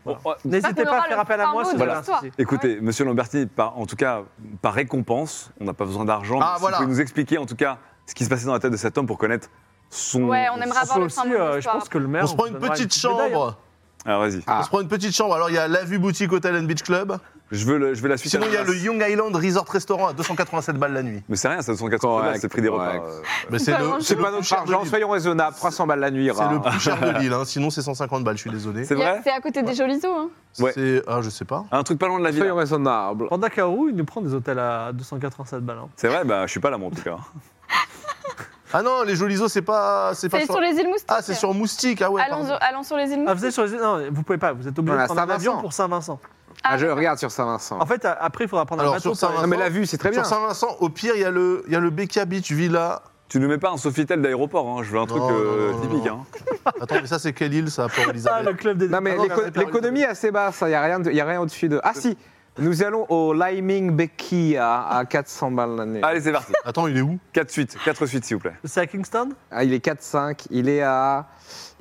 [SPEAKER 2] Bon, oh,
[SPEAKER 1] n'hésitez pas
[SPEAKER 4] qu'on
[SPEAKER 1] à
[SPEAKER 4] aura
[SPEAKER 1] faire
[SPEAKER 4] le
[SPEAKER 1] appel à moi
[SPEAKER 4] fin
[SPEAKER 1] si
[SPEAKER 4] mot
[SPEAKER 1] vous
[SPEAKER 4] de
[SPEAKER 1] avez un
[SPEAKER 4] l'histoire.
[SPEAKER 1] souci.
[SPEAKER 2] Écoutez, monsieur Lambertini, par- en tout cas, par récompense, on n'a pas besoin d'argent.
[SPEAKER 3] Ah,
[SPEAKER 2] mais si
[SPEAKER 3] voilà.
[SPEAKER 2] Vous pouvez nous expliquer, en tout cas, ce qui se passait dans la tête de cet homme pour connaître son.
[SPEAKER 4] Ouais, on aimerait
[SPEAKER 1] Il faut
[SPEAKER 4] avoir le
[SPEAKER 1] aussi,
[SPEAKER 4] fin mot
[SPEAKER 1] euh,
[SPEAKER 4] de
[SPEAKER 1] je
[SPEAKER 4] l'histoire.
[SPEAKER 1] pense que le maire.
[SPEAKER 3] On se prend une petite
[SPEAKER 1] chambre.
[SPEAKER 3] chambre.
[SPEAKER 2] Alors vas-y.
[SPEAKER 5] Ah.
[SPEAKER 3] On se prend une petite chambre. Alors, il y a la Vue Boutique Hotel and Beach Club.
[SPEAKER 2] Je veux, le- je veux la suite. à
[SPEAKER 3] Sinon,
[SPEAKER 2] la
[SPEAKER 3] il y a
[SPEAKER 2] place.
[SPEAKER 3] le Young Island Resort Restaurant à 287 balles la nuit.
[SPEAKER 2] Mais c'est rien, ça 180
[SPEAKER 5] Correct,
[SPEAKER 2] balles, c'est le prix des repas.
[SPEAKER 5] correct.
[SPEAKER 2] euh.
[SPEAKER 3] Mais
[SPEAKER 4] C'est pas grand-chose.
[SPEAKER 5] C'est pas
[SPEAKER 3] le
[SPEAKER 5] notre
[SPEAKER 3] cher de
[SPEAKER 5] argent,
[SPEAKER 3] l'île.
[SPEAKER 5] soyons raisonnables. 300 balles la nuit,
[SPEAKER 3] C'est
[SPEAKER 5] ira.
[SPEAKER 3] le plus cher de l'île. hein. Sinon, c'est 150 balles, je suis désolé.
[SPEAKER 2] C'est
[SPEAKER 4] Il y a-
[SPEAKER 2] vrai
[SPEAKER 4] C'est à côté des Joliot. Hein.
[SPEAKER 2] Ouais.
[SPEAKER 3] C'est. Ah, je sais pas.
[SPEAKER 2] Un truc pas loin de la ville.
[SPEAKER 5] Soyons raisonnables.
[SPEAKER 1] Panda Kaoru, il nous prend des hôtels à 287 balles.
[SPEAKER 4] Mm.
[SPEAKER 1] hein.
[SPEAKER 2] C'est vrai, bah, je suis pas là, moi, en tout cas.
[SPEAKER 3] Ah non, les jolis os, c'est pas. C'est pas
[SPEAKER 4] C'est sur les îles Moustiques.
[SPEAKER 3] Ah, c'est sur Moustique. Ah ouais.
[SPEAKER 4] allons,
[SPEAKER 3] pardon.
[SPEAKER 4] allons sur les îles
[SPEAKER 1] Ah, vous êtes
[SPEAKER 4] Moustiques.
[SPEAKER 1] sur les... Non, vous pouvez pas. Vous êtes obligé
[SPEAKER 5] Voilà,
[SPEAKER 1] de prendre un avion
[SPEAKER 5] Saint-Vincent.
[SPEAKER 1] pour Saint-Vincent.
[SPEAKER 5] Ah, je regarde sur Saint-Vincent.
[SPEAKER 1] En fait, à- après, il faudra prendre un
[SPEAKER 3] Alors,
[SPEAKER 1] bateau.
[SPEAKER 3] sur Saint-Vincent,
[SPEAKER 5] hein. Non, mais la vue, c'est très bien.
[SPEAKER 3] Sur Saint-Vincent, au pire, il y a le, il y a le Becca Beach Villa.
[SPEAKER 2] Tu ne mets pas un Sofitel d'aéroport, hein. je veux un truc
[SPEAKER 3] Non, non,
[SPEAKER 2] euh,
[SPEAKER 3] non, non,
[SPEAKER 2] typique.
[SPEAKER 3] non.
[SPEAKER 2] Hein.
[SPEAKER 3] Attends, mais ça, c'est quelle île, ça, pour
[SPEAKER 1] Ah,
[SPEAKER 3] Elisabeth
[SPEAKER 1] le club des
[SPEAKER 5] Non, mais
[SPEAKER 3] Ah non,
[SPEAKER 5] l'éco-
[SPEAKER 3] mais-
[SPEAKER 5] hein. l'économie est assez basse, il n'y a rien, de- y a rien au-dessus de. Ah si, Nous allons au Liming Becky à, à 400 balles l'année.
[SPEAKER 2] Allez, c'est parti.
[SPEAKER 3] Attends, il est où
[SPEAKER 2] 4 suites, 4 suites, s'il vous plaît.
[SPEAKER 1] C'est à Kingston
[SPEAKER 5] Ah, il est 4-5. Il est à.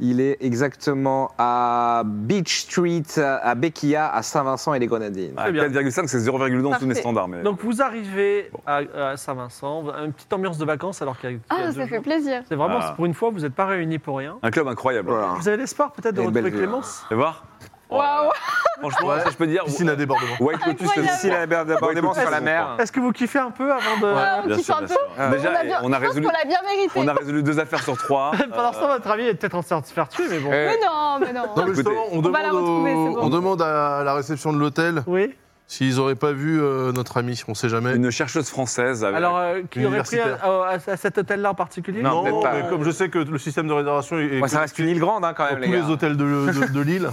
[SPEAKER 5] Il est exactement à Beach Street, à Beckia, à Saint-Vincent et les Grenadines.
[SPEAKER 2] Ah,
[SPEAKER 1] Très bien.
[SPEAKER 2] 4,5, c'est 0,2 en dessous de mes
[SPEAKER 4] Parfait.
[SPEAKER 2] standards. Mais...
[SPEAKER 1] Donc vous arrivez à, à Saint-Vincent, une petite ambiance de vacances alors qu'il y a. qu'il y a
[SPEAKER 4] Ah,
[SPEAKER 1] deux
[SPEAKER 4] ça fait
[SPEAKER 1] jours.
[SPEAKER 4] plaisir.
[SPEAKER 1] C'est vraiment,
[SPEAKER 2] Ah.
[SPEAKER 1] c'est pour une fois, vous n'êtes pas réunis pour rien.
[SPEAKER 2] Un club incroyable.
[SPEAKER 5] Voilà.
[SPEAKER 1] Vous avez l'espoir peut-être de
[SPEAKER 5] Ah. Il y a une belle
[SPEAKER 1] retrouver
[SPEAKER 5] vue, hein.
[SPEAKER 1] Clémence
[SPEAKER 2] Tu vas voir
[SPEAKER 4] Waouh
[SPEAKER 2] Franchement,
[SPEAKER 3] Ouais.
[SPEAKER 2] ça, je peux dire.
[SPEAKER 3] Piscine à débordement.
[SPEAKER 2] White Lotus,
[SPEAKER 4] Incroyable.
[SPEAKER 2] c'est
[SPEAKER 5] Ici, la mer débordement
[SPEAKER 2] écoute,
[SPEAKER 5] sur la
[SPEAKER 2] bon,
[SPEAKER 5] mer.
[SPEAKER 1] Est-ce que vous kiffez un peu avant de.
[SPEAKER 4] Ah, on
[SPEAKER 2] Bien
[SPEAKER 4] kiffe
[SPEAKER 2] sûr,
[SPEAKER 4] un
[SPEAKER 2] bien
[SPEAKER 4] peu.
[SPEAKER 2] sûr.
[SPEAKER 4] On
[SPEAKER 2] Déjà,
[SPEAKER 4] a bien-
[SPEAKER 2] on a
[SPEAKER 4] je pense
[SPEAKER 2] résolu-
[SPEAKER 4] qu'on l'a bien mérité.
[SPEAKER 2] On a résolu deux affaires sur
[SPEAKER 4] *laughs*
[SPEAKER 2] trois.
[SPEAKER 1] Pendant ce temps, Ah, votre avis est peut-être en train de se faire tuer, mais bon.
[SPEAKER 5] Euh,
[SPEAKER 4] Mais non, mais non.
[SPEAKER 3] Non, mais
[SPEAKER 2] Écoutez,
[SPEAKER 3] justement, on,
[SPEAKER 4] on va la
[SPEAKER 3] demande au-
[SPEAKER 4] retrouver, c'est bon.
[SPEAKER 3] on demande à la réception de l'hôtel
[SPEAKER 1] Oui.
[SPEAKER 3] s'ils n'auraient pas vu euh, notre ami, on sait jamais.
[SPEAKER 2] Euh, Une chercheuse française. avec-
[SPEAKER 1] Alors, euh, qui aurait pris à,
[SPEAKER 3] Universitaire.
[SPEAKER 1] à- à cet hôtel-là en particulier
[SPEAKER 2] Non, peut-être pas.
[SPEAKER 3] mais comme je sais que le système de réservation est
[SPEAKER 5] Ouais, ça reste une île grande hein, quand
[SPEAKER 3] dans
[SPEAKER 5] même,
[SPEAKER 3] tous
[SPEAKER 5] les
[SPEAKER 3] les
[SPEAKER 5] gars.
[SPEAKER 3] hôtels de, de-
[SPEAKER 5] *laughs*
[SPEAKER 3] de l'île.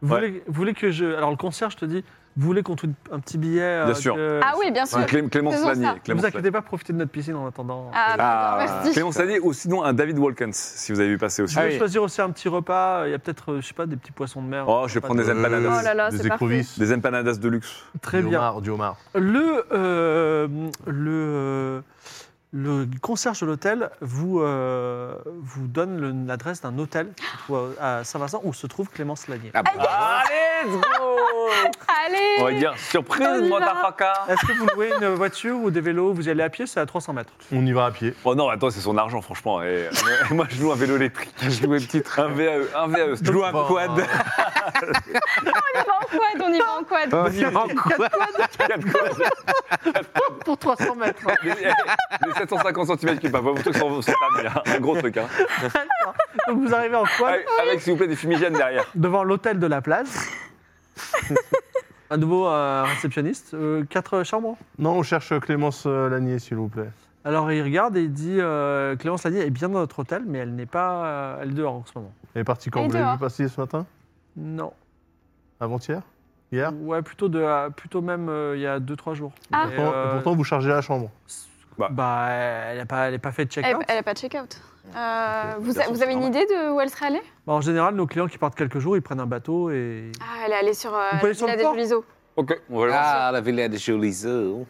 [SPEAKER 1] Vous,
[SPEAKER 2] Ouais.
[SPEAKER 1] voulez, vous voulez que je. Alors, le concierge te dit vous voulez qu'on trouve un petit billet euh,
[SPEAKER 2] Bien sûr.
[SPEAKER 1] que-
[SPEAKER 4] Ah oui, bien sûr.
[SPEAKER 2] Clé- Clémence
[SPEAKER 4] Faisons ça.
[SPEAKER 2] Lanier.
[SPEAKER 1] Ne
[SPEAKER 2] Clémence
[SPEAKER 1] vous
[SPEAKER 2] Lanier.
[SPEAKER 1] inquiétez pas, profitez de notre piscine en attendant.
[SPEAKER 4] Ah, bah,
[SPEAKER 5] Ah.
[SPEAKER 4] non, merci.
[SPEAKER 2] Clémence Lanier, ou sinon un David Walkens, si vous avez vu passer aussi.
[SPEAKER 1] Je vais
[SPEAKER 5] Ah oui.
[SPEAKER 1] choisir aussi un petit repas. Il y a peut-être, euh, je sais pas, des petits poissons de mer.
[SPEAKER 2] Oh, je vais prendre des empanadas.
[SPEAKER 4] Oh là là,
[SPEAKER 3] euh, des
[SPEAKER 4] c'est parfait.
[SPEAKER 3] écrevisses,
[SPEAKER 2] Des empanadas de luxe.
[SPEAKER 1] Très
[SPEAKER 3] du
[SPEAKER 1] bien.
[SPEAKER 3] homard, du homard.
[SPEAKER 1] Le, euh, le, le concierge de l'hôtel vous, euh, vous donne le- l'adresse d'un hôtel qui se trouve à Saint-Vincent où se trouve Clémence Lanier.
[SPEAKER 5] Ah, bah,
[SPEAKER 2] Allez, let's go
[SPEAKER 4] bah. Allez
[SPEAKER 2] On va dire surprise,
[SPEAKER 4] On y va.
[SPEAKER 2] motherfucker
[SPEAKER 1] Est-ce que vous louez une voiture ou des vélos Vous y allez à pied, c'est à 300 *laughs* mètres.
[SPEAKER 3] On y va à pied.
[SPEAKER 2] Oh non, attends, c'est son argent, franchement. Et, euh, *laughs* moi, je loue un vélo électrique. Je loue un petit train. Un VAE. Un E. VAE. Je loue un
[SPEAKER 3] Bon,
[SPEAKER 2] quad.
[SPEAKER 3] euh,
[SPEAKER 4] On y va en quad, on y va en quad.
[SPEAKER 5] on *laughs* y va en quoi
[SPEAKER 2] Quatre quads.
[SPEAKER 1] Pour 300
[SPEAKER 2] *laughs*
[SPEAKER 1] mètres.
[SPEAKER 2] Les, eh, les 750 cm3, pas vos trucs sont, sont pas bien. Un gros truc. Hein.
[SPEAKER 1] Donc vous arrivez en quad
[SPEAKER 2] Avec, avec, s'il vous plaît, des fumigènes derrière.
[SPEAKER 1] devant l'hôtel de la plage. *laughs* Un nouveau euh, réceptionniste, euh, quatre chambres.
[SPEAKER 3] Non, on cherche Clémence euh, Lanier, s'il vous plaît.
[SPEAKER 1] Alors il regarde et il dit euh, Clémence Lanier est bien dans notre hôtel, mais elle n'est pas, euh, elle est dehors en ce moment.
[SPEAKER 3] Elle est partie quand
[SPEAKER 4] Elle est
[SPEAKER 3] Vous l'avez
[SPEAKER 4] dehors.
[SPEAKER 3] vu passer ce matin
[SPEAKER 1] Non.
[SPEAKER 3] Avant-hier Hier
[SPEAKER 1] Ah. Ouais, plutôt, de, euh, plutôt même euh, il y a 2-3 jours.
[SPEAKER 4] Ah.
[SPEAKER 1] Et,
[SPEAKER 3] pourtant,
[SPEAKER 1] euh,
[SPEAKER 3] pourtant, vous chargez la chambre.
[SPEAKER 2] Bah.
[SPEAKER 1] Bah, elle n'a pas, elle est pas fait de
[SPEAKER 4] Elle
[SPEAKER 1] check-out.
[SPEAKER 4] n'a pas de check-out. Euh,
[SPEAKER 2] Ok,
[SPEAKER 4] vous,
[SPEAKER 2] personne,
[SPEAKER 4] vous avez une
[SPEAKER 2] c'est
[SPEAKER 4] idée de où elle serait allée
[SPEAKER 1] Bah, en général, nos clients qui partent quelques jours, ils prennent un bateau et.
[SPEAKER 4] Ah, Elle est allée sur euh,
[SPEAKER 1] On peut aller
[SPEAKER 4] la
[SPEAKER 1] sur le
[SPEAKER 4] Villa des
[SPEAKER 1] port
[SPEAKER 4] Jolis Eaux.
[SPEAKER 2] Ok, on va le voir.
[SPEAKER 5] Ah, la villa des Jolies Eaux.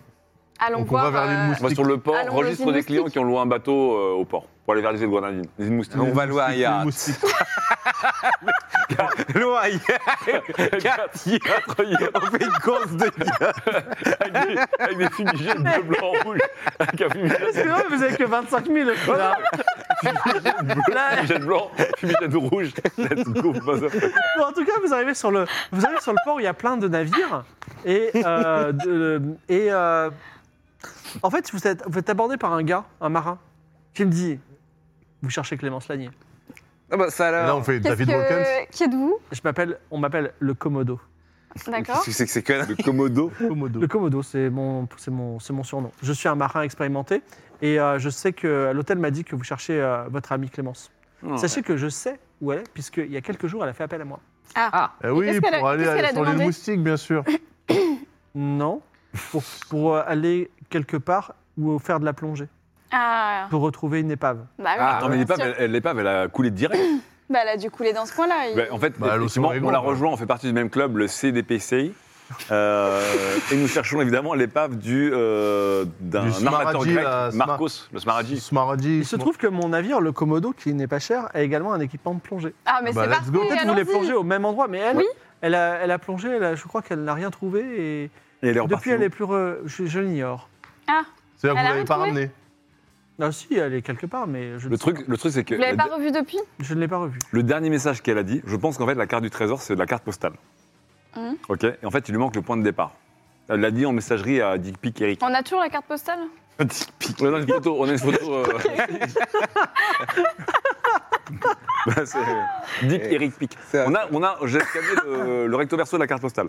[SPEAKER 4] Allons
[SPEAKER 3] Donc, on
[SPEAKER 4] voir.
[SPEAKER 3] va vers l'île
[SPEAKER 4] euh,
[SPEAKER 2] On va sur le port,
[SPEAKER 4] Allons,
[SPEAKER 2] registre
[SPEAKER 4] vas-y,
[SPEAKER 2] des clients
[SPEAKER 4] moustique.
[SPEAKER 2] qui ont loué un bateau euh, au port pour aller vers les îles Grenadines. Les îles moustiques.
[SPEAKER 5] Ah, On va louer un
[SPEAKER 3] Les
[SPEAKER 5] *laughs* yacht.
[SPEAKER 3] moustiques.
[SPEAKER 5] Louer un yacht. Quatre yachts.
[SPEAKER 2] Entre hier,
[SPEAKER 5] On fait une course de yacht.
[SPEAKER 2] avec, des, avec des fumigènes bleu, blanc, rouge. Avec un fumigène
[SPEAKER 1] *laughs* Parce que là, vous avez que 25 000. Là. Là,
[SPEAKER 2] fumigène blanc, fumigène rouge. Let's go, motherfucker.
[SPEAKER 1] bon, en tout cas, vous arrivez sur le, vous arrivez sur le port où il y a plein de navires et euh, de- et euh, en fait, vous êtes, vous êtes abordé par un gars, un marin, qui me dit, vous cherchez Clémence Lanier.
[SPEAKER 5] Ah bah, ça
[SPEAKER 3] Là, on
[SPEAKER 5] alors.
[SPEAKER 3] fait
[SPEAKER 4] qu'est-ce
[SPEAKER 3] David
[SPEAKER 4] que-
[SPEAKER 3] Walkens.
[SPEAKER 4] Qui êtes-vous
[SPEAKER 1] Je m'appelle, on m'appelle le Komodo.
[SPEAKER 4] D'accord.
[SPEAKER 5] que c'est que ces conneries
[SPEAKER 2] Le Komodo.
[SPEAKER 3] Komodo.
[SPEAKER 1] Le Komodo, c'est mon, c'est mon, c'est mon surnom. Je suis un marin expérimenté et euh, je sais que l'hôtel m'a dit que vous cherchez euh, votre amie Clémence. Sachez que je sais où elle est, puisqu'il y a quelques jours, elle a fait appel à moi.
[SPEAKER 3] Eh
[SPEAKER 4] qu'est-ce
[SPEAKER 3] oui,
[SPEAKER 4] qu'elle a-
[SPEAKER 3] pour aller
[SPEAKER 4] qu'est-ce qu'elle a
[SPEAKER 3] sur les
[SPEAKER 4] demandé
[SPEAKER 3] moustiques, bien sûr.
[SPEAKER 1] Non, pour, pour euh, aller quelque part ou faire de la plongée,
[SPEAKER 4] Ah,
[SPEAKER 1] pour retrouver une épave.
[SPEAKER 4] bah oui.
[SPEAKER 5] Ah,
[SPEAKER 2] Attends, mais
[SPEAKER 4] bien
[SPEAKER 2] l'épave,
[SPEAKER 4] sûr.
[SPEAKER 2] elle, elle- l'épave, elle a coulé direct.
[SPEAKER 4] *laughs* Bah, elle a dû couler dans ce coin-là. il-
[SPEAKER 2] Bah, en fait,
[SPEAKER 3] Bah, l'océan
[SPEAKER 2] effectivement,
[SPEAKER 3] est
[SPEAKER 2] on
[SPEAKER 3] grand,
[SPEAKER 2] la
[SPEAKER 3] quoi.
[SPEAKER 2] rejoint, on fait partie du même club, le CDPCI. Euh, et nous cherchons évidemment l'épave du, euh, d'un
[SPEAKER 3] Du Smaragdi,
[SPEAKER 2] armateur grec,
[SPEAKER 3] là, Smar-
[SPEAKER 2] Marcos, le Smaragdi.
[SPEAKER 3] Smaragdi.
[SPEAKER 1] Il se trouve que mon navire, le Komodo, qui n'est pas cher, a également un équipement de plongée.
[SPEAKER 4] Ah, mais
[SPEAKER 3] Bah,
[SPEAKER 4] c'est
[SPEAKER 3] let's
[SPEAKER 4] parti.
[SPEAKER 3] go.
[SPEAKER 1] Peut-être vous voulez
[SPEAKER 4] allons-y.
[SPEAKER 1] plonger au même endroit, mais elle,
[SPEAKER 4] Oui.
[SPEAKER 1] elle, a, elle a plongé, elle a- je crois qu'elle n'a rien trouvé et
[SPEAKER 2] Et elle est repartie
[SPEAKER 1] depuis elle
[SPEAKER 2] où
[SPEAKER 1] est plus. re- Je, je l'ignore.
[SPEAKER 4] Ah,
[SPEAKER 3] C'est-à-dire que
[SPEAKER 4] Elle
[SPEAKER 3] vous
[SPEAKER 4] a
[SPEAKER 3] l'avez pas
[SPEAKER 4] retrouvé
[SPEAKER 3] ramené.
[SPEAKER 1] Ah si, elle est quelque part, mais je, ne
[SPEAKER 2] Le
[SPEAKER 1] sais
[SPEAKER 2] truc, le truc c'est que
[SPEAKER 4] vous l'avez
[SPEAKER 2] le-
[SPEAKER 4] pas revue depuis
[SPEAKER 1] Je ne l'ai pas revu.
[SPEAKER 2] le dernier message qu'elle a dit, je pense qu'en fait la carte du trésor c'est de la carte postale.
[SPEAKER 4] Mhm.
[SPEAKER 2] Ok. Et en fait, il lui manque le point de départ. Elle l'a dit en messagerie à Dick Pic Eric.
[SPEAKER 4] On a toujours la carte postale
[SPEAKER 2] Dick Pic. On a une photo. On a une photo. euh, *laughs* Bah, c'est Dick Eric Pic.
[SPEAKER 5] C'est-
[SPEAKER 2] On a, on a, j'ai scanné le, le recto verso de la carte postale.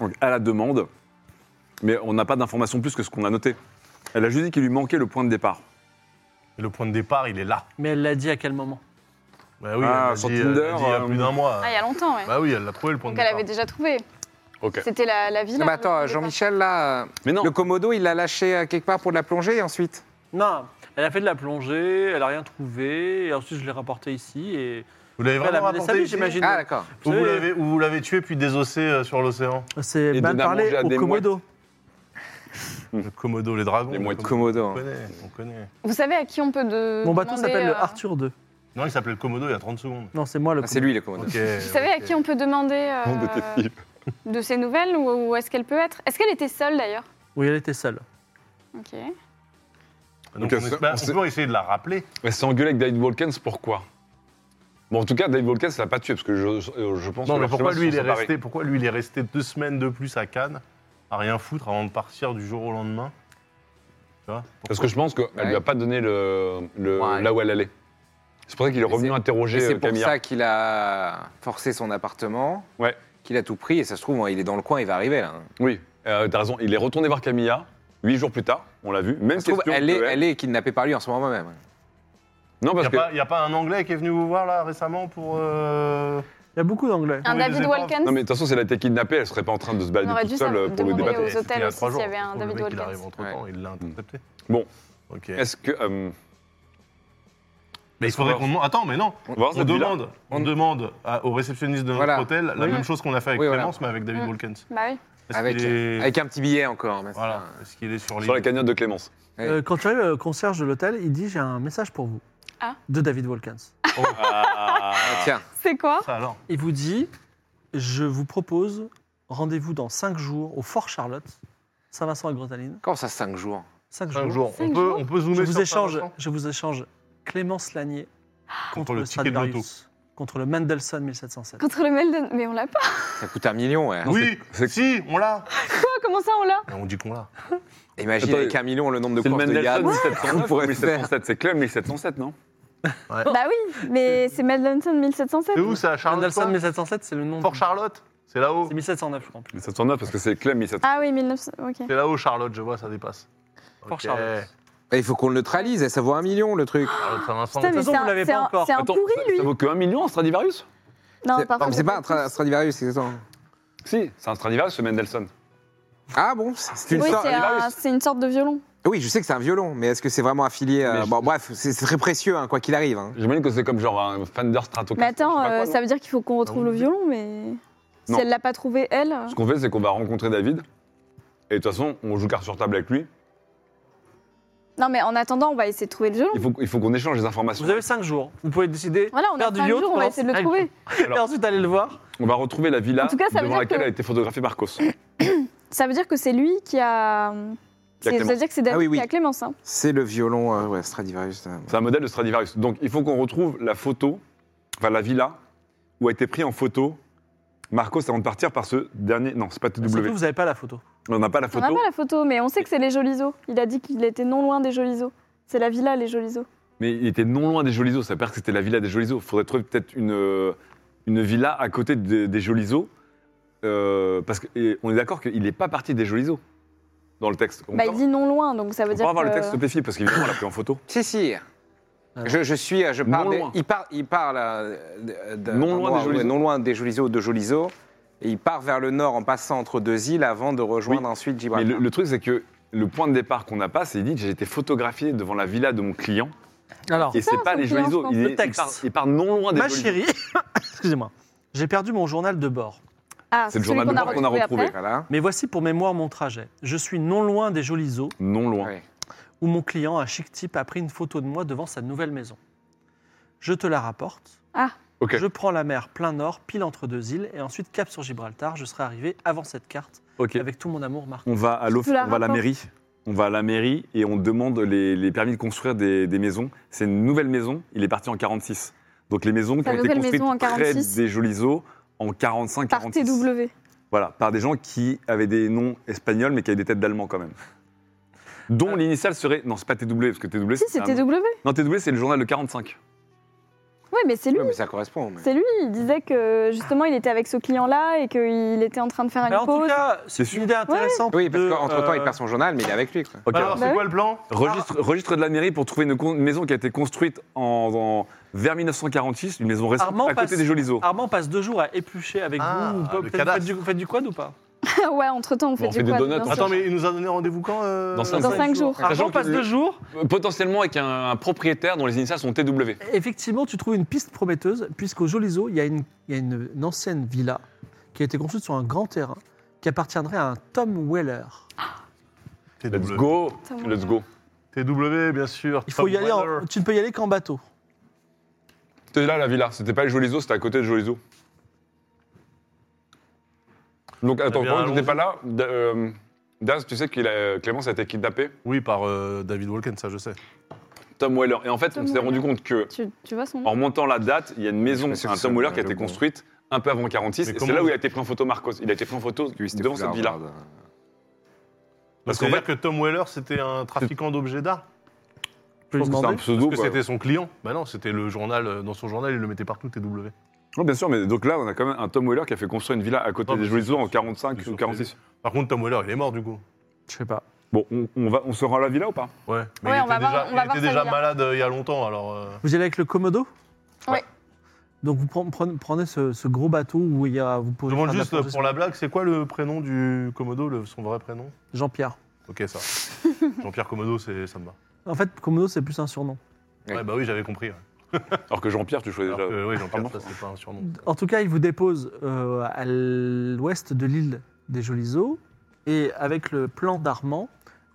[SPEAKER 2] Donc, à la demande, mais on n'a pas d'informations plus que ce qu'on a noté. Elle a juste dit qu'il lui manquait le point de départ.
[SPEAKER 3] Le point de départ, il est là.
[SPEAKER 1] Mais elle l'a dit à quel moment
[SPEAKER 3] Bah oui,
[SPEAKER 2] Ah,
[SPEAKER 3] elle l'a
[SPEAKER 2] sur
[SPEAKER 3] dit, elle l'a
[SPEAKER 2] Tinder,
[SPEAKER 3] dit il y a
[SPEAKER 2] euh,
[SPEAKER 3] plus d'un mois.
[SPEAKER 4] Ah, il y a longtemps, ouais.
[SPEAKER 3] Bah oui, elle l'a trouvé le point
[SPEAKER 4] Donc
[SPEAKER 3] de
[SPEAKER 4] elle
[SPEAKER 3] départ.
[SPEAKER 4] avait déjà trouvé.
[SPEAKER 2] Ok.
[SPEAKER 4] C'était la, la ville. hein,
[SPEAKER 5] Non, mais attends, Jean-Michel, là, euh,
[SPEAKER 2] Mais non,
[SPEAKER 5] le Komodo, il l'a lâché euh, quelque part pour de la plongée ensuite.
[SPEAKER 1] Non, elle a fait de la plongée, elle n'a rien trouvé, et ensuite je l'ai rapporté ici, et
[SPEAKER 3] Vous l'avez
[SPEAKER 1] Elle a
[SPEAKER 3] vraiment
[SPEAKER 1] mené sa
[SPEAKER 3] rapporté
[SPEAKER 1] vie,
[SPEAKER 3] ici
[SPEAKER 1] j'imagine.
[SPEAKER 5] Ah, d'accord.
[SPEAKER 3] Ou
[SPEAKER 1] Vous
[SPEAKER 3] vous
[SPEAKER 1] savez-
[SPEAKER 3] l'avez- ou vous l'avez tué puis désossé euh, sur l'océan
[SPEAKER 1] C'est
[SPEAKER 2] Et
[SPEAKER 1] mal
[SPEAKER 2] donne à
[SPEAKER 1] parlé
[SPEAKER 2] manger à
[SPEAKER 1] au
[SPEAKER 2] des
[SPEAKER 1] Komodo.
[SPEAKER 3] Le Komodo, les dragons.
[SPEAKER 2] Les
[SPEAKER 3] le
[SPEAKER 2] mouettes.
[SPEAKER 3] On
[SPEAKER 5] Komodo.
[SPEAKER 3] connaît, on connaît.
[SPEAKER 4] Vous savez à qui on peut de.
[SPEAKER 1] Mon bateau
[SPEAKER 4] demander,
[SPEAKER 1] s'appelle le
[SPEAKER 4] euh,
[SPEAKER 1] Arthur 2.
[SPEAKER 3] Non, il s'appelait le Komodo il y a 30 secondes.
[SPEAKER 1] Non, c'est moi le
[SPEAKER 5] Ah, c'est lui le commandant.
[SPEAKER 3] Ok.
[SPEAKER 4] Vous savez à qui on peut demander euh,
[SPEAKER 2] Mon détective.
[SPEAKER 4] de ses nouvelles ou, ou est-ce qu'elle peut être Est-ce qu'elle était seule d'ailleurs
[SPEAKER 1] Oui, elle était seule.
[SPEAKER 4] Ok.
[SPEAKER 3] Donc,
[SPEAKER 2] Donc,
[SPEAKER 3] on, espère-
[SPEAKER 2] on
[SPEAKER 3] on peut essayer de la rappeler.
[SPEAKER 2] Elle s'est engueulée avec David Walkens, pourquoi Bon, en tout cas, David Walkens l'a pas tué, parce que je, je pense
[SPEAKER 3] Non,
[SPEAKER 2] que
[SPEAKER 3] mais
[SPEAKER 2] leurs
[SPEAKER 3] pourquoi
[SPEAKER 2] chemins
[SPEAKER 3] lui,
[SPEAKER 2] se
[SPEAKER 3] il est
[SPEAKER 2] sont séparés.
[SPEAKER 3] resté, pourquoi lui, il est resté deux semaines de plus à Cannes, à rien foutre avant de partir du jour au lendemain Tu vois Pourquoi
[SPEAKER 2] Parce que je pense qu'elle
[SPEAKER 5] Ouais.
[SPEAKER 2] lui a pas donné le, le-
[SPEAKER 5] Ouais.
[SPEAKER 2] là où elle allait. C'est pour ça qu'il est
[SPEAKER 5] Mais
[SPEAKER 2] revenu
[SPEAKER 5] c'est-
[SPEAKER 2] interroger
[SPEAKER 5] Et c'est
[SPEAKER 2] euh,
[SPEAKER 5] pour
[SPEAKER 2] Camilla.
[SPEAKER 5] ça qu'il a forcé son appartement,
[SPEAKER 2] Ouais.
[SPEAKER 5] qu'il a tout pris, et ça se trouve, hein, il est dans le coin, il va arriver là.
[SPEAKER 2] Oui, euh, t'as raison. Il est retourné voir Camilla, huit jours plus tard, on l'a vu. Même
[SPEAKER 5] Ça se trouve,
[SPEAKER 2] question
[SPEAKER 5] elle
[SPEAKER 2] que
[SPEAKER 5] est,
[SPEAKER 2] elle.
[SPEAKER 5] elle est kidnappée par lui en ce moment même.
[SPEAKER 2] Non,
[SPEAKER 3] Il
[SPEAKER 2] parce que.
[SPEAKER 3] n'y a, pas un Anglais qui est venu vous voir là récemment pour. euh,
[SPEAKER 1] Il y a beaucoup d'anglais.
[SPEAKER 4] Un
[SPEAKER 3] Oui, je
[SPEAKER 4] David
[SPEAKER 3] sais pas.
[SPEAKER 4] Walken
[SPEAKER 2] Non, mais de toute façon, si elle a été kidnappée, elle serait pas en train de se
[SPEAKER 4] On
[SPEAKER 2] balader
[SPEAKER 4] aurait
[SPEAKER 2] toute
[SPEAKER 4] dû
[SPEAKER 2] seule euh,
[SPEAKER 4] savoir-
[SPEAKER 2] pour le
[SPEAKER 4] demander
[SPEAKER 2] débattre.
[SPEAKER 4] aux
[SPEAKER 3] c'était il y a
[SPEAKER 4] hôtels
[SPEAKER 3] trois
[SPEAKER 4] aussi, il y
[SPEAKER 3] jours.
[SPEAKER 4] avait un
[SPEAKER 3] Le
[SPEAKER 4] David
[SPEAKER 3] mec, Il
[SPEAKER 4] Walkens.
[SPEAKER 3] arrive entre temps, il l'a intercepté.
[SPEAKER 2] Bon.
[SPEAKER 3] Ok.
[SPEAKER 2] Est-ce que. euh,
[SPEAKER 3] Mais il
[SPEAKER 2] Est-ce qu'on
[SPEAKER 3] faudrait
[SPEAKER 2] va-
[SPEAKER 3] qu'on demande. Attends, mais non
[SPEAKER 2] on va voir
[SPEAKER 3] On
[SPEAKER 2] cette villa
[SPEAKER 3] demande, on demande à- au réceptionniste de notre
[SPEAKER 5] Voilà.
[SPEAKER 3] hôtel la
[SPEAKER 5] Oui.
[SPEAKER 3] même chose qu'on a fait avec
[SPEAKER 5] Oui, voilà.
[SPEAKER 3] Clémence, mais avec David
[SPEAKER 4] Mm.
[SPEAKER 3] Wilkins.
[SPEAKER 4] Bah oui.
[SPEAKER 3] Est-ce
[SPEAKER 5] Avec,
[SPEAKER 3] qu'il est...
[SPEAKER 5] avec un petit billet encore. mais c'est
[SPEAKER 3] Voilà.
[SPEAKER 5] pas-
[SPEAKER 3] Est-ce qu'il est sur
[SPEAKER 2] Sur la
[SPEAKER 3] l'île
[SPEAKER 2] cagnotte de Clémence.
[SPEAKER 1] Euh, quand tu arrives au concierge de l'hôtel, il dit J'ai un message pour vous.
[SPEAKER 4] Ah.
[SPEAKER 1] De David Walkens.
[SPEAKER 5] Ah, tiens,
[SPEAKER 4] C'est quoi
[SPEAKER 3] Ça alors
[SPEAKER 1] Il vous dit Je vous propose rendez-vous dans 5 jours au Fort Charlotte, Saint-Vincent et Grotaline.
[SPEAKER 5] quand ça 5 jours
[SPEAKER 1] 5 jours.
[SPEAKER 3] Cinq jours.
[SPEAKER 4] Cinq
[SPEAKER 3] On peut,
[SPEAKER 4] jours
[SPEAKER 3] on peut zoomer
[SPEAKER 1] Je vous,
[SPEAKER 3] sur ça
[SPEAKER 1] échange,
[SPEAKER 3] maintenant
[SPEAKER 1] je vous échange Clémence Lanier contre,
[SPEAKER 3] Contre le
[SPEAKER 1] le
[SPEAKER 3] ticket de
[SPEAKER 1] Stradivarius, contre le Mendelssohn 1707.
[SPEAKER 4] Contre le Melden. Mais on l'a pas. *laughs*
[SPEAKER 5] ça coûte un million. ouais.
[SPEAKER 3] Oui,
[SPEAKER 2] c'est-
[SPEAKER 3] si, on l'a.
[SPEAKER 4] Comment ça on l'a
[SPEAKER 3] Mais On dit qu'on l'a.
[SPEAKER 5] Imagine
[SPEAKER 2] Attends,
[SPEAKER 5] avec un million le nombre de
[SPEAKER 2] C'est le
[SPEAKER 5] courses de
[SPEAKER 2] Mendelssohn
[SPEAKER 5] Yann. qu'on
[SPEAKER 2] 1709 ou
[SPEAKER 5] *laughs* pourrait faire.
[SPEAKER 2] 1707. C'est Clem 1707, non
[SPEAKER 4] Bah oui, mais c'est Meldenson 1707.
[SPEAKER 3] C'est où ça, à Charlotte
[SPEAKER 1] Mendelssohn
[SPEAKER 3] quoi
[SPEAKER 1] 1707, c'est le nom.
[SPEAKER 3] Fort
[SPEAKER 1] du-
[SPEAKER 3] Charlotte C'est là-haut.
[SPEAKER 1] C'est 1709, je crois. en plus.
[SPEAKER 2] 1709, parce que c'est Clem 1707.
[SPEAKER 4] Ah oui, 1900. Ok.
[SPEAKER 3] C'est là-haut, Charlotte, je vois, ça dépasse.
[SPEAKER 1] Fort
[SPEAKER 3] Ok.
[SPEAKER 1] Charlotte.
[SPEAKER 5] Et Il faut qu'on le neutralise, et ça vaut un million le truc.
[SPEAKER 3] Charlotte Saint-Vincent.
[SPEAKER 4] Putain,
[SPEAKER 1] toute
[SPEAKER 4] mais
[SPEAKER 1] façon,
[SPEAKER 4] c'est
[SPEAKER 1] vous l'avez
[SPEAKER 4] un, c'est
[SPEAKER 1] pas
[SPEAKER 4] un,
[SPEAKER 1] encore.
[SPEAKER 4] c'est un
[SPEAKER 2] Attends,
[SPEAKER 4] pourri,
[SPEAKER 2] ça,
[SPEAKER 4] Ah, lui.
[SPEAKER 2] ça vaut que 1 million un Stradivarius
[SPEAKER 4] Non,
[SPEAKER 5] C'est-
[SPEAKER 4] par
[SPEAKER 5] non, mais
[SPEAKER 4] contre,
[SPEAKER 5] c'est pas un
[SPEAKER 4] plus.
[SPEAKER 5] tra- Stradivarius, c'est ça.
[SPEAKER 2] Si, c'est un Stradivarius, ce Mendelssohn.
[SPEAKER 5] Ah bon C'est une
[SPEAKER 4] Oui,
[SPEAKER 5] sorte.
[SPEAKER 4] c'est un-
[SPEAKER 2] Stradivarius.
[SPEAKER 4] c'est une sorte de violon.
[SPEAKER 5] Oui, je sais que c'est un violon, mais est-ce que c'est vraiment affilié euh,
[SPEAKER 2] Mais je-
[SPEAKER 5] Bon, bref, c'est c'est très précieux, hein, quoi qu'il arrive. hein.
[SPEAKER 2] J'imagine que c'est comme genre un Fender Stratocaster.
[SPEAKER 4] Mais
[SPEAKER 2] je
[SPEAKER 4] attends,
[SPEAKER 2] sais pas
[SPEAKER 4] euh,
[SPEAKER 2] quoi,
[SPEAKER 4] ça veut dire qu'il faut qu'on retrouve
[SPEAKER 3] Ah oui.
[SPEAKER 4] le violon, mais.
[SPEAKER 2] Non.
[SPEAKER 4] Si elle l'a pas trouvé, elle. euh,
[SPEAKER 2] Ce qu'on fait, c'est qu'on va rencontrer David. Et de toute façon, on joue carte sur table avec lui.
[SPEAKER 4] Non, mais en attendant, on va essayer de trouver le violon.
[SPEAKER 2] Il faut, il faut qu'on échange les informations.
[SPEAKER 1] Vous avez 5 jours. Vous pouvez décider.
[SPEAKER 4] Voilà, on
[SPEAKER 1] Faire
[SPEAKER 4] a
[SPEAKER 1] du
[SPEAKER 4] cinq
[SPEAKER 1] yacht,
[SPEAKER 4] jours, on va
[SPEAKER 1] non,
[SPEAKER 4] essayer de le
[SPEAKER 1] cinq
[SPEAKER 4] trouver.
[SPEAKER 1] *laughs* Et ensuite, allez le voir.
[SPEAKER 2] On va retrouver la villa
[SPEAKER 4] En tout cas, ça veut
[SPEAKER 2] devant
[SPEAKER 4] dire
[SPEAKER 2] laquelle
[SPEAKER 4] que-
[SPEAKER 2] a été photographiée Marcos.
[SPEAKER 4] Ça veut dire que c'est lui qui a.
[SPEAKER 2] Qui a
[SPEAKER 4] c'est-
[SPEAKER 2] Clémence.
[SPEAKER 4] Ça veut dire que c'est David
[SPEAKER 5] Ah oui, oui.
[SPEAKER 4] qui a Clémence. hein.
[SPEAKER 5] C'est le violon, euh, ouais, Stradivarius. euh,
[SPEAKER 2] C'est un modèle de Stradivarius. Donc, il faut qu'on retrouve la photo, enfin la villa, où a été pris en photo Marcos avant de partir par ce dernier. Non, c'est pas TW.
[SPEAKER 1] Surtout, vous n'avez pas la photo.
[SPEAKER 2] On n'a pas la
[SPEAKER 4] On n'a
[SPEAKER 2] photo.
[SPEAKER 4] pas la photo, mais on sait que c'est les Jolis Eaux. Il a dit qu'il était non loin des Jolis Eaux. C'est la villa, les Jolis Eaux.
[SPEAKER 2] Mais il était non loin des Joliseaux. Ça veut pas dire que c'était la villa des Joliseaux. Il faudrait trouver peut-être une, euh, une villa à côté des, des Joliseaux. Euh, parce qu'on est d'accord qu'il n'est pas parti des Joliseaux dans le texte. On
[SPEAKER 4] Bah,
[SPEAKER 2] peut-
[SPEAKER 4] il dit non loin, donc ça veut
[SPEAKER 2] on
[SPEAKER 4] dire.
[SPEAKER 2] pourra avoir
[SPEAKER 4] que...
[SPEAKER 2] le texte stupéfié parce qu'évidemment, on l'a pris en *laughs* photo.
[SPEAKER 5] Si, si.
[SPEAKER 1] Alors.
[SPEAKER 5] Je, je suis, euh, je parle.
[SPEAKER 2] Ah. Non
[SPEAKER 5] des-
[SPEAKER 2] loin.
[SPEAKER 5] il, parle il parle euh, de- de-
[SPEAKER 2] Non
[SPEAKER 5] d'un
[SPEAKER 2] loin
[SPEAKER 5] endroit,
[SPEAKER 2] des Joliseaux.
[SPEAKER 5] ouais, non loin des Joliseaux, de Joliseaux. Et il part vers le nord en passant entre deux îles avant de rejoindre
[SPEAKER 2] Oui.
[SPEAKER 5] ensuite
[SPEAKER 2] Mais
[SPEAKER 5] Gibraltar.
[SPEAKER 2] le, le truc, c'est que le point de départ qu'on n'a pas, c'est il dit j'ai été photographié devant la villa de mon client.
[SPEAKER 1] Alors,
[SPEAKER 2] Et c'est
[SPEAKER 4] ça,
[SPEAKER 2] pas
[SPEAKER 4] son
[SPEAKER 2] les
[SPEAKER 4] client, je
[SPEAKER 2] Joliseaux.
[SPEAKER 4] pense.
[SPEAKER 2] Il, est-
[SPEAKER 1] Le
[SPEAKER 2] il
[SPEAKER 1] texte.
[SPEAKER 2] part, il part non loin des
[SPEAKER 1] ma
[SPEAKER 2] Joliseaux.
[SPEAKER 1] chérie, *laughs* excusez-moi, j'ai perdu mon journal de bord.
[SPEAKER 4] Ah,
[SPEAKER 2] C'est le
[SPEAKER 4] celui
[SPEAKER 2] journal de bord qu'on a retrouvé.
[SPEAKER 4] après.
[SPEAKER 5] Voilà.
[SPEAKER 1] Mais voici pour mémoire mon trajet. Je suis non loin des jolis eaux
[SPEAKER 2] Non loin.
[SPEAKER 5] Ouais.
[SPEAKER 1] où mon client, un chic type, a pris une photo de moi devant sa nouvelle maison. Je te la rapporte.
[SPEAKER 4] Ah.
[SPEAKER 2] Ok.
[SPEAKER 1] Je prends la mer plein nord, pile entre deux îles, et ensuite cap sur Gibraltar. Je serai arrivé avant cette carte,
[SPEAKER 2] Ok.
[SPEAKER 1] avec tout mon amour, Marc.
[SPEAKER 2] On va à l'off-
[SPEAKER 4] Tu la
[SPEAKER 2] on va à la
[SPEAKER 4] rapportes.
[SPEAKER 2] mairie. On va à la mairie et on demande les, les permis de construire des, des maisons. C'est une nouvelle maison. Il est parti en 46. Donc les maisons qui
[SPEAKER 4] Sa
[SPEAKER 2] ont été
[SPEAKER 4] nouvelle
[SPEAKER 2] construites
[SPEAKER 4] maison en
[SPEAKER 2] près
[SPEAKER 4] 46.
[SPEAKER 2] des Joliseaux en 45
[SPEAKER 4] Par
[SPEAKER 2] 46.
[SPEAKER 4] TW.
[SPEAKER 2] Voilà, par des gens qui avaient des noms espagnols mais qui avaient des têtes d'allemands quand même. Dont l'initiale serait non, c'est pas TW parce que TW
[SPEAKER 4] Si,
[SPEAKER 2] c'est
[SPEAKER 4] c'est
[SPEAKER 2] un-
[SPEAKER 4] TW.
[SPEAKER 2] Non, TW c'est le journal de 45.
[SPEAKER 4] Ouais, mais c'est lui.
[SPEAKER 5] Ouais, mais ça correspond. mais-
[SPEAKER 4] C'est lui, il disait que justement il était avec ce client-là et qu'il était en train de faire
[SPEAKER 2] Bah,
[SPEAKER 4] une
[SPEAKER 1] Alors, Bah, en tout
[SPEAKER 4] pause.
[SPEAKER 1] cas, c'est
[SPEAKER 2] sûr.
[SPEAKER 1] une idée intéressante.
[SPEAKER 5] Oui, parce
[SPEAKER 1] de,
[SPEAKER 5] qu'entre temps,
[SPEAKER 1] euh,
[SPEAKER 5] il perd son journal, mais il est avec lui. quoi.
[SPEAKER 2] OK.
[SPEAKER 3] Alors,
[SPEAKER 4] Bah
[SPEAKER 3] c'est quoi le plan
[SPEAKER 2] Registre, registre de la mairie pour trouver une con- maison qui a été construite en, en- vers 1946, une maison récente
[SPEAKER 1] Armand
[SPEAKER 2] à côté
[SPEAKER 1] passe- Ah.
[SPEAKER 2] des Joliseaux.
[SPEAKER 1] Armand passe deux jours à éplucher avec
[SPEAKER 3] Ah,
[SPEAKER 1] vous.
[SPEAKER 3] le
[SPEAKER 1] Faites,
[SPEAKER 3] cadastre.
[SPEAKER 1] faites du, faites du quad ou pas
[SPEAKER 4] ouais, entre temps, on fait
[SPEAKER 2] on
[SPEAKER 4] du
[SPEAKER 2] fait des
[SPEAKER 4] quad,
[SPEAKER 2] donuts.
[SPEAKER 4] bien sûr.
[SPEAKER 3] Attends, mais il nous a donné rendez-vous quand euh,
[SPEAKER 2] Dans cinq
[SPEAKER 4] Dans 5 jours.
[SPEAKER 2] Sachant
[SPEAKER 1] Argent
[SPEAKER 2] que
[SPEAKER 1] passe
[SPEAKER 2] le-
[SPEAKER 1] deux jours.
[SPEAKER 2] Euh, Potentiellement avec un, un propriétaire dont les initiales sont TW.
[SPEAKER 1] Effectivement, tu trouves une piste prometteuse, puisqu'au Joliso, il y a, une, il y a une, une ancienne villa qui a été construite sur un grand terrain qui appartiendrait à un Tom Weller.
[SPEAKER 2] Let's
[SPEAKER 3] TW.
[SPEAKER 2] go.
[SPEAKER 4] Ça va.
[SPEAKER 2] Let's go.
[SPEAKER 3] TW, bien sûr.
[SPEAKER 1] Il faut
[SPEAKER 3] Tom
[SPEAKER 1] y aller en-
[SPEAKER 3] Weller.
[SPEAKER 1] tu ne peux y aller qu'en bateau.
[SPEAKER 2] C'était là la villa, c'était pas le Jolizo, c'était à côté de Jolizo. Donc attends,
[SPEAKER 3] Eh bien,
[SPEAKER 2] pendant que t'étais pas
[SPEAKER 3] allons-y.
[SPEAKER 2] là, Da- euh, Daz, tu sais qu'il a, Clémence a été kidnappée,
[SPEAKER 3] Oui, par euh, David Walken, ça je sais.
[SPEAKER 2] Tom Weller. Et en fait,
[SPEAKER 4] Tom
[SPEAKER 2] on s'est
[SPEAKER 4] Weller.
[SPEAKER 2] rendu compte que
[SPEAKER 4] Tu, tu vois son nom
[SPEAKER 2] en montant la date, il y a une maison,
[SPEAKER 5] Je sais
[SPEAKER 2] c'est un
[SPEAKER 5] que
[SPEAKER 2] Tom
[SPEAKER 5] c'est
[SPEAKER 2] Weller
[SPEAKER 5] un
[SPEAKER 2] qui a été
[SPEAKER 5] logo.
[SPEAKER 2] construite un peu avant 46.
[SPEAKER 3] Mais
[SPEAKER 2] Et c'est
[SPEAKER 3] comment
[SPEAKER 2] là où
[SPEAKER 3] vous-
[SPEAKER 2] il a été pris en photo Marcos. Il a été pris en photo
[SPEAKER 5] Lui, c'était
[SPEAKER 2] devant cette
[SPEAKER 5] foulard,
[SPEAKER 2] villa.
[SPEAKER 5] merde.
[SPEAKER 2] Parce
[SPEAKER 3] Parce
[SPEAKER 2] qu'en
[SPEAKER 3] qu'on dire que Tom Weller, c'était un trafiquant d'objets d'art.
[SPEAKER 1] Je peux
[SPEAKER 2] Je
[SPEAKER 1] lui
[SPEAKER 2] pense que c'est un
[SPEAKER 1] demander.
[SPEAKER 2] pseudo.
[SPEAKER 3] Parce
[SPEAKER 2] quoi.
[SPEAKER 3] que c'était son client. Bah non, c'était le journal. euh, Dans son journal, il le mettait partout, TW.
[SPEAKER 2] Non, bien sûr, mais donc là, on a quand même un Tom Weller qui a fait construire une villa à côté
[SPEAKER 3] Non,
[SPEAKER 2] des
[SPEAKER 3] mais
[SPEAKER 2] Jolizo
[SPEAKER 3] c'est-
[SPEAKER 2] en 45
[SPEAKER 3] c'est
[SPEAKER 2] ou
[SPEAKER 3] sur
[SPEAKER 2] 46.
[SPEAKER 3] Par contre, Tom Weller, il est mort du coup.
[SPEAKER 1] Je sais pas.
[SPEAKER 2] Bon, on, on va, on se rend à la villa ou pas
[SPEAKER 3] Ouais. Mais
[SPEAKER 4] Ouais,
[SPEAKER 3] il
[SPEAKER 4] on va
[SPEAKER 3] était
[SPEAKER 4] voir-
[SPEAKER 3] déjà,
[SPEAKER 4] on
[SPEAKER 3] il
[SPEAKER 4] va
[SPEAKER 3] était
[SPEAKER 4] voir sa
[SPEAKER 3] déjà
[SPEAKER 4] villa.
[SPEAKER 3] malade euh, il y a longtemps, alors. euh,
[SPEAKER 1] Vous y allez avec le Komodo
[SPEAKER 4] Ouais.
[SPEAKER 1] Donc vous prenez, prenez- prenez ce, ce gros bateau où il y a... Vous
[SPEAKER 3] Je
[SPEAKER 1] pouvez
[SPEAKER 3] demande
[SPEAKER 1] faire de la
[SPEAKER 3] juste euh,
[SPEAKER 1] plongée
[SPEAKER 3] pour la blague, c'est quoi le prénom du Komodo, le- son vrai prénom
[SPEAKER 1] Jean-Pierre.
[SPEAKER 3] Ok,
[SPEAKER 4] *laughs*
[SPEAKER 3] ça. Jean-Pierre Komodo, c'est- ça me va.
[SPEAKER 1] En fait, Komodo, c'est plus un surnom.
[SPEAKER 2] Ouais.
[SPEAKER 3] Ouais, bah oui, j'avais compris. ouais.
[SPEAKER 2] Alors que Jean-Pierre, tu choisis
[SPEAKER 3] Alors
[SPEAKER 2] déjà.
[SPEAKER 3] que, oui,
[SPEAKER 2] pardon.
[SPEAKER 3] Jean-Pierre, ça, c'est pas un surnom.
[SPEAKER 1] En tout cas, il vous dépose euh, à l'ouest de l'île des Jolis Eaux. Et avec le plan d'Armand,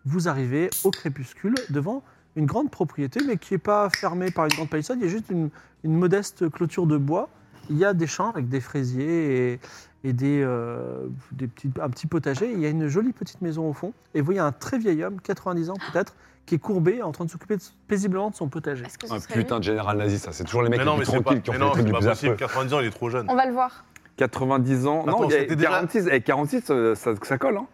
[SPEAKER 1] vous arrivez au crépuscule devant une grande propriété, mais qui n'est pas fermée par une grande palissade. Il y a juste une, une modeste clôture de bois. Il y a des champs avec des fraisiers et, et des, euh, des petites- un petit potager. Il y a une jolie petite maison au fond. Et vous voyez un très vieil homme, 90 ans peut-être, qui est courbé en train de s'occuper de- paisiblement de son potager.
[SPEAKER 4] Est-ce que ce
[SPEAKER 2] Un
[SPEAKER 4] serait lui
[SPEAKER 2] putain de général nazi, ça. C'est toujours les mecs
[SPEAKER 3] Mais
[SPEAKER 2] les
[SPEAKER 3] non,
[SPEAKER 2] plus
[SPEAKER 3] mais c'est pas,
[SPEAKER 2] tranquilles qui ont
[SPEAKER 3] mais
[SPEAKER 2] fait les
[SPEAKER 3] non,
[SPEAKER 2] trucs
[SPEAKER 3] c'est
[SPEAKER 2] les
[SPEAKER 3] pas
[SPEAKER 2] plus
[SPEAKER 3] possible.
[SPEAKER 2] affreux.
[SPEAKER 3] 90 ans, il est trop jeune.
[SPEAKER 4] On va le voir.
[SPEAKER 2] 90 ans.
[SPEAKER 3] Attends,
[SPEAKER 2] non, il y a
[SPEAKER 3] c'était déjà-
[SPEAKER 2] 46, avec 46, euh, ça, ça colle. Hein.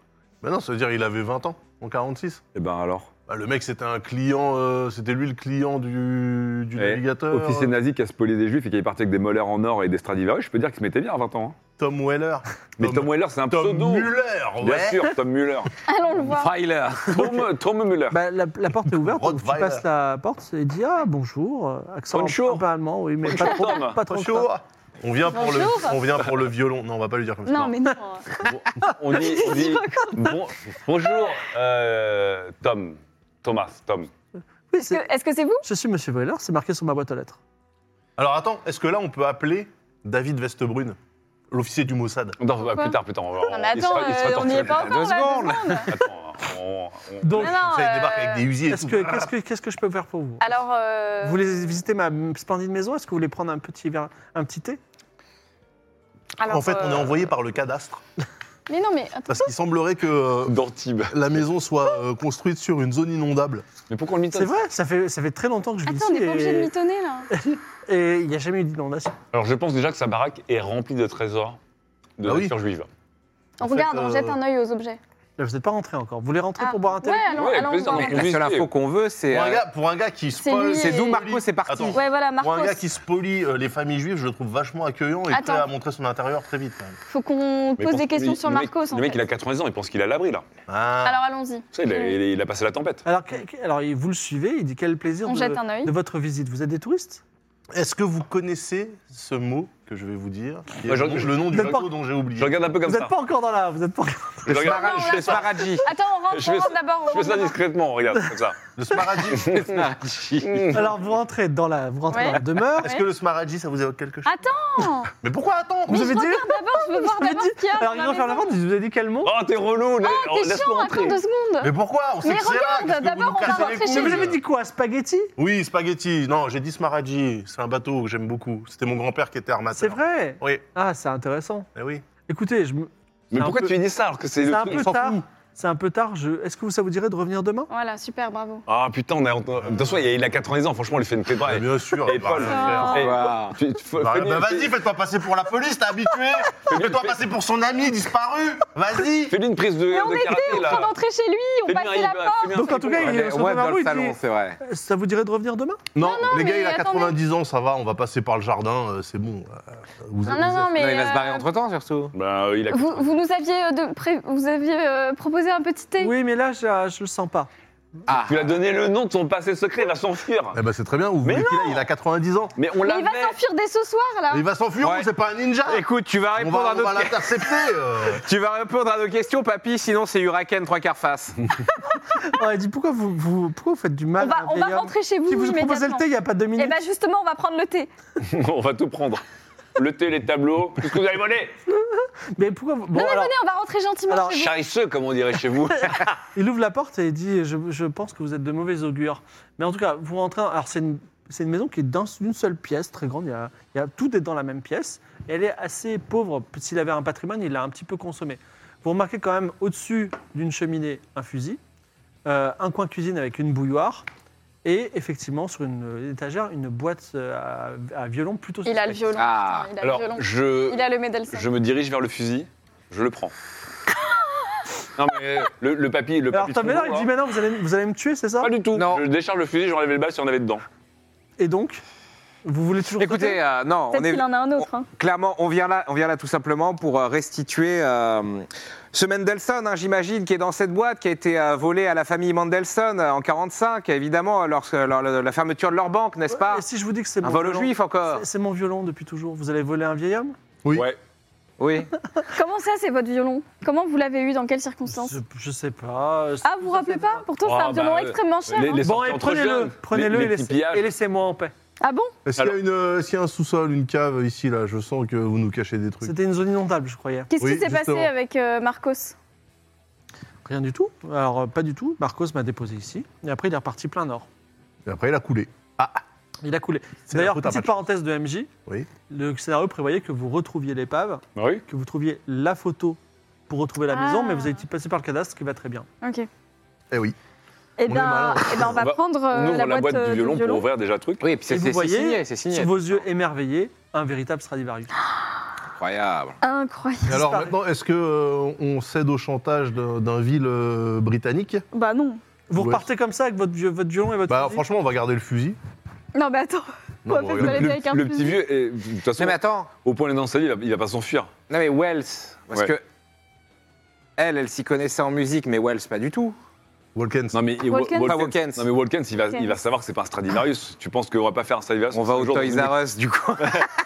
[SPEAKER 3] Bah non, ça veut dire il avait 20 ans, en 46.
[SPEAKER 2] Et ben alors,
[SPEAKER 3] Bah, le mec, c'était un client, euh, c'était lui le client du, du
[SPEAKER 2] Eh,
[SPEAKER 3] navigateur.
[SPEAKER 2] officier nazi qui a spolié des juifs et qui est parti avec des molaires en or et des Stradivarius, je peux dire qu'il se mettait bien à 20 ans. hein.
[SPEAKER 3] Tom Weller.
[SPEAKER 2] Mais
[SPEAKER 3] Tom-
[SPEAKER 2] Tom Weller, c'est un
[SPEAKER 3] Tom
[SPEAKER 2] pseudo.
[SPEAKER 3] Muller,
[SPEAKER 2] Bien
[SPEAKER 3] ouais.
[SPEAKER 2] sûr, Tom
[SPEAKER 4] *laughs*
[SPEAKER 2] Muller.
[SPEAKER 4] Allons le voir.
[SPEAKER 5] Weiler.
[SPEAKER 2] Tom, Tom Muller.
[SPEAKER 1] Bah, la, la porte est ouverte, donc tu
[SPEAKER 3] Rottweiler.
[SPEAKER 1] passes la porte et dis ah bonjour, euh, accent
[SPEAKER 2] Bonjour.
[SPEAKER 1] un peu allemand, oui, mais pas
[SPEAKER 2] Bonjour,
[SPEAKER 1] trop,
[SPEAKER 2] Tom.
[SPEAKER 1] pas trop.
[SPEAKER 3] Bonjour. On vient, pour le,
[SPEAKER 4] Bonjour.
[SPEAKER 3] on vient pour le violon. Non, on va pas lui dire comme ça.
[SPEAKER 4] Non, mais non.
[SPEAKER 2] on dit, on dit bon- bonjour, euh, Tom. Thomas, Tom.
[SPEAKER 1] Oui,
[SPEAKER 4] Est-ce
[SPEAKER 1] c'est-
[SPEAKER 4] que- Est-ce que c'est vous
[SPEAKER 1] je suis Monsieur Weiler, c'est marqué sur ma boîte aux lettres.
[SPEAKER 3] Alors attends, est-ce que là, on peut appeler David Vestebrune, l'officier du Mossad
[SPEAKER 2] Non, bah,
[SPEAKER 4] Pourquoi
[SPEAKER 2] plus tard, plus tard. On va,
[SPEAKER 4] Non, mais attends, euh, on n'y est pas encore.
[SPEAKER 5] Deux
[SPEAKER 4] là,
[SPEAKER 5] secondes.
[SPEAKER 4] secondes.
[SPEAKER 2] Attends, on- on-
[SPEAKER 1] Donc,
[SPEAKER 4] Mais
[SPEAKER 3] Ça,
[SPEAKER 4] non,
[SPEAKER 3] il
[SPEAKER 4] euh,
[SPEAKER 3] débarque avec des usines.
[SPEAKER 1] est-ce que- Ah qu'est-ce que qu'est-ce que je peux faire pour vous
[SPEAKER 4] Alors, euh,
[SPEAKER 1] Vous voulez visiter ma splendide maison Est-ce que vous voulez prendre un petit verre, un petit thé
[SPEAKER 4] alors,
[SPEAKER 3] en fait, on est
[SPEAKER 4] euh,
[SPEAKER 3] envoyé par le cadastre.
[SPEAKER 4] Mais non, mais attends.
[SPEAKER 3] Parce qu'il semblerait que euh,
[SPEAKER 2] d'Antibes.
[SPEAKER 3] la maison soit euh, construite sur une zone inondable.
[SPEAKER 2] Mais pourquoi on le
[SPEAKER 1] C'est
[SPEAKER 2] mitonne
[SPEAKER 1] vrai, ça fait ça fait très longtemps que je vis
[SPEAKER 4] Attends, on n'est pas obligé de
[SPEAKER 1] ici
[SPEAKER 4] mitonner là.
[SPEAKER 1] et- et il n'y a jamais eu d'inondation.
[SPEAKER 2] Alors je pense déjà que sa baraque est remplie de trésors de
[SPEAKER 3] Ah oui.
[SPEAKER 2] nature juive.
[SPEAKER 4] On
[SPEAKER 3] En fait,
[SPEAKER 4] regarde, on
[SPEAKER 3] euh,
[SPEAKER 4] jette un œil aux objets.
[SPEAKER 1] Là, vous n'êtes pas rentré encore. Vous voulez rentrer
[SPEAKER 4] Ah.
[SPEAKER 1] pour boire un thé
[SPEAKER 4] Ouais,
[SPEAKER 1] avec
[SPEAKER 4] allons,
[SPEAKER 2] Ouais,
[SPEAKER 4] allons
[SPEAKER 2] plaisir,
[SPEAKER 4] voir.
[SPEAKER 2] mais-
[SPEAKER 5] La seule info qu'on veut, c'est.
[SPEAKER 3] Pour, un
[SPEAKER 5] euh,
[SPEAKER 3] gars, pour un gars qui
[SPEAKER 4] C'est
[SPEAKER 3] spoil-
[SPEAKER 4] lui
[SPEAKER 5] C'est
[SPEAKER 4] et-
[SPEAKER 5] d'où Marco c'est parti.
[SPEAKER 3] Attends.
[SPEAKER 4] Ouais, voilà,
[SPEAKER 3] Pour
[SPEAKER 4] Marcos.
[SPEAKER 3] un gars qui spolie euh, les familles juives, je le trouve vachement accueillant et
[SPEAKER 4] Attends.
[SPEAKER 3] prêt à montrer son intérieur très vite. quand même.
[SPEAKER 4] Faut
[SPEAKER 2] Mais
[SPEAKER 4] qu'on pose
[SPEAKER 2] pense-
[SPEAKER 4] des questions
[SPEAKER 2] lui-
[SPEAKER 4] sur
[SPEAKER 2] le mec-
[SPEAKER 4] Marcos. en
[SPEAKER 2] Le mec,
[SPEAKER 4] fait.
[SPEAKER 2] il a 80 ans, il pense qu'il est à l'abri là.
[SPEAKER 3] Ah.
[SPEAKER 4] Alors allons-y.
[SPEAKER 2] Tu sais, il, a,
[SPEAKER 4] Mm.
[SPEAKER 2] il a- il a passé la tempête.
[SPEAKER 1] Alors, que- que- alors, il- vous le suivez, il dit quel plaisir
[SPEAKER 4] On
[SPEAKER 1] de,
[SPEAKER 4] jette un œil.
[SPEAKER 1] de votre visite. Vous êtes des touristes
[SPEAKER 3] Est-ce que vous connaissez ce mot que je vais vous dire qui est
[SPEAKER 2] Moi, je-
[SPEAKER 3] le nom- le nom du
[SPEAKER 1] Même pas-
[SPEAKER 3] bateau dont j'ai oublié
[SPEAKER 2] Je regarde un peu comme
[SPEAKER 1] Vous
[SPEAKER 2] ça.
[SPEAKER 1] n'êtes pas encore dans la, vous n'êtes pas
[SPEAKER 2] *laughs*
[SPEAKER 1] encore-
[SPEAKER 2] Je,
[SPEAKER 5] Le
[SPEAKER 2] regarde-
[SPEAKER 5] Smaragdi.
[SPEAKER 2] je fais
[SPEAKER 5] Le
[SPEAKER 2] ça,
[SPEAKER 5] Smaragdi.
[SPEAKER 4] Attends, on
[SPEAKER 2] Je
[SPEAKER 4] rentre, on
[SPEAKER 2] fais
[SPEAKER 4] rentre
[SPEAKER 2] ça-
[SPEAKER 4] d'abord. on
[SPEAKER 2] je fais ça
[SPEAKER 4] rentre d'abord.
[SPEAKER 2] discrètement, regarde, comme
[SPEAKER 4] *laughs*
[SPEAKER 2] ça.
[SPEAKER 3] Le Smaragdi.
[SPEAKER 5] Le Smaragdi.
[SPEAKER 1] Alors vous rentrez dans la, vous rentrez
[SPEAKER 4] Ouais.
[SPEAKER 1] dans la demeure.
[SPEAKER 3] Est-ce que le Smaragdi, ça vous évoque quelque chose
[SPEAKER 4] Attends
[SPEAKER 3] Mais pourquoi attends
[SPEAKER 1] Vous
[SPEAKER 4] Mais
[SPEAKER 1] avez
[SPEAKER 4] je
[SPEAKER 1] dit-
[SPEAKER 4] regarde d'abord, je veux voir
[SPEAKER 1] Vous avez
[SPEAKER 4] d'abord
[SPEAKER 1] dit-
[SPEAKER 4] ce qu'il y a.
[SPEAKER 1] Alors, il
[SPEAKER 4] dans
[SPEAKER 1] vient faire la vente, il vous a dit quel mot
[SPEAKER 2] *laughs* Oh, t'es relou, laisse-
[SPEAKER 4] maison. T'es
[SPEAKER 2] laisse-moi
[SPEAKER 4] chiant, attends
[SPEAKER 2] entrer.
[SPEAKER 4] deux secondes.
[SPEAKER 3] Mais pourquoi On sait
[SPEAKER 4] Mais
[SPEAKER 3] que c'est là,
[SPEAKER 4] regarde,
[SPEAKER 3] qu'est-ce que vous
[SPEAKER 4] d'abord,
[SPEAKER 3] nous
[SPEAKER 4] on va
[SPEAKER 3] cassez les
[SPEAKER 4] rentrer chez
[SPEAKER 3] couilles
[SPEAKER 1] Mais vous
[SPEAKER 4] nous.
[SPEAKER 1] avez dit quoi Spaghetti
[SPEAKER 3] Oui, spaghetti. Non, j'ai dit Smaragdi. C'est un bateau que j'aime beaucoup. C'était mon grand-père qui était armateur.
[SPEAKER 1] C'est vrai
[SPEAKER 3] Oui,
[SPEAKER 1] Ah, c'est intéressant.
[SPEAKER 3] eh oui.
[SPEAKER 1] Écoutez, je me-
[SPEAKER 2] Mais
[SPEAKER 1] C'est un
[SPEAKER 2] pourquoi
[SPEAKER 1] peu-
[SPEAKER 2] tu lui dis ça alors que c'est
[SPEAKER 1] c'est
[SPEAKER 2] le
[SPEAKER 1] un
[SPEAKER 2] truc-
[SPEAKER 1] peu
[SPEAKER 2] on s'en
[SPEAKER 1] tard.
[SPEAKER 2] fout.
[SPEAKER 1] C'est un peu tard. je- Est-ce que vous- ça vous dirait de revenir demain
[SPEAKER 4] Voilà, super, bravo.
[SPEAKER 2] Ah putain, on a... de toute façon, il a- il a 80 ans, franchement, on lui fait une clé de bras.
[SPEAKER 3] Mais
[SPEAKER 2] Et-
[SPEAKER 3] bien sûr.
[SPEAKER 2] Et
[SPEAKER 3] bah,
[SPEAKER 2] Paul.
[SPEAKER 3] bah,
[SPEAKER 2] Eh,
[SPEAKER 5] Voilà.
[SPEAKER 2] tu- tu- faut-
[SPEAKER 3] bah,
[SPEAKER 2] fais-
[SPEAKER 3] bah, vas-y, fais-toi passer pour la police, t'es *laughs* habitué. Fais-toi passer pour son ami disparu. Vas-y.
[SPEAKER 2] Fais-lui une prise de,
[SPEAKER 4] Mais on
[SPEAKER 2] de
[SPEAKER 4] était
[SPEAKER 2] karaté
[SPEAKER 4] en
[SPEAKER 2] là.
[SPEAKER 4] train d'entrer chez lui, on
[SPEAKER 2] Fais-lui un
[SPEAKER 4] passait la
[SPEAKER 2] hip-hop,
[SPEAKER 4] porte.
[SPEAKER 2] fais-lui un
[SPEAKER 1] Donc, en tout cas,
[SPEAKER 2] hip-hop.
[SPEAKER 1] il est
[SPEAKER 5] Ouais,
[SPEAKER 1] sur
[SPEAKER 5] ouais,
[SPEAKER 1] le
[SPEAKER 5] dans le
[SPEAKER 1] il
[SPEAKER 5] salon,
[SPEAKER 1] dit
[SPEAKER 5] c'est vrai.
[SPEAKER 1] Ça vous dirait de revenir demain
[SPEAKER 3] Non,
[SPEAKER 4] Non, non,
[SPEAKER 3] les gars,
[SPEAKER 4] mais
[SPEAKER 3] il a
[SPEAKER 4] attendez.
[SPEAKER 3] 90 ans, ça va, on va passer par le jardin, euh, c'est bon. euh, vous-
[SPEAKER 4] Non,
[SPEAKER 3] vous
[SPEAKER 4] non,
[SPEAKER 3] êtes-
[SPEAKER 4] non, mais.
[SPEAKER 5] Non, il va se barrer
[SPEAKER 4] euh,
[SPEAKER 5] entre temps, surtout.
[SPEAKER 2] Bah, il a
[SPEAKER 4] Vous, vous nous aviez, euh, de pré- vous aviez euh, proposé un petit thé.
[SPEAKER 1] Oui, mais là, je, je le sens pas.
[SPEAKER 5] Ah.
[SPEAKER 2] Tu lui as donné le nom de son passé secret, il va s'enfuir.
[SPEAKER 3] Eh ben c'est très bien, vous
[SPEAKER 2] Mais
[SPEAKER 3] voulez qu'il aille, il a 90 ans.
[SPEAKER 2] Mais on
[SPEAKER 4] Mais il va
[SPEAKER 2] l'avait.
[SPEAKER 4] s'enfuir dès ce soir, là
[SPEAKER 3] Il va s'enfuir,
[SPEAKER 5] Ouais.
[SPEAKER 3] c'est pas un ninja
[SPEAKER 5] Écoute, tu vas
[SPEAKER 3] On
[SPEAKER 5] répondre
[SPEAKER 3] va,
[SPEAKER 5] à
[SPEAKER 3] on va
[SPEAKER 5] notre
[SPEAKER 3] l'intercepter euh.
[SPEAKER 5] Tu vas répondre à nos questions, papy, sinon c'est Huracan trois quarts face.
[SPEAKER 1] On a dit Ah, pourquoi vous, vous- pourquoi vous faites du
[SPEAKER 4] On
[SPEAKER 1] mal à
[SPEAKER 4] va,
[SPEAKER 1] un
[SPEAKER 4] on
[SPEAKER 1] vieil
[SPEAKER 4] va
[SPEAKER 1] homme
[SPEAKER 4] rentrer chez vous
[SPEAKER 1] Si vous proposez le
[SPEAKER 4] immédiatement.
[SPEAKER 1] thé il n'y a pas deux
[SPEAKER 4] Et
[SPEAKER 1] minutes.
[SPEAKER 4] bah justement, on va prendre le thé.
[SPEAKER 2] *laughs* on va tout prendre. Le thé, les tableaux, tout ce que vous avez volé.
[SPEAKER 1] Mais pourquoi vous- bon,
[SPEAKER 4] non, mais
[SPEAKER 1] alors,
[SPEAKER 4] venez, on va rentrer gentiment
[SPEAKER 1] alors,
[SPEAKER 4] chez vous.
[SPEAKER 2] Charisseux, comme on dirait chez
[SPEAKER 4] *laughs*
[SPEAKER 2] vous.
[SPEAKER 1] Il aouvre la porte et il dit je, je pense que vous êtes de mauvais augure. Mais en tout cas, vous rentrez. Alors, c'est une, c'est une maison qui est d'un- d'une seule pièce, très grande. Il y a, il y a- tout est dans la même pièce. Et elle est assez pauvre. S'il avait un patrimoine, il l'a un petit peu consommé. Vous remarquez quand même au-dessus d'une cheminée un fusil, euh, un coin cuisine avec une bouilloire. Et effectivement, sur une euh, étagère, une boîte euh, à, à violon plutôt
[SPEAKER 4] Il a le
[SPEAKER 1] suspecte.
[SPEAKER 4] violon.
[SPEAKER 5] Ah,
[SPEAKER 4] putain, il a
[SPEAKER 2] Alors,
[SPEAKER 4] le violon.
[SPEAKER 2] je,
[SPEAKER 4] Il a le Médelsin.
[SPEAKER 2] je me dirige vers le fusil, je le
[SPEAKER 4] *laughs*
[SPEAKER 2] prends. non, mais euh, le, le papy, le
[SPEAKER 1] Alors,
[SPEAKER 2] papy.
[SPEAKER 1] Tom est là,
[SPEAKER 2] Trumbo,
[SPEAKER 1] il dit
[SPEAKER 2] là.
[SPEAKER 1] Maintenant, vous allez, vous allez me tuer, c'est ça
[SPEAKER 2] Pas du tout.
[SPEAKER 5] Non.
[SPEAKER 2] Je décharge le fusil, j'enlève le bal si on avait dedans.
[SPEAKER 1] Et donc, vous voulez toujours. sauter
[SPEAKER 5] Écoutez, euh, non, on
[SPEAKER 4] Peut-être
[SPEAKER 5] est
[SPEAKER 4] qu'il en a un autre. hein.
[SPEAKER 5] clairement, on vient là, on vient là tout simplement pour euh, restituer euh, ce Mendelssohn, hein, j'imagine, qui est dans cette boîte, qui a été euh, volé à la famille Mendelssohn euh, en 45, évidemment, lorsque leur- la fermeture de leur banque, n'est-ce
[SPEAKER 1] Ouais,
[SPEAKER 5] pas
[SPEAKER 1] mais Si je vous dis que c'est
[SPEAKER 5] Un
[SPEAKER 1] mon
[SPEAKER 5] vol aux
[SPEAKER 1] violon-
[SPEAKER 5] juifs encore.
[SPEAKER 1] C'est- C'est mon violon depuis toujours. Vous allez voler un vieil homme
[SPEAKER 3] Oui.
[SPEAKER 2] Ouais.
[SPEAKER 5] Oui.
[SPEAKER 1] *laughs*
[SPEAKER 4] Comment ça, c'est votre violon Comment vous l'avez eu Dans quelles circonstances
[SPEAKER 1] je, je sais pas.
[SPEAKER 4] Ah, vous vous rappelez pas Pourtant,
[SPEAKER 2] Oh,
[SPEAKER 4] c'est un violon
[SPEAKER 2] bah,
[SPEAKER 4] extrêmement cher.
[SPEAKER 2] les-
[SPEAKER 4] hein.
[SPEAKER 2] les-
[SPEAKER 1] Bon,
[SPEAKER 2] sorties
[SPEAKER 1] et
[SPEAKER 2] entre
[SPEAKER 1] prenez-le,
[SPEAKER 2] jeunes,
[SPEAKER 1] prenez-le
[SPEAKER 2] les-
[SPEAKER 1] et
[SPEAKER 2] les petits
[SPEAKER 1] laissez-
[SPEAKER 2] pillages.
[SPEAKER 1] et laissez-moi en paix.
[SPEAKER 4] Ah bon
[SPEAKER 3] Est-ce qu'il y, a
[SPEAKER 2] Alors-
[SPEAKER 3] une, euh, est-ce qu'il y a un sous-sol, une cave ici là Je sens que vous nous cachez des trucs.
[SPEAKER 1] C'était une zone inondable, je croyais.
[SPEAKER 4] Qu'est-ce
[SPEAKER 3] Oui,
[SPEAKER 4] qui s'est passé
[SPEAKER 3] justement.
[SPEAKER 4] avec euh, Marcos
[SPEAKER 1] Rien du tout. Alors, euh, pas du tout. Marcos m'a déposé ici. Et après, il est reparti plein nord.
[SPEAKER 3] Et après, il a coulé.
[SPEAKER 1] Il a coulé.
[SPEAKER 3] C'est
[SPEAKER 1] D'ailleurs,
[SPEAKER 3] la faute à
[SPEAKER 1] petite
[SPEAKER 3] Patrick.
[SPEAKER 1] parenthèse de MJ.
[SPEAKER 3] Oui.
[SPEAKER 1] Le scénario prévoyait que vous retrouviez l'épave,
[SPEAKER 2] Bah oui.
[SPEAKER 1] que vous trouviez la photo pour retrouver la
[SPEAKER 4] Ah.
[SPEAKER 1] maison, mais vous avez été passé par le cadastre, ce qui va très bien.
[SPEAKER 4] Ok.
[SPEAKER 3] Eh oui.
[SPEAKER 4] Eh
[SPEAKER 3] On est
[SPEAKER 4] bien,
[SPEAKER 3] malin.
[SPEAKER 4] on va
[SPEAKER 2] On va-
[SPEAKER 4] prendre
[SPEAKER 2] On
[SPEAKER 4] euh,
[SPEAKER 2] ouvre
[SPEAKER 4] la, boîte, euh,
[SPEAKER 2] du violon pour ouvrir déjà le truc.
[SPEAKER 5] Oui, et puis c'est
[SPEAKER 1] vous
[SPEAKER 5] c'est
[SPEAKER 1] voyez,
[SPEAKER 5] signé, c'est signé.
[SPEAKER 1] Sous vos yeux émerveillés, un véritable Stradivarius.
[SPEAKER 5] Incroyable.
[SPEAKER 4] Incroyable.
[SPEAKER 3] Et alors
[SPEAKER 1] Disparaît.
[SPEAKER 3] maintenant, est-ce que euh, on cède au chantage d'un d'un vil euh, britannique
[SPEAKER 4] Bah non.
[SPEAKER 1] Vous
[SPEAKER 3] Ouais.
[SPEAKER 1] repartez comme ça avec votre, vieux- votre violon et votre.
[SPEAKER 3] Bah
[SPEAKER 1] fusil
[SPEAKER 3] franchement, on va garder le fusil. euh,
[SPEAKER 4] Non, mais attends. Quoi,
[SPEAKER 3] on
[SPEAKER 4] faites-vous
[SPEAKER 3] regarde.
[SPEAKER 4] aller-
[SPEAKER 2] Le,
[SPEAKER 4] avec un
[SPEAKER 2] le
[SPEAKER 4] fusil.
[SPEAKER 2] petit vieux, et, de toute façon,
[SPEAKER 5] Non, mais attends.
[SPEAKER 2] au point d'être dans sa vie, il va- il va pas s'enfuir.
[SPEAKER 5] Non, mais Wells, parce
[SPEAKER 2] Ouais.
[SPEAKER 5] que. Elle, elle s'y connaissait en musique, mais Wells, pas du tout.
[SPEAKER 3] Walkens.
[SPEAKER 2] Non, mais et Wa-
[SPEAKER 4] Walkens.
[SPEAKER 5] Pas Walkens.
[SPEAKER 2] Non, mais Walkens, il va,
[SPEAKER 4] Walkens.
[SPEAKER 2] il va savoir que c'est pas un Stradivarius. tu penses qu'on va pas faire un Stradivarius
[SPEAKER 5] On va au
[SPEAKER 2] Aujourd'hui,
[SPEAKER 5] Toys R Us, du *laughs* coup.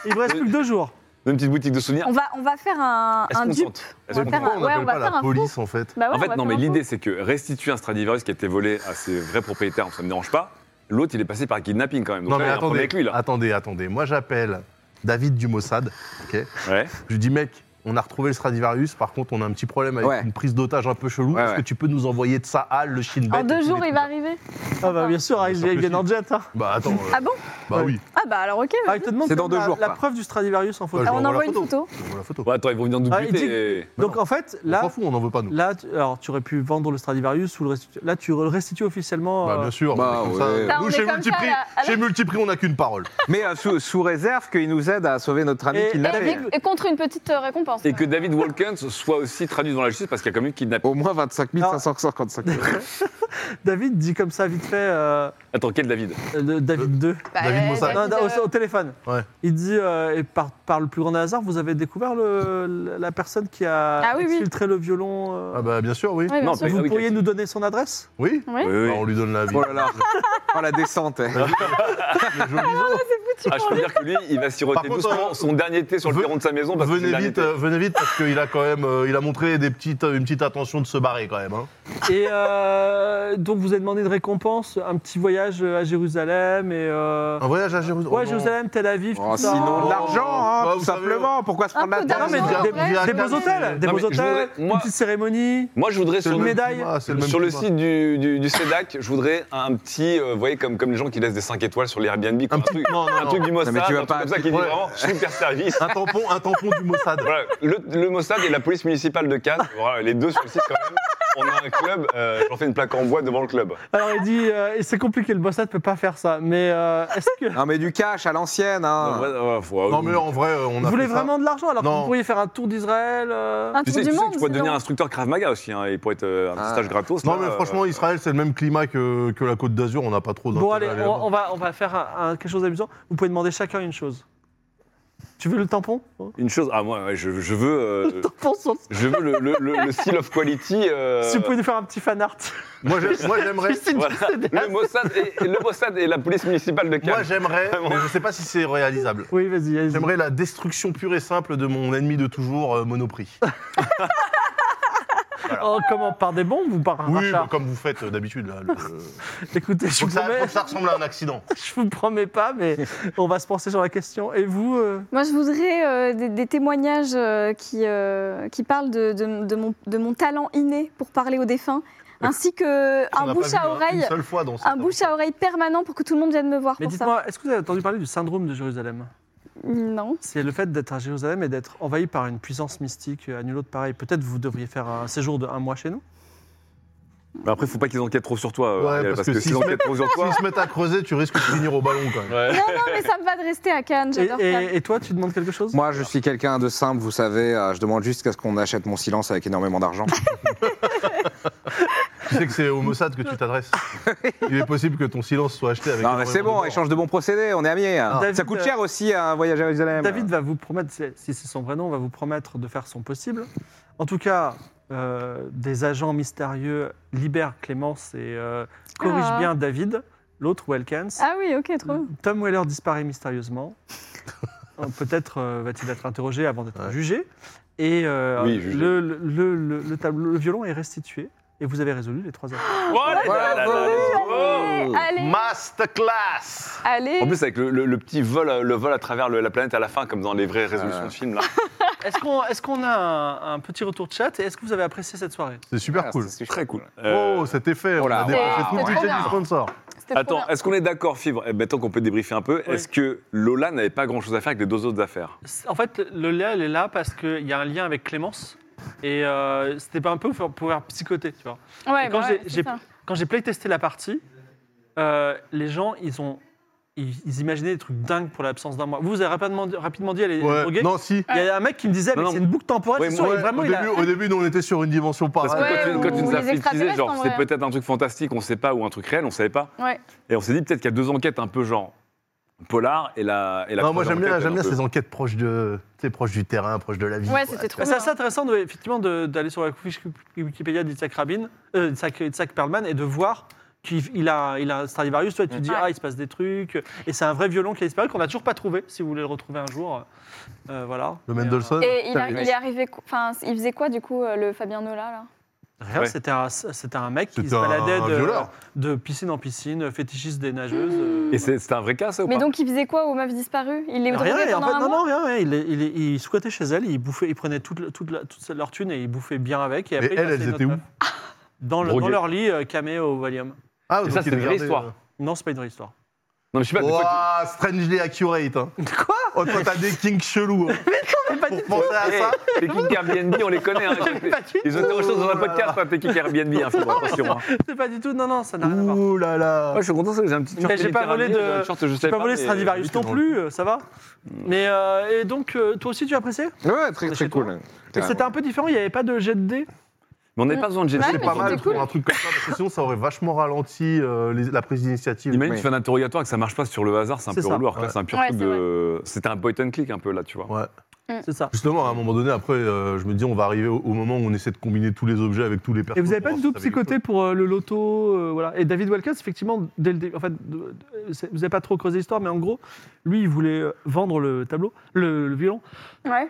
[SPEAKER 1] Il vous reste plus que deux jours.
[SPEAKER 2] dans Une petite boutique de souvenirs.
[SPEAKER 4] On va, on va faire un,
[SPEAKER 2] Est-ce
[SPEAKER 4] un
[SPEAKER 2] qu'on
[SPEAKER 4] dip.
[SPEAKER 2] sente
[SPEAKER 4] On
[SPEAKER 2] Est-ce
[SPEAKER 4] va
[SPEAKER 2] qu'on
[SPEAKER 4] faire
[SPEAKER 2] sente
[SPEAKER 3] Pourquoi on
[SPEAKER 4] ouais,
[SPEAKER 3] n'appelle
[SPEAKER 4] on va
[SPEAKER 3] pas
[SPEAKER 4] faire un
[SPEAKER 3] la police en fait
[SPEAKER 4] Bah ouais,
[SPEAKER 2] En
[SPEAKER 4] on va
[SPEAKER 2] fait, non,
[SPEAKER 4] faire
[SPEAKER 2] mais
[SPEAKER 4] un tour.
[SPEAKER 2] l'idée, c'est que restituer un Stradivarius qui a été volé ah, à ses vrais propriétaires, ça me dérange pas. L'autre, il est passé par kidnapping quand même. Donc
[SPEAKER 3] Non
[SPEAKER 2] là,
[SPEAKER 3] mais
[SPEAKER 2] il y a un problème avec
[SPEAKER 3] attendez,
[SPEAKER 2] lui, là.
[SPEAKER 3] attendez, attendez. Moi j'appelle David du Mossad. ok
[SPEAKER 2] Ouais.
[SPEAKER 3] Je lui dis mec, on a retrouvé le Stradivarius. Par contre, on a un petit problème avec
[SPEAKER 5] Ouais.
[SPEAKER 3] une prise d'otage un peu chelou.
[SPEAKER 5] Ouais,
[SPEAKER 3] Est-ce
[SPEAKER 5] ouais.
[SPEAKER 3] que tu peux nous envoyer de ça à le Shin
[SPEAKER 4] En
[SPEAKER 3] Bet
[SPEAKER 4] deux
[SPEAKER 3] et tous
[SPEAKER 4] jours,
[SPEAKER 3] les
[SPEAKER 4] il va
[SPEAKER 3] trucs
[SPEAKER 4] arriver.
[SPEAKER 1] Ah bah bien sûr, hein, ils
[SPEAKER 3] Ils sont
[SPEAKER 1] viennent en
[SPEAKER 3] petits.
[SPEAKER 1] jet. hein.
[SPEAKER 3] Bah attends. euh,
[SPEAKER 4] Ah bon
[SPEAKER 3] bah oui.
[SPEAKER 4] Ah bah alors ok.
[SPEAKER 1] Ah, il te demande
[SPEAKER 5] C'est dans
[SPEAKER 1] quand même
[SPEAKER 5] deux
[SPEAKER 1] la,
[SPEAKER 5] jours,
[SPEAKER 1] la
[SPEAKER 5] quoi.
[SPEAKER 1] preuve du Stradivarius en photo.
[SPEAKER 3] Ouais, je
[SPEAKER 4] Ah,
[SPEAKER 3] vous
[SPEAKER 4] on
[SPEAKER 3] envoie la
[SPEAKER 4] envoie une
[SPEAKER 3] photo.
[SPEAKER 4] photo.
[SPEAKER 3] Je vois la photo.
[SPEAKER 2] Ouais, attends, ils vont venir nous
[SPEAKER 1] Ah, il dit-
[SPEAKER 2] buter. et-
[SPEAKER 1] Donc en fait,
[SPEAKER 3] on
[SPEAKER 1] là,
[SPEAKER 3] s'en fout, on n'en veut pas nous.
[SPEAKER 1] là, tu- alors tu aurais pu vendre le Stradivarius ou le restituer. Là, tu le restitues officiellement.
[SPEAKER 3] Bah
[SPEAKER 1] euh,
[SPEAKER 3] bien sûr.
[SPEAKER 5] Bah,
[SPEAKER 3] on est comme
[SPEAKER 5] ouais.
[SPEAKER 3] ça.
[SPEAKER 5] Là,
[SPEAKER 4] on
[SPEAKER 3] Nous
[SPEAKER 4] est
[SPEAKER 3] chez
[SPEAKER 4] comme ça,
[SPEAKER 3] Multiprix,
[SPEAKER 4] là. Alors-
[SPEAKER 3] chez Multiprix, on n'a qu'une parole.
[SPEAKER 5] Mais euh, sous, sous réserve qu'il nous aide à sauver notre ami
[SPEAKER 1] Et
[SPEAKER 5] qui l'a fait.
[SPEAKER 1] David-
[SPEAKER 4] Et contre une petite euh, récompense.
[SPEAKER 2] Et que David Walkens soit aussi traduit dans la justice parce qu'il y a quand même eu kidnapping.
[SPEAKER 5] Au moins 25 555 euros.
[SPEAKER 1] David dit comme ça vite fait. euh,
[SPEAKER 2] Attends, quel David
[SPEAKER 1] euh, de- David 2.
[SPEAKER 4] Bah,
[SPEAKER 3] David
[SPEAKER 4] euh,
[SPEAKER 3] Mossad.
[SPEAKER 1] Non,
[SPEAKER 4] David,
[SPEAKER 1] non,
[SPEAKER 4] euh,
[SPEAKER 1] au, au téléphone.
[SPEAKER 3] Ouais.
[SPEAKER 1] Il dit, euh, et par, par le plus grand hasard, vous avez découvert le, la personne qui a
[SPEAKER 4] Ah oui, oui.
[SPEAKER 1] filtré le violon. euh,
[SPEAKER 3] Ah bah bien sûr, oui.
[SPEAKER 4] oui, bien
[SPEAKER 2] Non,
[SPEAKER 4] sûr.
[SPEAKER 2] mais-
[SPEAKER 1] Vous
[SPEAKER 2] Ah oui,
[SPEAKER 1] pourriez
[SPEAKER 2] Cathy.
[SPEAKER 1] nous donner son adresse
[SPEAKER 3] Oui.
[SPEAKER 4] Oui.
[SPEAKER 3] Bah,
[SPEAKER 2] Ah,
[SPEAKER 3] on lui donne la vie.
[SPEAKER 5] Oh là là. Oh la descente. eh.
[SPEAKER 3] Le joli zoo.
[SPEAKER 2] Ah, je peux dire que lui, il va siroter
[SPEAKER 3] Par contre,
[SPEAKER 2] doucement
[SPEAKER 3] euh,
[SPEAKER 2] son dernier thé sur le
[SPEAKER 3] ve-
[SPEAKER 2] perron de sa maison. Parce que c'est le
[SPEAKER 3] Venez
[SPEAKER 2] dernier
[SPEAKER 3] vite,
[SPEAKER 2] thé.
[SPEAKER 3] euh, venez vite parce qu'il a quand même, euh, il a montré des petites, une petite attention de se barrer quand même. hein.
[SPEAKER 1] Et euh, donc, vous avez demandé une récompense, un petit voyage à Jérusalem et. euh,
[SPEAKER 3] Un voyage à Jérusalem.
[SPEAKER 1] ouais, Jérusalem, Tel Aviv,
[SPEAKER 5] Oh,
[SPEAKER 1] tout ça.
[SPEAKER 5] sinon,
[SPEAKER 3] Oh.
[SPEAKER 5] de l'argent, hein,
[SPEAKER 3] Bah,
[SPEAKER 5] tout
[SPEAKER 3] vous savez,
[SPEAKER 5] simplement. Pourquoi se
[SPEAKER 4] Un
[SPEAKER 5] prendre la
[SPEAKER 4] peu
[SPEAKER 5] tête
[SPEAKER 1] Non, mais
[SPEAKER 4] d'argent.
[SPEAKER 3] Viens,
[SPEAKER 1] des,
[SPEAKER 3] viens,
[SPEAKER 1] des- des
[SPEAKER 3] viens.
[SPEAKER 1] beaux hôtels, des
[SPEAKER 2] Non, mais
[SPEAKER 1] beaux
[SPEAKER 2] je
[SPEAKER 1] hôtels,
[SPEAKER 2] voudrais- moi-
[SPEAKER 1] une petite cérémonie.
[SPEAKER 2] Moi, je voudrais sur
[SPEAKER 1] Une
[SPEAKER 2] le,
[SPEAKER 1] médaille.
[SPEAKER 3] climat, c'est même
[SPEAKER 2] sur le
[SPEAKER 3] climat.
[SPEAKER 2] site du, du, du CEDAC, je voudrais un petit, euh, vous voyez, comme, comme les gens qui laissent des 5 étoiles sur les Airbnb. quoi. Un, truc,
[SPEAKER 3] non, non,
[SPEAKER 2] un
[SPEAKER 3] non.
[SPEAKER 2] truc du Mossad,
[SPEAKER 5] mais tu vas
[SPEAKER 2] un
[SPEAKER 5] pas-
[SPEAKER 2] truc comme ça qui dit
[SPEAKER 3] Ouais.
[SPEAKER 2] vraiment super service.
[SPEAKER 3] Un tampon, un tampon du Mossad.
[SPEAKER 2] Voilà, le, le Mossad et la police municipale de Cannes, voilà, les deux sur le site quand même. On a un club, euh, j'en fais une plaque en bois devant le club.
[SPEAKER 1] Alors il dit, euh, et c'est compliqué, le bossat ne peut pas faire ça. Mais euh, est-ce que
[SPEAKER 3] *laughs* Ah,
[SPEAKER 5] Non, mais du cash à l'ancienne. Hein.
[SPEAKER 3] Non mais en vrai, euh, on
[SPEAKER 1] vous
[SPEAKER 3] a.
[SPEAKER 1] voulez
[SPEAKER 3] fait ça.
[SPEAKER 1] vraiment de l'argent alors que
[SPEAKER 3] Non. Ah.
[SPEAKER 1] vous pourriez faire un tour d'Israël euh,
[SPEAKER 4] Un
[SPEAKER 2] Tu
[SPEAKER 4] tour
[SPEAKER 2] sais,
[SPEAKER 4] du
[SPEAKER 2] tu sais
[SPEAKER 4] monde.
[SPEAKER 2] que tu pourrais
[SPEAKER 4] dis
[SPEAKER 2] devenir
[SPEAKER 4] donc.
[SPEAKER 2] instructeur Krav Maga aussi, hein, et pour être euh, un petit
[SPEAKER 5] Ah.
[SPEAKER 2] stage gratos.
[SPEAKER 3] Non
[SPEAKER 2] là,
[SPEAKER 3] mais
[SPEAKER 2] euh,
[SPEAKER 3] franchement, Israël, c'est le même climat que, que la Côte d'Azur. On n'a pas trop.
[SPEAKER 1] Bon
[SPEAKER 3] d'intérêt
[SPEAKER 1] allez,
[SPEAKER 3] à aller
[SPEAKER 1] on,
[SPEAKER 3] là-bas.
[SPEAKER 1] on va, on va faire un- un- quelque chose d'amusant. Vous pouvez demander chacun une chose. Tu veux le tampon hein
[SPEAKER 2] Une chose, ah moi, ouais, je, je veux,
[SPEAKER 1] *laughs* Le
[SPEAKER 2] euh,
[SPEAKER 1] tampon sur
[SPEAKER 2] je veux le, le, le, le seal of quality. euh,
[SPEAKER 1] Si vous pouvez nous faire un petit fan
[SPEAKER 2] *laughs*
[SPEAKER 1] art.
[SPEAKER 3] Moi, je- moi,
[SPEAKER 1] *laughs*
[SPEAKER 3] j'aimerais.
[SPEAKER 1] Christine
[SPEAKER 2] voilà.
[SPEAKER 1] Ducédé.
[SPEAKER 2] le Mossad et le Mossad et la police municipale de
[SPEAKER 3] Moi,
[SPEAKER 2] Cannes.
[SPEAKER 3] j'aimerais. mais Je sais pas si c'est réalisable.
[SPEAKER 1] Oui, vas-y, allez-y.
[SPEAKER 3] J'aimerais la destruction pure et simple de mon ennemi de toujours, euh, Monoprix.
[SPEAKER 1] Oh, comment Par des bombes ou par un
[SPEAKER 3] Oui,
[SPEAKER 1] rachat
[SPEAKER 3] bah, comme vous faites euh, d'habitude. là, le-
[SPEAKER 1] Écoutez, je
[SPEAKER 3] Faut
[SPEAKER 1] vous,
[SPEAKER 3] que ça,
[SPEAKER 1] promets,
[SPEAKER 3] faut que ça ressemble à un accident.
[SPEAKER 1] *laughs* je vous promets pas,
[SPEAKER 3] *laughs*
[SPEAKER 1] mais on va se penser sur la question. Et vous euh,
[SPEAKER 4] Moi, je voudrais euh, des, des témoignages euh, qui, euh, qui parlent de, de- de mon, de mon talent inné pour parler aux défunts, ainsi que
[SPEAKER 3] On
[SPEAKER 4] un
[SPEAKER 3] n'a pas
[SPEAKER 4] bouche
[SPEAKER 3] vu,
[SPEAKER 4] à
[SPEAKER 3] hein,
[SPEAKER 4] oreille,
[SPEAKER 3] Une seule fois dans cette
[SPEAKER 4] un bouche à oreille permanent pour que tout le monde vienne me voir
[SPEAKER 1] Mais
[SPEAKER 4] pour ça.
[SPEAKER 1] dites-moi, est-ce que vous avez entendu parler du syndrome de Jérusalem *laughs*
[SPEAKER 4] Non.
[SPEAKER 1] C'est le fait d'être à Jérusalem et d'être envahi par une puissance mystique à nul autre pareil. Peut-être vous devriez faire un séjour de un mois chez nous.
[SPEAKER 2] Mais après, faut pas qu'ils enquêtent trop sur toi, euh,
[SPEAKER 3] Ouais,
[SPEAKER 2] Ariel,
[SPEAKER 3] parce
[SPEAKER 2] parce
[SPEAKER 3] que
[SPEAKER 2] que s'ils
[SPEAKER 3] s'ils se
[SPEAKER 2] enquêtent trop sur toi.
[SPEAKER 3] S'ils se mettent à creuser, tu risques de finir au ballon quand même.
[SPEAKER 2] Ouais.
[SPEAKER 4] Non, non, mais ça me va de rester à Cannes,
[SPEAKER 1] Et,
[SPEAKER 4] j'adore Cannes.
[SPEAKER 1] et- et toi, tu demandes quelque chose
[SPEAKER 5] *laughs* Moi, je suis quelqu'un de simple, vous savez. euh, Je demande juste qu'à ce qu'on achète mon silence avec
[SPEAKER 2] *laughs*
[SPEAKER 5] énormément d'argent.
[SPEAKER 3] Tu sais que c'est au Mossad que tu t'adresses. Il est possible que ton silence soit acheté avec.
[SPEAKER 5] Non, mais c'est
[SPEAKER 3] énormément
[SPEAKER 5] bon,
[SPEAKER 3] de
[SPEAKER 5] échange de bons procédés, on est amis. hein.
[SPEAKER 1] David,
[SPEAKER 5] ça coûte
[SPEAKER 1] euh,
[SPEAKER 5] cher aussi hein, un voyage à Jérusalem.
[SPEAKER 1] David va vous promettre, c'est- si c'est son vrai nom, va vous promettre de faire son possible. En tout cas, euh, des agents mystérieux libèrent Clémence et euh, corrigent
[SPEAKER 4] Ah.
[SPEAKER 1] bien David, l'autre Welkens.
[SPEAKER 4] Ah oui, ok, trop bien.
[SPEAKER 1] Mmh. Tom Weller disparaît
[SPEAKER 3] *laughs*
[SPEAKER 1] mystérieusement. Euh, Peut-être euh, va-t-il être interrogé avant d'être
[SPEAKER 3] Ouais.
[SPEAKER 1] jugé. Et euh,
[SPEAKER 2] Oui, jugé.
[SPEAKER 1] Le, le, le- le tableau, le violon est restitué. Et vous avez résolu les trois affaires.
[SPEAKER 2] Oh là là là là, let's go.
[SPEAKER 4] Allez, Eh, allez,
[SPEAKER 3] Masterclass
[SPEAKER 4] allez.
[SPEAKER 2] En plus, avec le, le- le petit vol, euh, le vol à travers le- la planète à la fin, comme dans les vraies résolutions
[SPEAKER 5] Euh.
[SPEAKER 2] de films. Là.
[SPEAKER 1] *gasps* Est-ce qu'on est qu'on a un, un petit retour de chat et est-ce que vous avez apprécié cette soirée
[SPEAKER 3] C'est super cool.
[SPEAKER 5] Très cool.
[SPEAKER 2] Euh,
[SPEAKER 3] Oh, cet effet,
[SPEAKER 5] Oh
[SPEAKER 3] on
[SPEAKER 5] là,
[SPEAKER 3] a dépensé
[SPEAKER 4] wow.
[SPEAKER 3] tout le
[SPEAKER 4] C'était
[SPEAKER 3] budget
[SPEAKER 4] trop
[SPEAKER 3] du
[SPEAKER 4] bien.
[SPEAKER 3] sponsor.
[SPEAKER 4] C'était trop
[SPEAKER 2] Attends,
[SPEAKER 4] bien.
[SPEAKER 2] est-ce qu'on est d'accord, Fibre eh ben, Tant qu'on peut débriefer un peu,
[SPEAKER 1] Oui.
[SPEAKER 2] est-ce que Lola n'avait pas grand-chose à faire avec les deux autres affaires
[SPEAKER 1] C'est- En fait, le lien, elle est là parce qu'il y a un lien avec Clémence. Et euh, c'était pas un peu pour faire- pour faire psychoter, tu vois.
[SPEAKER 4] Ouais,
[SPEAKER 1] Et quand
[SPEAKER 4] bah
[SPEAKER 1] j'ai-
[SPEAKER 4] ouais, c'est
[SPEAKER 1] j'ai-
[SPEAKER 4] ça.
[SPEAKER 1] Quand j'ai playtesté la partie, euh, les gens, ils ont. Ils, ils imaginaient des trucs dingues pour l'absence d'un mois. Vous, vous avez rapidement, dit- rapidement dit, elle est
[SPEAKER 3] Ouais,
[SPEAKER 1] droguée.
[SPEAKER 3] Non, si.
[SPEAKER 1] Il y a un mec qui me disait,
[SPEAKER 2] Non,
[SPEAKER 1] mais
[SPEAKER 2] non.
[SPEAKER 1] c'est une boucle temporelle,
[SPEAKER 2] Oui,
[SPEAKER 1] c'est
[SPEAKER 2] moi,
[SPEAKER 1] sûr, et
[SPEAKER 3] Ouais,
[SPEAKER 1] vraiment,
[SPEAKER 3] au,
[SPEAKER 1] il a-
[SPEAKER 3] début, au début, nous, on était sur une dimension
[SPEAKER 2] Parce que
[SPEAKER 3] parallèle.
[SPEAKER 4] Ouais,
[SPEAKER 2] quand, tu, quand tu
[SPEAKER 4] ou
[SPEAKER 2] nous
[SPEAKER 4] les
[SPEAKER 2] as fait teaser,
[SPEAKER 4] extraterrestres,
[SPEAKER 2] genre
[SPEAKER 4] en
[SPEAKER 2] c'est
[SPEAKER 4] vrai.
[SPEAKER 2] peut-être un truc fantastique, on sait pas, ou un truc réel, on savait pas.
[SPEAKER 4] Ouais.
[SPEAKER 2] Et on s'est dit peut-être qu'il y a deux enquêtes un peu genre polar et la. Et la
[SPEAKER 3] Non, moi,
[SPEAKER 2] troisième
[SPEAKER 3] j'aime bien,
[SPEAKER 2] enquête,
[SPEAKER 3] j'aime
[SPEAKER 2] elle est
[SPEAKER 3] bien
[SPEAKER 2] un peu-
[SPEAKER 3] ces enquêtes proches, de, tu sais, proches du terrain, proches de la vie.
[SPEAKER 4] Ouais, c'était trop
[SPEAKER 1] C'est
[SPEAKER 4] bien.
[SPEAKER 1] assez intéressant, de- effectivement, de- d'aller sur la fiche Wikipédia d'Isaac Rabin, euh, d'Isaac Isaac Perlman, et de voir qu'il il a, il a un Stradivarius. Toi, tu te dis,
[SPEAKER 4] Mm. Ouais.
[SPEAKER 1] ah, il se passe des trucs. Et c'est un vrai violon qui a disparu, qu'on n'a toujours pas trouvé, si vous voulez le retrouver un jour. Euh, voilà.
[SPEAKER 3] Le
[SPEAKER 1] Et, euh,
[SPEAKER 3] Mendelssohn.
[SPEAKER 4] Et il, a-
[SPEAKER 5] Putain,
[SPEAKER 4] il est arrivé, co- enfin, il faisait quoi du coup euh, le Fabien Nola là
[SPEAKER 1] euh, Rien,
[SPEAKER 2] Ouais.
[SPEAKER 1] c'était un, c'était un mec qui
[SPEAKER 3] C'était
[SPEAKER 1] se baladait
[SPEAKER 3] un
[SPEAKER 1] de,
[SPEAKER 3] violeur.
[SPEAKER 1] de piscine en piscine, fétichiste des nageuses.
[SPEAKER 4] Mmh.
[SPEAKER 1] euh,
[SPEAKER 2] Et c'est c'est un vrai cas, ça ou
[SPEAKER 4] Mais
[SPEAKER 2] pas
[SPEAKER 4] donc il faisait quoi aux meufs disparues Il les
[SPEAKER 1] Rien,
[SPEAKER 4] retrouvait
[SPEAKER 1] et en
[SPEAKER 4] pendant
[SPEAKER 1] fait,
[SPEAKER 4] un
[SPEAKER 1] non,
[SPEAKER 4] mois
[SPEAKER 1] non, rien, rien. Il, il, il squattait chez elle, il, bouffait, il prenait toute, le- toute, la- toute leur thune et il bouffait bien avec. Et après, il
[SPEAKER 3] elles,
[SPEAKER 1] passait
[SPEAKER 3] elles
[SPEAKER 1] une
[SPEAKER 3] étaient
[SPEAKER 1] autre
[SPEAKER 3] où
[SPEAKER 1] meuf. dans, le- dans
[SPEAKER 2] Droguées.
[SPEAKER 1] leur lit, euh, camé au Valium.
[SPEAKER 3] Ah,
[SPEAKER 2] Et
[SPEAKER 3] donc
[SPEAKER 2] ça, c'est
[SPEAKER 3] il
[SPEAKER 2] une vraie
[SPEAKER 3] regardait,
[SPEAKER 1] *laughs*
[SPEAKER 2] histoire.
[SPEAKER 3] euh,
[SPEAKER 1] Non, c'est pas une vraie histoire.
[SPEAKER 2] Non, mais je sais pas. des fois,
[SPEAKER 3] Ouah, strangely accurate. Hein.
[SPEAKER 1] *laughs* Quoi
[SPEAKER 3] Oh, toi, t'as des kinks chelous. hein.
[SPEAKER 1] pas
[SPEAKER 3] Pour
[SPEAKER 1] *laughs*
[SPEAKER 3] penser à
[SPEAKER 2] tu-
[SPEAKER 3] ça,
[SPEAKER 2] Eh, Les kicks Airbnb, on les connaît. hein.
[SPEAKER 1] Pas du
[SPEAKER 2] Ils ont été recherchés dans un podcast, hein, tes kicks Airbnb, hein, Fibre, attention. hein.
[SPEAKER 1] C'est pas du tout, non, non, ça n'a rien à voir.
[SPEAKER 3] Ouh là là.
[SPEAKER 2] Moi, je suis content, ça, j'ai un petit
[SPEAKER 1] Mais j'ai pas volé de- J'ai pas volé Stradivarius non
[SPEAKER 3] dans le
[SPEAKER 1] plus, euh, ça va. Mais euh, et donc, euh, toi aussi, tu as apprécié
[SPEAKER 5] Ouais,
[SPEAKER 1] On
[SPEAKER 5] très
[SPEAKER 1] est
[SPEAKER 5] très
[SPEAKER 1] chez
[SPEAKER 5] cool.
[SPEAKER 1] toi. Et
[SPEAKER 5] Carrément.
[SPEAKER 1] C'était un peu différent, il n'y avait pas de jet de dés.
[SPEAKER 2] Mais on n'avait pas besoin de jet
[SPEAKER 4] Ouais,
[SPEAKER 2] set
[SPEAKER 4] mais
[SPEAKER 3] C'est pas
[SPEAKER 2] pour
[SPEAKER 3] mal
[SPEAKER 2] ça.
[SPEAKER 4] c'était
[SPEAKER 3] pour
[SPEAKER 4] cool.
[SPEAKER 3] un truc comme ça, parce que sinon, ça aurait vachement ralenti euh, les- la prise d'initiative.
[SPEAKER 2] Imagine,
[SPEAKER 5] Oui.
[SPEAKER 2] tu fais un interrogatoire et que ça marche pas sur le hasard, c'est un
[SPEAKER 1] C'est
[SPEAKER 2] peu
[SPEAKER 1] ça.
[SPEAKER 2] relou. alors que là,
[SPEAKER 3] Ouais.
[SPEAKER 2] c'est un pur
[SPEAKER 4] Ouais,
[SPEAKER 2] truc
[SPEAKER 4] c'est
[SPEAKER 2] de. C'était un point and click un peu là, tu vois.
[SPEAKER 3] Ouais.
[SPEAKER 1] C'est ça.
[SPEAKER 3] Justement, à un moment donné, après, euh, je me dis, on va arriver au, au moment où on essaie de combiner tous les objets avec tous les personnages.
[SPEAKER 1] Et vous n'avez pas Oh, du tout psychoté pour euh, le loto euh, voilà. Et David Walkers, effectivement, dès le dé- en fait, de- de- c'est- vous n'avez pas trop creusé l'histoire, mais en gros, lui, il voulait euh, vendre le tableau, le, le violon.
[SPEAKER 4] Ouais.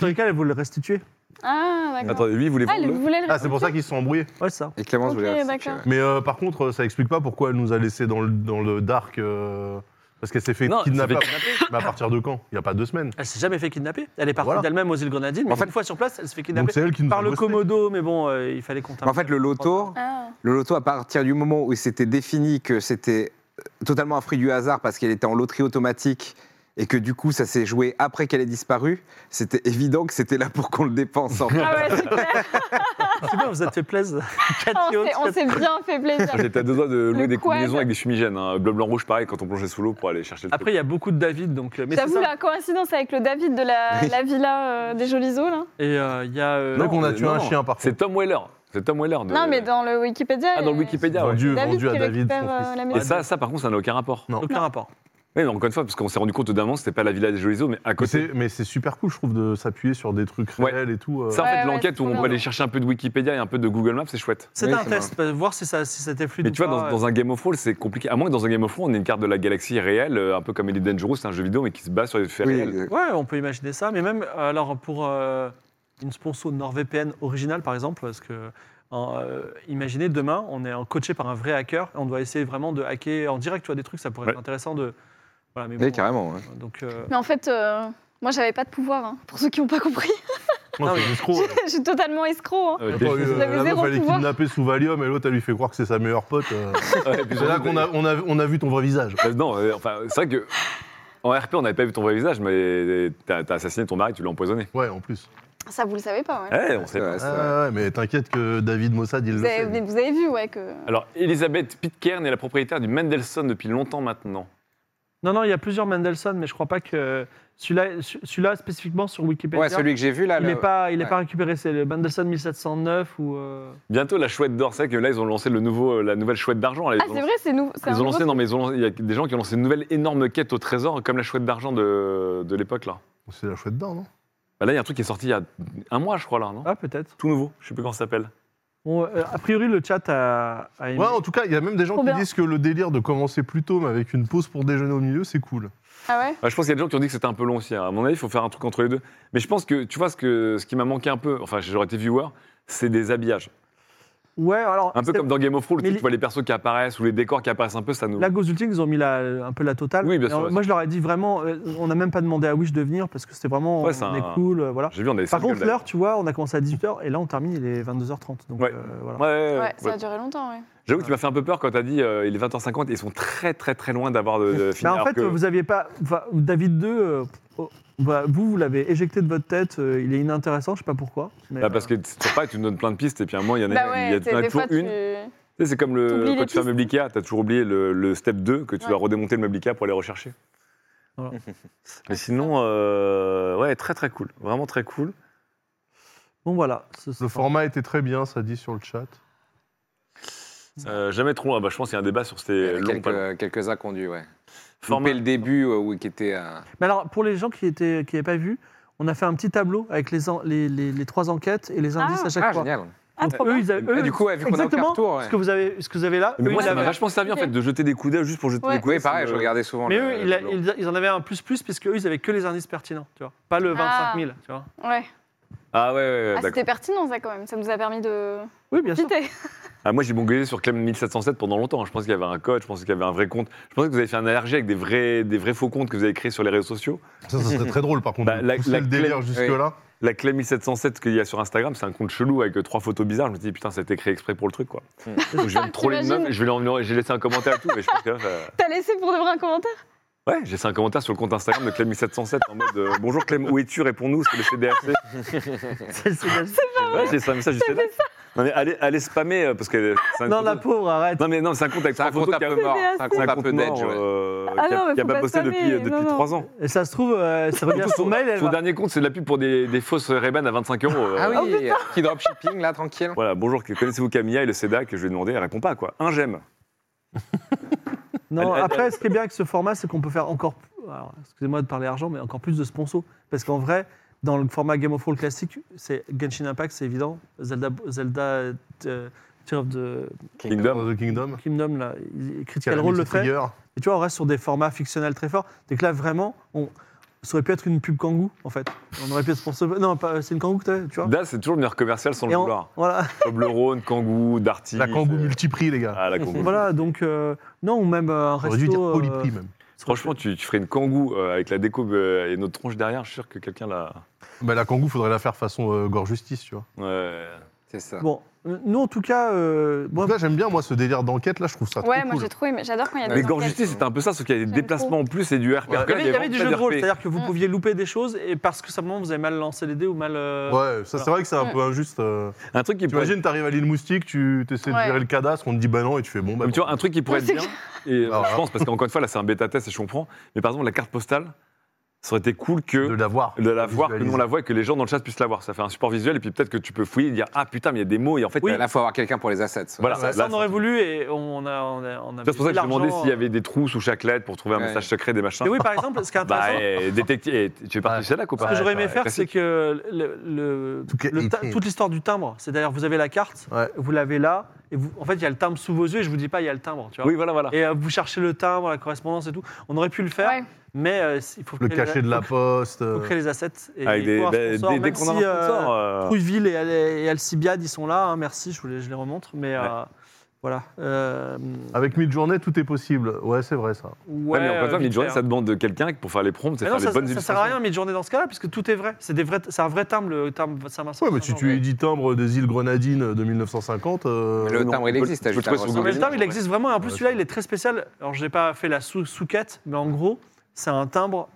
[SPEAKER 1] Dans lequel elle voulait le restituer.
[SPEAKER 4] Ah d'accord.
[SPEAKER 2] Attendez, lui, il voulait
[SPEAKER 4] Ah,
[SPEAKER 2] vendre.
[SPEAKER 4] elle
[SPEAKER 2] le-
[SPEAKER 4] voulait le.
[SPEAKER 3] Ah, c'est pour ça qu'ils se sont embrouillés.
[SPEAKER 1] Ouais, ça.
[SPEAKER 5] Et Clémence
[SPEAKER 4] Ok,
[SPEAKER 5] voulait rester
[SPEAKER 4] d'accord.
[SPEAKER 5] chez elle.
[SPEAKER 3] Mais euh, par contre, ça explique pas pourquoi elle nous a laissé dans le, dans le dark. euh, parce qu'elle s'est fait
[SPEAKER 2] Non, elle s'est
[SPEAKER 3] kidnapper.
[SPEAKER 2] fait
[SPEAKER 3] Mais à partir de quand Il n'y a pas deux semaines.
[SPEAKER 1] Elle s'est jamais fait kidnapper. Elle est partie
[SPEAKER 3] Voilà.
[SPEAKER 1] d'elle-même aux îles Grenadines. Mais
[SPEAKER 5] En fait-
[SPEAKER 1] une fois sur place, elle se fait
[SPEAKER 3] Donc
[SPEAKER 1] kidnapper
[SPEAKER 3] c'est elle qui nous
[SPEAKER 1] par
[SPEAKER 3] a
[SPEAKER 1] le
[SPEAKER 3] bossé.
[SPEAKER 1] Komodo. Mais bon, euh, il fallait qu'on
[SPEAKER 5] En fait, le loto,
[SPEAKER 4] Ah.
[SPEAKER 5] le loto, à partir du moment où c'était défini que c'était euh, totalement un fruit du hasard parce qu'elle était en loterie automatique et que du coup ça s'est joué après qu'elle ait disparu, c'était évident que c'était là pour qu'on le dépense. en fait.
[SPEAKER 4] Ah ouais, c'est clair.
[SPEAKER 1] Ah,
[SPEAKER 4] Ah,
[SPEAKER 1] C'est bien, vous êtes fait
[SPEAKER 4] *laughs*
[SPEAKER 1] plaisir.
[SPEAKER 4] On
[SPEAKER 1] Cathy
[SPEAKER 4] s'est-
[SPEAKER 1] Haute,
[SPEAKER 4] On s'est bien fait plaisir.
[SPEAKER 2] Ah, J'étais à deux doigts de louer
[SPEAKER 4] Le
[SPEAKER 2] des
[SPEAKER 4] quad.
[SPEAKER 2] combinaisons avec des fumigènes. Hein. Bleu, blanc, rouge, pareil, quand on plongeait sous l'eau pour aller
[SPEAKER 3] Ah,
[SPEAKER 2] chercher le
[SPEAKER 1] Après, il y a beaucoup de David, donc. euh, Mais c'est
[SPEAKER 4] J'avoue
[SPEAKER 1] ça.
[SPEAKER 4] la coïncidence avec le David de la,
[SPEAKER 5] Oui.
[SPEAKER 4] la villa euh, des Jolis Eaux là.
[SPEAKER 1] Et euh, il y a. euh,
[SPEAKER 3] Non, qu'on a
[SPEAKER 2] euh,
[SPEAKER 3] tué un chien, par
[SPEAKER 2] C'est
[SPEAKER 3] contre.
[SPEAKER 2] Tom Weller. C'est Tom Weller. de-
[SPEAKER 4] Non mais dans le Wikipédia.
[SPEAKER 2] Ah, dans le
[SPEAKER 4] il y a-
[SPEAKER 2] Wikipédia, ouais.
[SPEAKER 3] Vendu,
[SPEAKER 4] David
[SPEAKER 3] vendu à
[SPEAKER 4] qui
[SPEAKER 3] David,
[SPEAKER 4] récupère,
[SPEAKER 3] son
[SPEAKER 4] euh,
[SPEAKER 3] fils.
[SPEAKER 4] la
[SPEAKER 2] Et
[SPEAKER 4] maison.
[SPEAKER 2] ça, ça, par contre, ça n'a aucun rapport.
[SPEAKER 3] Non.
[SPEAKER 1] aucun rapport.
[SPEAKER 2] Mais non, encore une fois, parce qu'on s'est rendu compte d'un moment, c'était pas la villa des Jolisos, mais à
[SPEAKER 3] Mais
[SPEAKER 2] côté.
[SPEAKER 3] c'est- Mais c'est super cool, je trouve, de s'appuyer sur des trucs
[SPEAKER 2] Ouais.
[SPEAKER 3] réels et tout. euh.
[SPEAKER 2] Ça, en
[SPEAKER 4] Ouais,
[SPEAKER 2] fait,
[SPEAKER 4] ouais,
[SPEAKER 2] l'enquête
[SPEAKER 4] c'est
[SPEAKER 2] où on
[SPEAKER 4] trop
[SPEAKER 2] peut
[SPEAKER 4] bien.
[SPEAKER 2] aller chercher un peu de Wikipédia et un peu de Google Maps, c'est chouette.
[SPEAKER 1] C'était
[SPEAKER 5] Oui,
[SPEAKER 1] un
[SPEAKER 5] c'est
[SPEAKER 1] test, euh, voir si, ça, si c'était fluide.
[SPEAKER 2] Mais tu
[SPEAKER 1] ou
[SPEAKER 2] vois, dans,
[SPEAKER 1] pas,
[SPEAKER 2] dans un Game of Thrones, c'est compliqué. À moins que dans un Game of Thrones, on ait une carte de la galaxie réelle, euh, un peu comme Elite Dangerous, c'est un jeu vidéo, mais qui se base sur les faits réels.
[SPEAKER 5] exact.
[SPEAKER 1] euh. Ouais, on peut imaginer ça. Mais même, euh, alors, pour euh, une sponsor NordVPN originale, par exemple, parce que, en, euh, imaginez, demain, on est euh, coaché par un vrai hacker, et on doit essayer vraiment de hacker en direct, tu vois, des trucs, ça pourrait être
[SPEAKER 2] Ouais.
[SPEAKER 1] intéressant de... Voilà, mais
[SPEAKER 5] Oui,
[SPEAKER 1] bon,
[SPEAKER 5] carrément. hein. ouais.
[SPEAKER 1] euh, Donc, euh,
[SPEAKER 4] Mais en fait, euh, *laughs* moi, j'avais pas de pouvoir, hein, pour ceux qui n'ont pas compris.
[SPEAKER 3] Non, c'est escroc.
[SPEAKER 4] *laughs* je suis totalement escroc. hein.
[SPEAKER 2] Euh, *laughs*
[SPEAKER 3] Quand,
[SPEAKER 2] des-
[SPEAKER 3] euh,
[SPEAKER 4] Vous avez
[SPEAKER 3] la meuf,
[SPEAKER 4] zéro
[SPEAKER 3] elle est
[SPEAKER 4] pouvoir.
[SPEAKER 3] kidnappée sous Valium et l'autre, elle lui fait croire que c'est sa meilleure pote. euh.
[SPEAKER 2] Ouais, et puis
[SPEAKER 3] c'est là
[SPEAKER 2] surtout,
[SPEAKER 3] qu'on a, on a, on a vu ton vrai visage.
[SPEAKER 2] Bah, non, euh, enfin, c'est vrai que. En RP, on n'avait pas vu ton vrai visage, mais euh, t'as t'as assassiné ton mari, tu l'as empoisonné.
[SPEAKER 3] Ouais, en plus.
[SPEAKER 4] Ça, vous le savez pas, ouais.
[SPEAKER 2] Ouais, on sait
[SPEAKER 5] Ouais,
[SPEAKER 2] pas.
[SPEAKER 1] Euh,
[SPEAKER 5] c'est
[SPEAKER 3] Ah
[SPEAKER 5] vrai.
[SPEAKER 3] ouais, mais t'inquiète que David Mossad, il
[SPEAKER 4] Vous
[SPEAKER 3] le
[SPEAKER 4] avez,
[SPEAKER 3] sait.
[SPEAKER 4] vous avez vu, ouais, que...
[SPEAKER 2] Alors, Elisabeth Pitcairn est la propriétaire du Mendelssohn depuis longtemps maintenant.
[SPEAKER 1] Non, non, il y a plusieurs Mendelssohn, mais je crois pas que... Celui-là, celui-là spécifiquement, sur Wikipédia,
[SPEAKER 5] Ouais, celui que j'ai vu là.
[SPEAKER 1] il
[SPEAKER 5] le-
[SPEAKER 1] n'est pas, il est
[SPEAKER 5] ouais.
[SPEAKER 1] pas récupéré. C'est le Mendelssohn 1709 ou... euh,
[SPEAKER 2] Bientôt, la chouette d'or, c'est vrai que là, ils ont lancé le nouveau, euh, la nouvelle chouette d'argent. là, ils
[SPEAKER 4] Ah,
[SPEAKER 2] ont
[SPEAKER 4] c'est
[SPEAKER 2] lancé-
[SPEAKER 4] vrai, c'est nouveau. c'est un
[SPEAKER 2] Ils ont lancé,
[SPEAKER 4] nouveau-
[SPEAKER 2] non, mais ils ont lancé- il y a des gens qui ont lancé une nouvelle énorme quête au trésor, comme la chouette d'argent de, de l'époque, là.
[SPEAKER 3] C'est la chouette hein. dedans, non
[SPEAKER 2] Bah là, il y a un truc qui est sorti il y a un mois, je crois, là, non
[SPEAKER 1] Ah, peut-être.
[SPEAKER 2] Tout nouveau, je sais plus comment ça s'appelle.
[SPEAKER 1] Bon, euh, a priori, le chat a, a aimé.
[SPEAKER 3] Ouais, en tout cas, il y a même des gens
[SPEAKER 4] Trop
[SPEAKER 3] qui
[SPEAKER 4] bien.
[SPEAKER 3] disent que le délire de commencer plus tôt, mais avec une pause pour déjeuner au milieu, c'est cool.
[SPEAKER 4] Ah ouais
[SPEAKER 2] Ouais, Bah, je pense qu'il y a des gens qui ont dit que c'était un peu long aussi. hein. À mon avis, il faut faire un truc entre les deux. Mais je pense que, tu vois, ce, que, ce qui m'a manqué un peu, enfin, j'aurais été viewer, c'est des habillages.
[SPEAKER 1] Ouais, alors...
[SPEAKER 2] Un peu
[SPEAKER 1] c'est-
[SPEAKER 2] comme dans Game of Thrones,
[SPEAKER 1] Mais
[SPEAKER 2] tu
[SPEAKER 1] les-
[SPEAKER 2] vois les persos qui apparaissent ou les décors qui apparaissent un peu, ça nous.
[SPEAKER 1] Là, Gozulting, ils ont mis la- un peu la totale.
[SPEAKER 2] Oui, bien
[SPEAKER 1] Et
[SPEAKER 2] sûr,
[SPEAKER 1] on-
[SPEAKER 2] bien
[SPEAKER 1] moi, je leur ai dit vraiment, euh, on n'a même pas demandé à Wish de venir parce que c'était vraiment,
[SPEAKER 2] Ouais, c'est
[SPEAKER 1] on
[SPEAKER 2] un-
[SPEAKER 1] est cool, euh, voilà.
[SPEAKER 2] J'ai vu, on avait
[SPEAKER 1] Par
[SPEAKER 2] cinq
[SPEAKER 1] contre,
[SPEAKER 2] gueules,
[SPEAKER 1] l'heure, tu vois, on a commencé à 18h et là, on termine, il est 22h30. Donc,
[SPEAKER 2] Ouais.
[SPEAKER 1] euh, voilà.
[SPEAKER 2] Ouais, ouais, ouais.
[SPEAKER 4] Ouais, ça a duré longtemps, ouais.
[SPEAKER 2] J'avoue que tu m'as fait un peu peur quand t'as dit euh, il est 20h50 et ils sont très très très loin d'avoir
[SPEAKER 1] *laughs*
[SPEAKER 2] de, de fini.
[SPEAKER 1] Bah, en
[SPEAKER 2] alors
[SPEAKER 1] fait,
[SPEAKER 2] que-
[SPEAKER 1] vous aviez pas. enfin, David 2, euh, oh, bah, vous, vous l'avez éjecté de votre tête, euh, il est inintéressant, je sais pas pourquoi. mais, euh,
[SPEAKER 2] Bah, parce que tu sais pas, tu nous donnes plein de pistes et puis à un moment il y en a,
[SPEAKER 4] Bah
[SPEAKER 2] il y
[SPEAKER 4] ouais,
[SPEAKER 2] a- il y
[SPEAKER 4] c'est-
[SPEAKER 2] en a
[SPEAKER 4] des
[SPEAKER 2] toujours
[SPEAKER 4] fois, tu...
[SPEAKER 2] une. Tu sais, c'est comme le,
[SPEAKER 4] T'oublies
[SPEAKER 2] quand
[SPEAKER 4] les
[SPEAKER 2] tu fais un meuble Ikea, t'as toujours oublié le, le step 2 que tu
[SPEAKER 4] Ouais.
[SPEAKER 2] dois redémonter le meuble Ikea pour aller rechercher.
[SPEAKER 1] Voilà.
[SPEAKER 2] *laughs* Mais sinon, euh, ouais, très très cool, vraiment très cool.
[SPEAKER 1] Bon, voilà. ce
[SPEAKER 3] Le
[SPEAKER 1] soir.
[SPEAKER 3] format était très bien, ça dit sur le chat.
[SPEAKER 2] Euh, jamais trop loin. Bah, je pense qu'il y a un débat sur
[SPEAKER 5] Il y
[SPEAKER 2] ces
[SPEAKER 5] en a
[SPEAKER 2] longs pas-
[SPEAKER 5] Quelques, quelques incondus, ouais.
[SPEAKER 2] formats.
[SPEAKER 5] Dès le début, euh, où qui était. euh,
[SPEAKER 1] Mais alors, pour les gens qui n'avaient qui avaient pas vu, on a fait un petit tableau avec les, en- les, les- les trois enquêtes et les
[SPEAKER 4] Ah.
[SPEAKER 1] indices à chaque
[SPEAKER 5] Ah,
[SPEAKER 1] fois.
[SPEAKER 5] génial.
[SPEAKER 4] Ah,
[SPEAKER 1] Donc,
[SPEAKER 4] trop
[SPEAKER 1] eux,
[SPEAKER 4] bien.
[SPEAKER 1] ils avaient-
[SPEAKER 5] Et
[SPEAKER 1] eux,
[SPEAKER 5] du coup, ouais, vu qu'on a aucun
[SPEAKER 1] exactement
[SPEAKER 5] retour. ouais.
[SPEAKER 1] ce que vous avez, ce que vous avez là.
[SPEAKER 2] Mais
[SPEAKER 1] eux,
[SPEAKER 2] moi,
[SPEAKER 1] ils
[SPEAKER 2] ça m'a
[SPEAKER 1] avaient-
[SPEAKER 2] vachement servi en fait de jeter des coups d'œil juste pour jeter
[SPEAKER 4] Ouais.
[SPEAKER 2] des coups
[SPEAKER 5] Oui,
[SPEAKER 2] d'œil.
[SPEAKER 5] pareil, je regardais souvent.
[SPEAKER 1] Mais
[SPEAKER 5] le-
[SPEAKER 1] eux,
[SPEAKER 5] le
[SPEAKER 1] il a-
[SPEAKER 5] tableau.
[SPEAKER 1] ils, ils en avaient un plus plus puisque eux, ils avaient que les indices pertinents, tu vois. Pas
[SPEAKER 4] Ah.
[SPEAKER 1] le 25 000, tu vois.
[SPEAKER 4] Ouais.
[SPEAKER 2] Ah ouais, ouais, ouais,
[SPEAKER 4] Ah,
[SPEAKER 2] d'accord.
[SPEAKER 4] c'était pertinent, ça, quand même. Ça nous a permis de...
[SPEAKER 1] Oui,
[SPEAKER 4] *laughs*
[SPEAKER 1] bien sûr.
[SPEAKER 4] Quitter.
[SPEAKER 2] Ah, moi, j'ai bongueulé sur Clem 1707 pendant longtemps. hein. Je pense qu'il y avait un code, je pense qu'il y avait un vrai compte. Je pense que vous avez fait un allergie avec des vrais, des vrais faux comptes que vous avez créés sur les réseaux sociaux.
[SPEAKER 3] Ça, ça serait très drôle, par contre.
[SPEAKER 2] Bah,
[SPEAKER 3] de
[SPEAKER 2] la-
[SPEAKER 3] pousser
[SPEAKER 2] la
[SPEAKER 3] le
[SPEAKER 2] clé-
[SPEAKER 3] délire jusque-là.
[SPEAKER 2] La Clem 1707 qu'il y a sur Instagram, c'est un compte chelou avec euh, trois photos bizarres. Je me dis, putain, ça a été créé exprès pour le truc, quoi.
[SPEAKER 5] Hmm.
[SPEAKER 2] Donc, je vais me troller une meuf,
[SPEAKER 4] T'imagines
[SPEAKER 2] je vais lui envoyer- j'ai laissé un commentaire et tout, mais je pense que, euh,
[SPEAKER 4] T'as laissé pour de vrai un commentaire
[SPEAKER 2] Ouais, j'ai laissé un commentaire sur le compte Instagram de Clem 1707 en mode euh, Bonjour Clem, où es-tu Réponds-nous, c'est le CDRC.
[SPEAKER 1] *laughs* C'est- c'est-
[SPEAKER 2] Ouais, j'ai laissé un message du
[SPEAKER 4] *laughs*
[SPEAKER 2] CDRC. Non, mais allez, allez spammer, euh, parce que euh, c'est un
[SPEAKER 1] non,
[SPEAKER 2] compte-
[SPEAKER 1] la pauvre, arrête.
[SPEAKER 2] Non, mais non, c'est un compte avec
[SPEAKER 5] C'est un
[SPEAKER 2] trois
[SPEAKER 5] compte
[SPEAKER 2] photos
[SPEAKER 5] un
[SPEAKER 2] qui a-
[SPEAKER 5] peu mort.
[SPEAKER 4] C'est
[SPEAKER 5] C'est un compte un peu
[SPEAKER 2] mort,
[SPEAKER 5] d'edge, ouais.
[SPEAKER 2] euh,
[SPEAKER 4] Ah
[SPEAKER 2] qui a,
[SPEAKER 4] non, mais
[SPEAKER 2] qui a
[SPEAKER 4] faut
[SPEAKER 2] pas
[SPEAKER 4] pas
[SPEAKER 2] posté
[SPEAKER 4] spammer,
[SPEAKER 2] depuis, depuis
[SPEAKER 4] non, non.
[SPEAKER 2] 3 ans.
[SPEAKER 1] Et ça se trouve, euh, c'est revient à son mail. Elle
[SPEAKER 2] Son
[SPEAKER 1] va-
[SPEAKER 2] dernier compte, c'est de la pub pour des, des fausses Ray-Ban à 25 euros. euh.
[SPEAKER 5] Ah oui, qui dropshipping, là, tranquille.
[SPEAKER 2] Voilà, bonjour, que- connaissez-vous Camilla et le SEDA que je lui ai demandé, elle répond pas quoi. Un j'aime.
[SPEAKER 1] Non,
[SPEAKER 2] Elle- elle-
[SPEAKER 1] après, ce qui est bien avec ce format, c'est qu'on peut faire encore. alors, Excusez-moi de parler argent, mais encore plus de sponsors. Parce qu'en vrai, dans le format Game of Thrones classique, c'est Genshin Impact, c'est évident. Zelda, Zelda euh, Tear of the
[SPEAKER 2] Kingdom.
[SPEAKER 3] The Kingdom.
[SPEAKER 1] Kingdom, là, il- Critical
[SPEAKER 3] Calamity
[SPEAKER 1] Role le fait.
[SPEAKER 3] Trigger.
[SPEAKER 1] Et tu vois, on reste sur des formats fictionnels très forts. Donc là, vraiment, on... ça aurait pu être une pub Kangoo, en fait. On aurait pu être sponsor. Non, pas... c'est une Kangoo que t'as, tu vois.
[SPEAKER 2] Da, c'est toujours le meilleur commercial sans
[SPEAKER 1] Et
[SPEAKER 2] le
[SPEAKER 1] on-
[SPEAKER 2] vouloir.
[SPEAKER 1] Voilà,
[SPEAKER 2] Toblerone, Kangoo, Darty.
[SPEAKER 3] La Kangoo
[SPEAKER 2] euh,
[SPEAKER 3] multipris, les gars.
[SPEAKER 2] Ah,
[SPEAKER 1] *laughs*
[SPEAKER 2] la Kangoo.
[SPEAKER 1] voilà donc, euh, non, ou même euh, un
[SPEAKER 3] J'aurais dû dire
[SPEAKER 1] resto. euh,
[SPEAKER 3] polypris, même.
[SPEAKER 2] Franchement, tu, tu ferais une Kangoo euh, avec la déco euh, et notre tronche derrière, je suis sûr que quelqu'un l'a.
[SPEAKER 3] Bah, la Kangoo, faudrait la faire façon euh, Gore Justice, tu vois.
[SPEAKER 2] Ouais.
[SPEAKER 5] C'est ça.
[SPEAKER 1] Bon, euh, nous, en tout cas, euh, moi,
[SPEAKER 3] En tout cas, j'aime bien, moi, ce délire d'enquête, là, je trouve ça
[SPEAKER 4] Ouais,
[SPEAKER 3] trop
[SPEAKER 4] moi,
[SPEAKER 3] cool.
[SPEAKER 4] j'ai trop aimé. J'adore quand il y a
[SPEAKER 2] Mais
[SPEAKER 4] des
[SPEAKER 2] Gorge
[SPEAKER 4] enquêtes.
[SPEAKER 2] Justice, c'était un peu ça, sauf qu'il y a des
[SPEAKER 4] J'aime
[SPEAKER 2] déplacements
[SPEAKER 4] trop.
[SPEAKER 2] en plus et du RP.
[SPEAKER 3] Ouais.
[SPEAKER 1] il y
[SPEAKER 2] Parce que là,
[SPEAKER 1] avait, il y avait
[SPEAKER 2] vraiment
[SPEAKER 1] du
[SPEAKER 2] pas
[SPEAKER 1] jeu de rôle,
[SPEAKER 2] RP.
[SPEAKER 1] c'est-à-dire que vous
[SPEAKER 4] Mm.
[SPEAKER 1] pouviez louper des choses et parce que simplement vous avez mal lancé les dés ou mal. euh,
[SPEAKER 3] Ouais, ça, c'est vrai que c'est un
[SPEAKER 4] Mm.
[SPEAKER 3] peu injuste. euh.
[SPEAKER 2] Un truc qui pourrait
[SPEAKER 3] T'imagines, t'arrives à l'île Moustique, tu essaies
[SPEAKER 4] Ouais.
[SPEAKER 3] de gérer le cadastre, on te dit bah non, et tu fais bon, bah.
[SPEAKER 2] Mais tu vois, un truc qui pourrait être
[SPEAKER 4] C'est
[SPEAKER 2] bien, et euh,
[SPEAKER 3] Ah,
[SPEAKER 2] je pense, parce qu'encore une fois, là, c'est un bêta test et je comprends, mais par exemple, la carte postale, Ça aurait été cool
[SPEAKER 3] de
[SPEAKER 2] que
[SPEAKER 3] l'avoir.
[SPEAKER 2] de la voir, que
[SPEAKER 3] Visualiser.
[SPEAKER 2] nous on la voit et que les gens dans le chat puissent la voir. Ça fait un support visuel et puis peut-être que tu peux fouiller et dire Ah putain, mais il y a des mots et en fait,
[SPEAKER 1] Oui.
[SPEAKER 2] t'as la-
[SPEAKER 5] Là, faut avoir quelqu'un pour les assets.
[SPEAKER 2] voilà.
[SPEAKER 1] ça,
[SPEAKER 2] là,
[SPEAKER 1] ça, on aurait voulu et on a. On a, on a
[SPEAKER 2] C'est pour Bah, ça que je
[SPEAKER 1] l'argent,
[SPEAKER 2] demandais s'il y
[SPEAKER 1] euh.
[SPEAKER 2] avait des trous sous chaque lettre pour trouver un
[SPEAKER 5] Ouais.
[SPEAKER 2] message secret, des machins.
[SPEAKER 1] Mais oui, par exemple, ce qui est intéressant.
[SPEAKER 2] Bah, eh, détective, eh, tu es parti
[SPEAKER 3] Ouais.
[SPEAKER 2] chez la
[SPEAKER 1] Ce
[SPEAKER 2] copain.
[SPEAKER 1] que j'aurais aimé
[SPEAKER 3] ouais,
[SPEAKER 1] faire, c'est
[SPEAKER 2] classique.
[SPEAKER 1] que le- le-
[SPEAKER 3] Tout est
[SPEAKER 1] le ta-
[SPEAKER 3] écrit.
[SPEAKER 1] toute l'histoire du timbre, c'est-à-dire vous avez la carte,
[SPEAKER 3] Ouais.
[SPEAKER 1] vous l'avez là, et vous, en fait il y a le timbre sous vos yeux, et je vous dis pas il y a le timbre, tu vois.
[SPEAKER 2] Oui, voilà, voilà.
[SPEAKER 1] Et euh, vous cherchez le timbre, la correspondance et tout. On aurait pu le faire,
[SPEAKER 4] Ouais.
[SPEAKER 1] mais euh, il faut
[SPEAKER 3] Le
[SPEAKER 1] créer les-
[SPEAKER 3] cachet de la
[SPEAKER 1] faut-
[SPEAKER 3] poste.
[SPEAKER 1] faut
[SPEAKER 3] euh,
[SPEAKER 1] créer les assets. Et
[SPEAKER 2] Avec
[SPEAKER 1] il
[SPEAKER 2] des,
[SPEAKER 1] faut un
[SPEAKER 2] ben,
[SPEAKER 1] sponsor,
[SPEAKER 2] dès- dès
[SPEAKER 1] même
[SPEAKER 2] qu'on a un
[SPEAKER 1] si, euh,
[SPEAKER 2] sponsor, euh,
[SPEAKER 1] Trouilleville et, Al- et Alcibiade, ils sont là, hein, merci, je, voulais, je les remontre, mais
[SPEAKER 2] Ouais. Ah.
[SPEAKER 1] euh, voilà. Euh,
[SPEAKER 3] Avec mille tout est possible. Ouais, c'est vrai ça.
[SPEAKER 1] ouais,
[SPEAKER 2] Ouais, mais encore une
[SPEAKER 1] euh,
[SPEAKER 2] fois,
[SPEAKER 1] vite
[SPEAKER 2] mid-journée,
[SPEAKER 1] fait,
[SPEAKER 2] ça demande de quelqu'un pour faire les prompts, c'est
[SPEAKER 1] Mais
[SPEAKER 2] faire
[SPEAKER 1] non,
[SPEAKER 2] les
[SPEAKER 1] ça,
[SPEAKER 2] bonnes
[SPEAKER 1] ça, ça sert à rien, mais journée dans ce cas-là, puisque tout est vrai. C'est des vrais- c'est un vrai timbre, le timbre Saint-Vincent.
[SPEAKER 3] Ouais, mais si tu édis timbre des îles Grenadines de 1950. euh,
[SPEAKER 5] Le
[SPEAKER 3] non.
[SPEAKER 5] timbre, il
[SPEAKER 2] on peut-
[SPEAKER 5] existe. t'as
[SPEAKER 2] on peut
[SPEAKER 5] juste
[SPEAKER 2] le trouver
[SPEAKER 5] à
[SPEAKER 2] sur
[SPEAKER 5] ressortir.
[SPEAKER 1] Non, mais le
[SPEAKER 2] Google.
[SPEAKER 1] timbre, il existe vraiment. Et en plus,
[SPEAKER 3] Ouais,
[SPEAKER 1] celui-là,
[SPEAKER 3] c'est-
[SPEAKER 1] il est très spécial. Alors, je n'ai pas fait la sous- sous-quête, mais en gros, c'est un timbre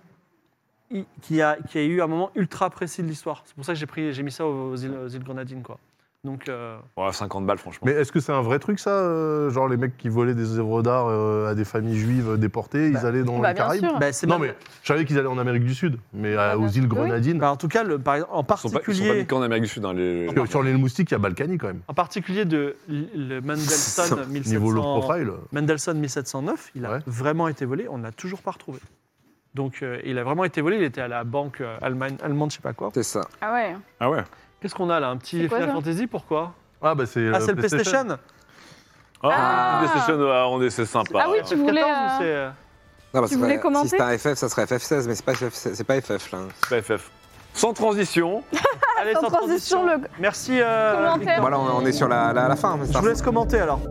[SPEAKER 1] i- qui a, qui a eu un moment ultra précis de l'histoire. C'est pour ça que j'ai pris- j'ai mis ça aux, aux îles, aux îles Grenadines. Quoi. Donc, euh,
[SPEAKER 2] Ouais, 50 balles, franchement.
[SPEAKER 3] Mais est-ce que c'est un vrai truc ça euh, Genre les mecs qui volaient des œuvres d'art euh, à des familles juives déportées, ils allaient dans
[SPEAKER 4] bah,
[SPEAKER 3] les
[SPEAKER 4] bien
[SPEAKER 3] Caraïbes
[SPEAKER 4] sûr.
[SPEAKER 1] bah, c'est
[SPEAKER 3] Non
[SPEAKER 1] même-
[SPEAKER 3] mais je savais qu'ils allaient en Amérique du Sud, mais euh,
[SPEAKER 4] Ah,
[SPEAKER 3] aux
[SPEAKER 4] bien
[SPEAKER 3] îles
[SPEAKER 4] sûr.
[SPEAKER 3] Grenadines.
[SPEAKER 1] bah, en tout cas, le, par exemple, en
[SPEAKER 2] Ils sont pas, ils sont pas
[SPEAKER 1] particulier,
[SPEAKER 2] mis qu'en Amérique du Sud. hein, les...
[SPEAKER 3] Parce que sur les moustiques, il y a Balkany quand même.
[SPEAKER 1] en particulier de l- le Mendelssohn,
[SPEAKER 3] Niveau low
[SPEAKER 1] 1700,
[SPEAKER 3] profile.
[SPEAKER 1] Mendelssohn 1709, il a
[SPEAKER 3] Ouais.
[SPEAKER 1] vraiment été volé. On ne l'a toujours pas retrouvé. Donc, euh, il a vraiment été volé. Il était à la banque euh, Allemagne, allemande, je sais pas quoi.
[SPEAKER 5] C'est ça.
[SPEAKER 4] Ah ouais.
[SPEAKER 2] Ah ouais
[SPEAKER 1] Qu'est-ce qu'on a là Un petit
[SPEAKER 4] C'est quoi,
[SPEAKER 1] Final
[SPEAKER 4] ça
[SPEAKER 1] Fantasy Pourquoi
[SPEAKER 3] Ah bah c'est.
[SPEAKER 1] Ah,
[SPEAKER 3] euh,
[SPEAKER 1] c'est le PlayStation
[SPEAKER 2] Ah,
[SPEAKER 4] Ah.
[SPEAKER 2] PlayStation, ouais, on est- c'est sympa.
[SPEAKER 4] Ah oui, tu
[SPEAKER 1] F14
[SPEAKER 4] voulais,
[SPEAKER 1] ou
[SPEAKER 4] euh,
[SPEAKER 1] c'est, euh,
[SPEAKER 5] Non, parce
[SPEAKER 4] Tu
[SPEAKER 5] que
[SPEAKER 4] voulais
[SPEAKER 5] si
[SPEAKER 4] commenter
[SPEAKER 5] c'était un FF, ça serait FF16, mais c'est pas FF, c'est pas FF là.
[SPEAKER 2] Pas FF. Sans transition,
[SPEAKER 1] Allez,
[SPEAKER 4] Sans transition, le
[SPEAKER 1] Merci. euh,
[SPEAKER 4] Commentaire.
[SPEAKER 1] Victor.
[SPEAKER 5] Voilà, on, on est sur la, la- la fin. mais
[SPEAKER 1] Je
[SPEAKER 5] ça-
[SPEAKER 1] vous laisse commenter alors.